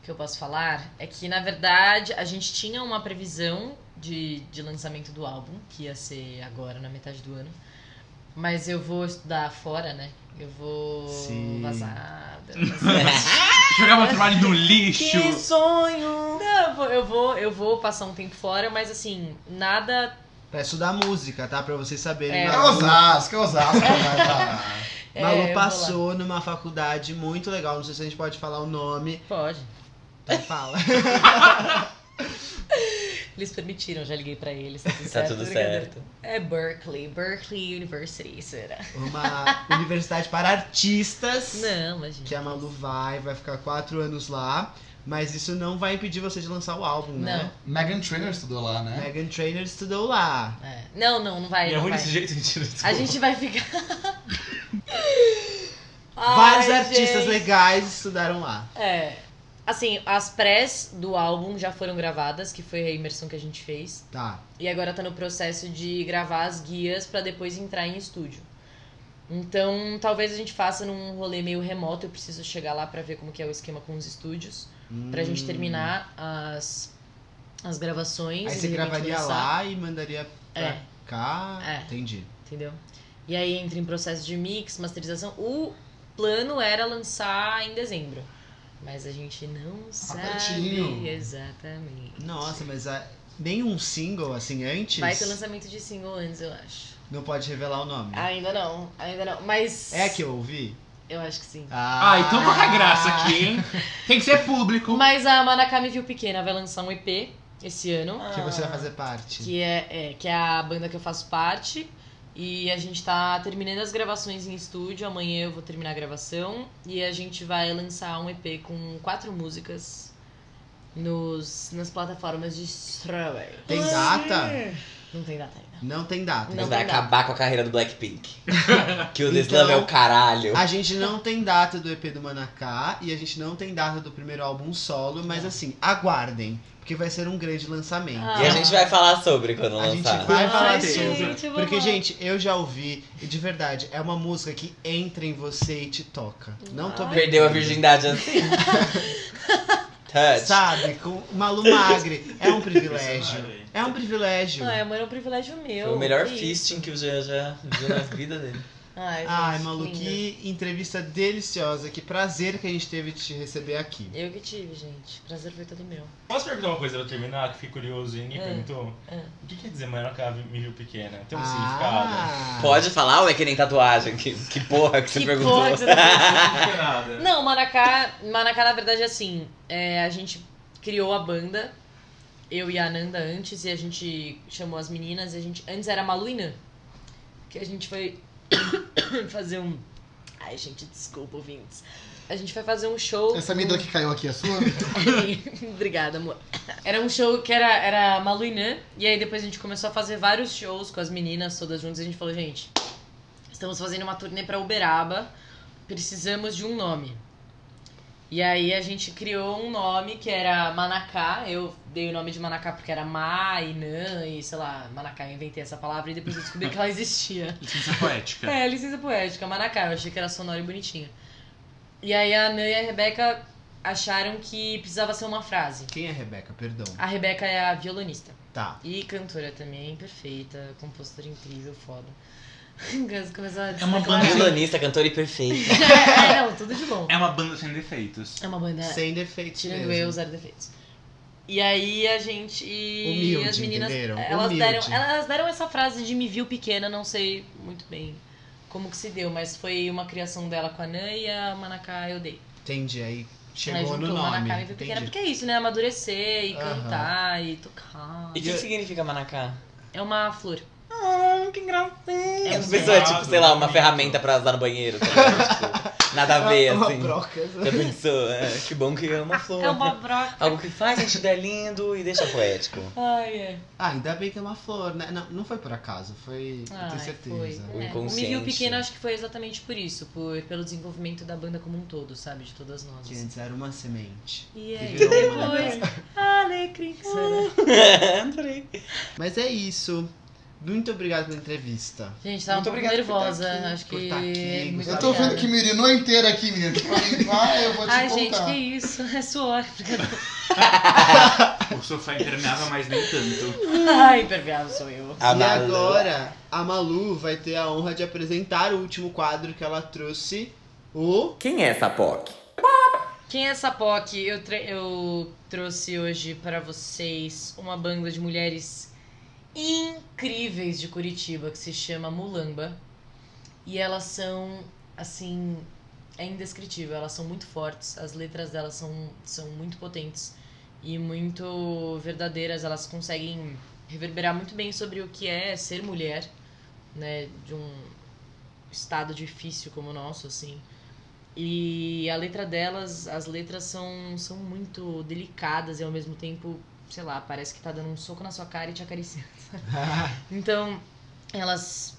[SPEAKER 6] O que eu posso falar é que, na verdade, a gente tinha uma previsão de, de lançamento do álbum, que ia ser agora, na metade do ano. Mas eu vou estudar fora, né? Eu vou
[SPEAKER 3] Sim.
[SPEAKER 6] vazar. vazar.
[SPEAKER 2] Jogar meu trabalho no lixo!
[SPEAKER 6] Que sonho! Não, eu vou, eu vou, eu vou passar um tempo fora, mas assim, nada
[SPEAKER 3] Pra estudar música, tá? Pra vocês saberem.
[SPEAKER 6] É.
[SPEAKER 1] É Osasco, é Osasco. vai lá.
[SPEAKER 6] É, eu
[SPEAKER 3] Malu
[SPEAKER 6] vou
[SPEAKER 3] passou numa faculdade muito legal, não sei se a gente pode falar o nome.
[SPEAKER 6] pode.
[SPEAKER 3] Então fala.
[SPEAKER 6] Eles permitiram, já liguei pra eles. Tá tudo
[SPEAKER 5] Tá
[SPEAKER 6] certo.
[SPEAKER 5] tudo
[SPEAKER 6] brincadeira.
[SPEAKER 5] certo.
[SPEAKER 6] É Berkeley, Berkeley University, será?
[SPEAKER 3] Uma universidade para artistas.
[SPEAKER 6] Não, imagina.
[SPEAKER 3] Que é a Malu vai, vai ficar quatro anos lá. Mas isso não vai impedir você de lançar o álbum, né?
[SPEAKER 1] Megan Trainor estudou lá, né?
[SPEAKER 3] Megan Trainor estudou lá.
[SPEAKER 6] É. Não, não, não vai.
[SPEAKER 7] E é
[SPEAKER 6] não
[SPEAKER 7] ruim
[SPEAKER 6] vai.
[SPEAKER 7] desse jeito, mentira.
[SPEAKER 6] A gente vai ficar.
[SPEAKER 3] Vários
[SPEAKER 6] Ai,
[SPEAKER 3] artistas
[SPEAKER 6] gente.
[SPEAKER 3] legais estudaram lá.
[SPEAKER 6] É. Assim, as prés do álbum já foram gravadas, que foi a imersão que a gente fez.
[SPEAKER 3] Tá.
[SPEAKER 6] E agora tá no processo de gravar as guias pra depois entrar em estúdio. Então, talvez a gente faça num rolê meio remoto, eu preciso chegar lá pra ver como que é o esquema com os estúdios, Pra gente
[SPEAKER 3] Hum.
[SPEAKER 6] terminar as as
[SPEAKER 3] Aí
[SPEAKER 6] gravações e
[SPEAKER 3] você
[SPEAKER 6] de repente
[SPEAKER 3] gravaria
[SPEAKER 6] lançar,
[SPEAKER 3] lá e mandaria pra
[SPEAKER 6] É.
[SPEAKER 3] cá.
[SPEAKER 6] É.
[SPEAKER 3] Entendi.
[SPEAKER 6] entendeu? E aí entra em processo de mix, masterização. O plano era lançar em dezembro, mas a gente não sabe
[SPEAKER 1] pertinho.
[SPEAKER 6] exatamente.
[SPEAKER 3] Tá Nossa, mas a... nenhum single assim antes?
[SPEAKER 6] Vai ter um lançamento de single antes, eu acho.
[SPEAKER 3] Não pode revelar o nome.
[SPEAKER 6] Ainda não, ainda não. Mas.
[SPEAKER 3] É que eu ouvi?
[SPEAKER 6] Eu acho que sim.
[SPEAKER 2] Ah, então qual que é a graça aqui, hein? Tem que ser público.
[SPEAKER 6] Mas a Manakami Viu Pequena vai lançar um EP esse ano,
[SPEAKER 3] Que você vai fazer parte.
[SPEAKER 6] que é, é- que é a banda que eu faço parte. E a gente tá terminando as gravações em estúdio, amanhã eu vou terminar a gravação. E a gente vai lançar um EP com quatro músicas nos, nas plataformas de streaming.
[SPEAKER 3] Tem data?
[SPEAKER 6] Não tem data ainda.
[SPEAKER 3] Não tem data.
[SPEAKER 5] Não
[SPEAKER 3] Não
[SPEAKER 5] vai
[SPEAKER 3] tem data.
[SPEAKER 5] acabar com a carreira do Blackpink. que o The
[SPEAKER 3] Então,
[SPEAKER 5] Slum é o caralho.
[SPEAKER 3] A gente não tem data do EP do Manacá e a gente não tem data do primeiro álbum solo, mas assim, aguardem, porque vai ser um grande lançamento.
[SPEAKER 6] Ah.
[SPEAKER 5] E a gente vai falar sobre quando
[SPEAKER 3] A gente
[SPEAKER 5] lançar.
[SPEAKER 3] vai falar
[SPEAKER 6] Ai,
[SPEAKER 3] sobre.
[SPEAKER 6] gente, vamos
[SPEAKER 3] Porque,
[SPEAKER 6] lá.
[SPEAKER 3] gente, eu já ouvi, e de verdade, é uma música que entra em você e te toca. Não tô bem.
[SPEAKER 5] Perdeu a virgindade assim. Touch.
[SPEAKER 3] Sabe? Com Malu Magre. É um privilégio. É um privilégio.
[SPEAKER 6] Ai, amor, é um privilégio meu.
[SPEAKER 5] Foi o melhor
[SPEAKER 6] que
[SPEAKER 5] fisting que o Jean já viu na vida dele.
[SPEAKER 6] Ai, gente,
[SPEAKER 3] Ai, Malu,
[SPEAKER 6] lindo.
[SPEAKER 3] que entrevista deliciosa. Que prazer que a gente teve de te receber aqui.
[SPEAKER 6] Eu que tive, gente. Prazer foi todo meu.
[SPEAKER 7] Posso perguntar uma coisa pra eu terminar, que fiquei curioso e ninguém
[SPEAKER 6] É,
[SPEAKER 7] perguntou?
[SPEAKER 6] é.
[SPEAKER 7] O que quer dizer maior que a me viu pequena? Tem um significado?
[SPEAKER 3] Ah.
[SPEAKER 5] Pode falar ou é que nem tatuagem? Que, que porra que você
[SPEAKER 6] Que
[SPEAKER 5] perguntou?
[SPEAKER 6] porra que você tá perguntando?
[SPEAKER 7] Não tem nada.
[SPEAKER 6] Não, Maracá, Maracá na verdade é assim, é, a gente criou a banda, eu e a Ananda antes, e a gente chamou as meninas, e a gente, antes era Malu e Nan, que a gente foi fazer um... Ai, gente, desculpa, ouvintes. A gente foi fazer um show...
[SPEAKER 10] Essa medra que caiu aqui é sua?
[SPEAKER 6] Obrigada, amor. Era um show que era, era Malu e Nan, e aí depois a gente começou a fazer vários shows com as meninas todas juntas, e a gente falou, gente, estamos fazendo uma turnê pra Uberaba, precisamos de um nome. E aí a gente criou um nome que era Manacá. Eu dei o nome de Manacá porque era Ma e Nan e sei lá, Manacá, eu inventei essa palavra e depois eu descobri que ela existia.
[SPEAKER 2] Licença poética.
[SPEAKER 6] É, licença poética, Manacá. Eu achei que era sonora e bonitinha. E aí a Nan e a Rebeca acharam que precisava ser uma frase.
[SPEAKER 3] Quem é a Rebeca? Perdão.
[SPEAKER 6] A Rebeca é a violonista.
[SPEAKER 3] Tá.
[SPEAKER 6] E cantora também, perfeita, compositora incrível, foda. Começou a
[SPEAKER 2] É uma
[SPEAKER 6] desaclarar.
[SPEAKER 5] Violonista, cantora e perfeita.
[SPEAKER 6] é, é, não, tudo de bom.
[SPEAKER 2] É uma banda sem defeitos.
[SPEAKER 6] É uma banda
[SPEAKER 3] Sem defeitos
[SPEAKER 6] Tirando
[SPEAKER 3] mesmo.
[SPEAKER 6] eu, zero defeitos. E aí a gente. e
[SPEAKER 3] Humilde,
[SPEAKER 6] as meninas.
[SPEAKER 3] entenderam?
[SPEAKER 6] Elas
[SPEAKER 3] É um Humilde.
[SPEAKER 6] deram, elas deram essa frase de me viu pequena, não sei muito bem como que se deu, mas foi uma criação dela com a Nan e a Manacá eu dei.
[SPEAKER 3] Entendi, aí
[SPEAKER 6] aí
[SPEAKER 3] chegou no
[SPEAKER 6] juntou
[SPEAKER 3] nome.
[SPEAKER 6] Manacá me viu pequena,
[SPEAKER 3] Entendi.
[SPEAKER 6] porque é isso, né? Amadurecer e
[SPEAKER 3] Aham.
[SPEAKER 6] cantar e tocar.
[SPEAKER 5] E o que que significa manacá?
[SPEAKER 6] É uma flor.
[SPEAKER 5] Ah, que engraçadinho.
[SPEAKER 6] É
[SPEAKER 5] Essa pessoa é tipo,
[SPEAKER 7] engraçado,
[SPEAKER 5] sei lá, uma
[SPEAKER 7] bonito.
[SPEAKER 5] ferramenta pra usar no banheiro. tá ligado? Tipo, Nada a ver,
[SPEAKER 3] Uma
[SPEAKER 5] assim.
[SPEAKER 3] broca.
[SPEAKER 5] Já pensou? É, que bom que é uma flor.
[SPEAKER 6] É uma broca.
[SPEAKER 5] Algo que faz a gente der lindo e deixa poético.
[SPEAKER 6] Ai, é.
[SPEAKER 3] Ah, ainda bem que é uma flor, né? Não, não foi por acaso, foi. eu
[SPEAKER 6] Ai,
[SPEAKER 3] tenho certeza.
[SPEAKER 6] Foi. É.
[SPEAKER 5] O
[SPEAKER 6] O Me
[SPEAKER 5] inconsciente.
[SPEAKER 6] Viu Pequena acho que foi exatamente por isso, por, pelo desenvolvimento da banda como um todo, sabe? De todas nós. assim.
[SPEAKER 3] Que antes era uma semente.
[SPEAKER 6] E
[SPEAKER 3] aí,
[SPEAKER 6] aí,
[SPEAKER 3] virou uma
[SPEAKER 6] depois, alecrim.
[SPEAKER 5] Adorei.
[SPEAKER 3] Mas é isso. Muito obrigado pela entrevista.
[SPEAKER 6] Gente, tava
[SPEAKER 5] Muito
[SPEAKER 6] um pouco
[SPEAKER 5] obrigado por
[SPEAKER 6] nervosa.
[SPEAKER 5] tá aqui,
[SPEAKER 6] acho
[SPEAKER 3] por
[SPEAKER 6] que.
[SPEAKER 3] tá aqui,
[SPEAKER 6] muito
[SPEAKER 10] Eu tô
[SPEAKER 6] obrigada.
[SPEAKER 10] vendo que me urinou inteira aqui, menino. Ah, eu vou te
[SPEAKER 6] Ai, gente,
[SPEAKER 10] contar.
[SPEAKER 6] que isso? É suor.
[SPEAKER 2] O sofá impermeável, mas nem tanto.
[SPEAKER 6] Ai, impermeável sou eu.
[SPEAKER 5] A
[SPEAKER 3] e
[SPEAKER 5] Malu.
[SPEAKER 3] agora, a Malu vai ter a honra de apresentar o último quadro que ela trouxe. O.
[SPEAKER 4] Quem é essa POC?
[SPEAKER 6] Quem é essa POC? Eu, tra- eu trouxe hoje pra vocês uma banda de mulheres incríveis de Curitiba que se chama Mulamba. E elas são, assim, é indescritível. Elas são muito fortes, as letras delas são, são muito potentes e muito verdadeiras. Elas conseguem reverberar muito bem sobre o que é ser mulher, né? De um estado difícil como o nosso, assim. E a letra delas, as letras são, são muito delicadas e ao mesmo tempo, sei lá, parece que tá dando um soco na sua cara e te acariciando. então, elas.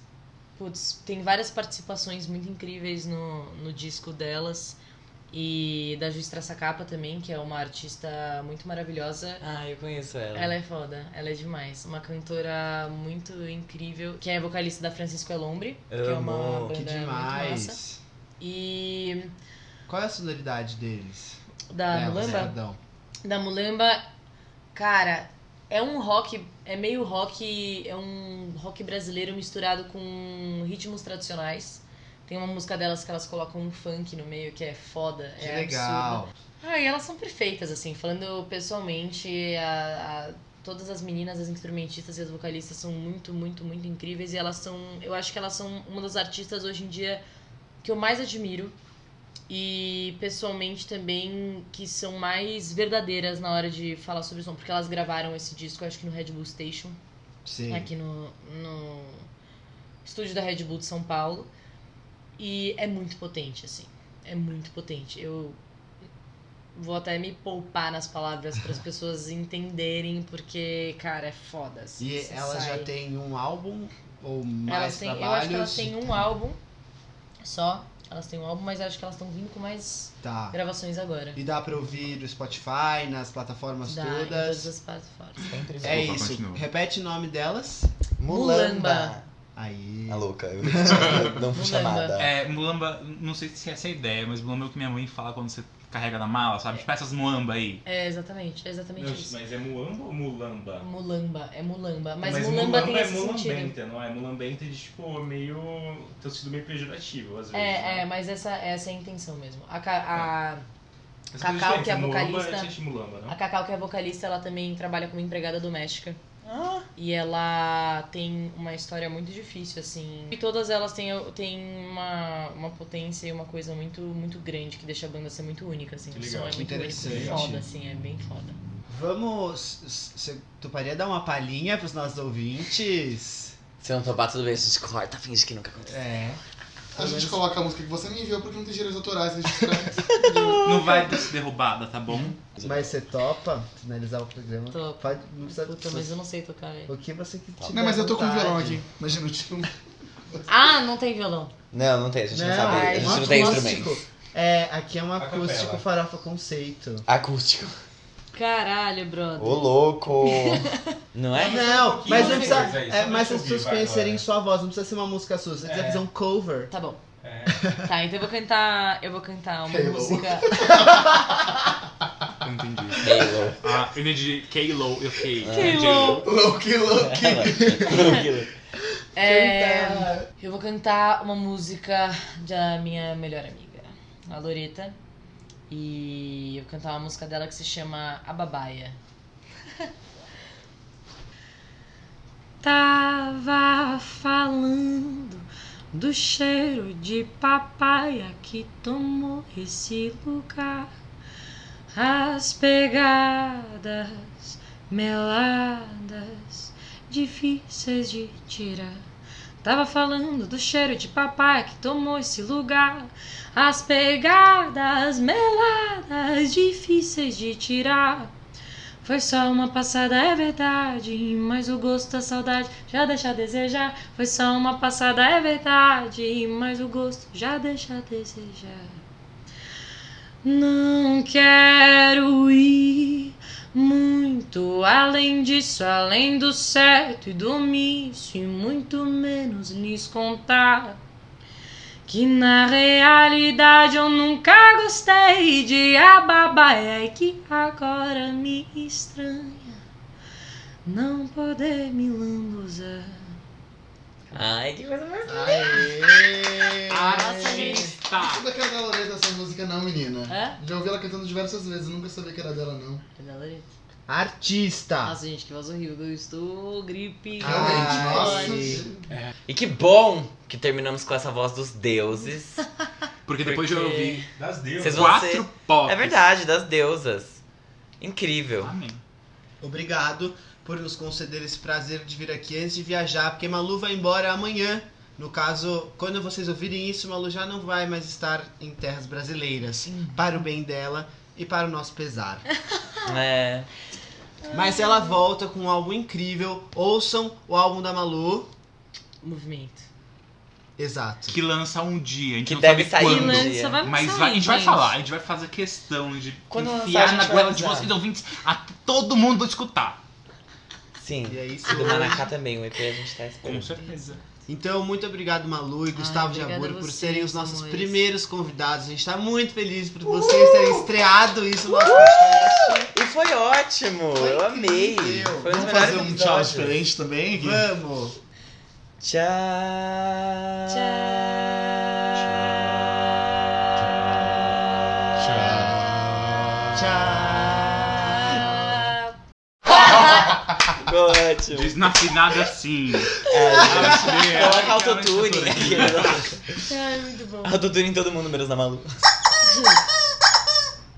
[SPEAKER 6] Putz, tem várias participações muito incríveis no, no disco delas. E da Juistra Sacapa também, que é uma artista muito maravilhosa.
[SPEAKER 5] Ah, eu conheço ela.
[SPEAKER 6] Ela é foda, ela é demais. Uma cantora muito incrível, que é vocalista da Francisco Elombre, que é uma
[SPEAKER 5] Amo.
[SPEAKER 6] banda
[SPEAKER 3] que
[SPEAKER 6] muito massa.
[SPEAKER 3] demais.
[SPEAKER 6] E
[SPEAKER 3] Qual é a sonoridade deles? Né, é
[SPEAKER 6] da
[SPEAKER 3] Delas,
[SPEAKER 6] Mulamba?
[SPEAKER 3] perdão.
[SPEAKER 6] Da Mulamba, cara, é um rock, é meio rock, é um rock brasileiro misturado com ritmos tradicionais. Tem uma música delas que elas colocam um funk no meio que é foda,
[SPEAKER 3] Que
[SPEAKER 6] é absurdo.
[SPEAKER 3] legal.
[SPEAKER 6] Ah, e elas são perfeitas, assim, falando pessoalmente, a, a- todas as meninas, as instrumentistas e as vocalistas são muito, muito, muito incríveis. E elas são, eu acho que elas são uma das artistas hoje em dia que eu mais admiro. E pessoalmente também que são mais verdadeiras na hora de falar sobre o som, porque elas gravaram esse disco, eu acho que no Red Bull Station
[SPEAKER 3] Sim.
[SPEAKER 6] aqui no, no estúdio da Red Bull de São Paulo. E é muito potente, assim. É muito potente. Eu vou até me poupar nas palavras para as pessoas entenderem, porque, cara, é foda. assim,
[SPEAKER 3] E
[SPEAKER 6] você
[SPEAKER 3] ela já
[SPEAKER 6] sai-
[SPEAKER 3] tem um álbum ou
[SPEAKER 6] Elas
[SPEAKER 3] mais
[SPEAKER 6] têm,
[SPEAKER 3] trabalhos?
[SPEAKER 6] eu acho que elas têm um álbum só. Elas têm um álbum, mas acho que elas estão vindo com mais
[SPEAKER 3] Tá.
[SPEAKER 6] gravações agora.
[SPEAKER 3] E dá pra ouvir no Spotify, nas plataformas
[SPEAKER 6] Dá, em
[SPEAKER 3] todas.
[SPEAKER 6] todas as plataformas.
[SPEAKER 3] É
[SPEAKER 2] Desculpa,
[SPEAKER 3] isso.
[SPEAKER 2] continua.
[SPEAKER 3] Repete o nome delas.
[SPEAKER 6] é Mulamba.
[SPEAKER 3] Aí.
[SPEAKER 5] A Tá louca. Eu não- não
[SPEAKER 6] Mulamba.
[SPEAKER 5] fui chamada.
[SPEAKER 2] É, mulamba, não sei se essa é a ideia, mas mulamba é o que minha mãe fala quando você carrega na mala, sabe? Tipo essas mulamba aí.
[SPEAKER 6] É, exatamente, é exatamente
[SPEAKER 7] Não,
[SPEAKER 6] isso.
[SPEAKER 7] mas é Muamba ou Mulamba?
[SPEAKER 6] Mulamba, é mulamba. Mas, mulamba, tem
[SPEAKER 7] é
[SPEAKER 6] esse sentido.
[SPEAKER 7] mulambenta, não é? Mulambenta é de, tipo, meio... Tem um sentido meio pejorativo, às vezes.
[SPEAKER 6] É, é,
[SPEAKER 7] né?
[SPEAKER 6] mas essa, essa é a intenção mesmo. A, ca- a,
[SPEAKER 7] Mas coisas
[SPEAKER 6] Cacau, que é
[SPEAKER 7] diferentes, Muamba
[SPEAKER 6] vocalista.
[SPEAKER 7] É de mulamba,
[SPEAKER 6] a
[SPEAKER 7] não?
[SPEAKER 6] Cacau, que é vocalista, ela também trabalha como empregada doméstica.
[SPEAKER 7] Ah.
[SPEAKER 6] E ela tem uma história muito difícil, assim. E todas elas têm, têm uma, uma potência e uma coisa muito, muito grande que deixa a banda ser muito única, assim.
[SPEAKER 7] Que
[SPEAKER 6] O
[SPEAKER 7] legal.
[SPEAKER 6] som é
[SPEAKER 7] Que
[SPEAKER 6] muito único,
[SPEAKER 3] interessante.
[SPEAKER 6] foda, assim, é bem foda.
[SPEAKER 3] Vamos. Você toparia dar uma palhinha pros nossos ouvintes?
[SPEAKER 5] Se eu não topar, tudo bem, a gente corta, finge que nunca aconteceu.
[SPEAKER 3] É.
[SPEAKER 10] A gente coloca a música que você me enviou porque não tem direitos autorais registrados.
[SPEAKER 2] Não vai ser derrubada, tá bom?
[SPEAKER 3] Mas você topa finalizar o programa?
[SPEAKER 6] Topo.
[SPEAKER 3] Pode, não precisa,
[SPEAKER 6] Puta, mas eu não sei tocar, velho.
[SPEAKER 3] O que você que tiver
[SPEAKER 10] não, mas eu tô com um
[SPEAKER 3] vontade.
[SPEAKER 10] violão aqui. Imagina, eu tinha um.
[SPEAKER 6] Ah, não tem violão.
[SPEAKER 5] Não, não tem, a gente não, é
[SPEAKER 3] Não,
[SPEAKER 5] sabe.
[SPEAKER 6] ai,
[SPEAKER 5] a gente
[SPEAKER 3] um
[SPEAKER 5] não tem
[SPEAKER 3] acústico.
[SPEAKER 5] instrumento.
[SPEAKER 3] É, aqui é um
[SPEAKER 7] A capela.
[SPEAKER 3] acústico farofa conceito.
[SPEAKER 5] Acústico.
[SPEAKER 6] Caralho, brother.
[SPEAKER 5] Ô, louco! não é?
[SPEAKER 3] Ah, Não,
[SPEAKER 7] pouquinho
[SPEAKER 3] mas
[SPEAKER 7] de
[SPEAKER 3] não precisa.
[SPEAKER 7] coisa aí, só
[SPEAKER 3] é,
[SPEAKER 7] pra
[SPEAKER 3] mas
[SPEAKER 7] gente
[SPEAKER 3] as pessoas
[SPEAKER 7] ouvir, vai,
[SPEAKER 3] conhecerem
[SPEAKER 7] vai.
[SPEAKER 3] sua voz, não precisa ser uma música sua, você precisa
[SPEAKER 7] É.
[SPEAKER 3] fazer um cover.
[SPEAKER 6] Tá bom.
[SPEAKER 7] É.
[SPEAKER 6] Tá, então eu vou cantar. Eu vou cantar uma
[SPEAKER 10] Hello.
[SPEAKER 6] música.
[SPEAKER 2] Eu entendi.
[SPEAKER 5] Halo. Ah.
[SPEAKER 2] Ah, eu entendi K-Lo, eu fiquei.
[SPEAKER 6] K-Lo.
[SPEAKER 10] Louque, louque.
[SPEAKER 5] Tranquilo.
[SPEAKER 6] É, eu vou cantar uma música da minha melhor amiga, a Loreta. E eu vou cantar uma música dela que se chama A Babaia. Tava falando do cheiro de papaya que tomou esse lugar. As pegadas meladas, difíceis de tirar. Tava falando do cheiro de papai que tomou esse lugar. As pegadas meladas, difíceis de tirar. Foi só uma passada, é verdade, mas o gosto da saudade já deixa a desejar. Foi só uma passada, é verdade, mas o gosto já deixa a desejar. Não quero ir muito além disso, além do certo e do misto, e muito menos lhes contar. Que na realidade eu nunca gostei de ababaia e que agora me estranha não poder me lambuzar.
[SPEAKER 5] Ai, que coisa mais.
[SPEAKER 10] Aê!
[SPEAKER 6] Ah,
[SPEAKER 2] Artista!
[SPEAKER 10] Isso da cara da Loreta, essa música não, menina.
[SPEAKER 6] É?
[SPEAKER 10] Já ouvi ela cantando diversas vezes, nunca sabia que era dela, não.
[SPEAKER 3] Artista!
[SPEAKER 6] gente, que voz horrível, eu estou gripe.
[SPEAKER 10] Ah. Realmente,
[SPEAKER 3] Ai.
[SPEAKER 10] nossa.
[SPEAKER 5] E que bom que terminamos com essa voz dos deuses.
[SPEAKER 2] Porque depois de eu
[SPEAKER 5] Porque-
[SPEAKER 2] ouvir
[SPEAKER 7] Das deusas.
[SPEAKER 5] Vocês vão
[SPEAKER 2] quatro
[SPEAKER 5] ser-
[SPEAKER 2] pop.
[SPEAKER 5] É verdade, das deusas. Incrível.
[SPEAKER 2] Amém.
[SPEAKER 3] Obrigado por nos conceder esse prazer de vir aqui antes de viajar, porque Malu vai embora amanhã. No caso, quando vocês ouvirem isso, Malu já não vai mais estar em terras brasileiras. Para o bem dela e para o nosso pesar.
[SPEAKER 5] É.
[SPEAKER 3] Mas ela volta com um álbum incrível. Ouçam o álbum da Malu.
[SPEAKER 6] Movimento.
[SPEAKER 3] Exato.
[SPEAKER 2] Que lança um dia, a gente
[SPEAKER 5] Que
[SPEAKER 2] não
[SPEAKER 5] deve
[SPEAKER 2] sabe
[SPEAKER 5] sair
[SPEAKER 2] quando.
[SPEAKER 5] um dia.
[SPEAKER 6] né, vai
[SPEAKER 2] Mas
[SPEAKER 6] sair,
[SPEAKER 2] vai- a gente vai
[SPEAKER 6] gente.
[SPEAKER 2] falar, a gente vai fazer questão de
[SPEAKER 5] Quando lançar, a
[SPEAKER 2] enfiar
[SPEAKER 5] gente
[SPEAKER 2] na
[SPEAKER 5] vai
[SPEAKER 2] goela de
[SPEAKER 5] lançar.
[SPEAKER 2] vocês ouvintes, a todo mundo escutar.
[SPEAKER 5] Sim.
[SPEAKER 3] E é isso.
[SPEAKER 5] E do Manacá também, o EP a gente tá
[SPEAKER 2] Com
[SPEAKER 5] esperando.
[SPEAKER 2] certeza.
[SPEAKER 3] Então, muito obrigado, Malu e Gustavo de
[SPEAKER 6] obrigada
[SPEAKER 3] Aburo,
[SPEAKER 6] a
[SPEAKER 3] por
[SPEAKER 6] vocês,
[SPEAKER 3] serem os nossos
[SPEAKER 6] amores.
[SPEAKER 3] primeiros convidados. A gente tá muito feliz por vocês terem estreado isso no nosso podcast.
[SPEAKER 5] E foi ótimo! eu amei!
[SPEAKER 3] incrível.
[SPEAKER 5] Foi um
[SPEAKER 10] Vamos
[SPEAKER 5] dos melhores
[SPEAKER 10] fazer um tchau
[SPEAKER 5] episódios.
[SPEAKER 10] diferente também? Gui?
[SPEAKER 3] Vamos!
[SPEAKER 5] Tchau!
[SPEAKER 6] Ah.
[SPEAKER 5] Ficou ótimo!
[SPEAKER 2] Desnafinado assim.
[SPEAKER 5] É, Coloca
[SPEAKER 2] Coloca é
[SPEAKER 5] autotune!
[SPEAKER 6] Ai, muito bom.
[SPEAKER 5] Autotune em todo mundo, menos na Malu.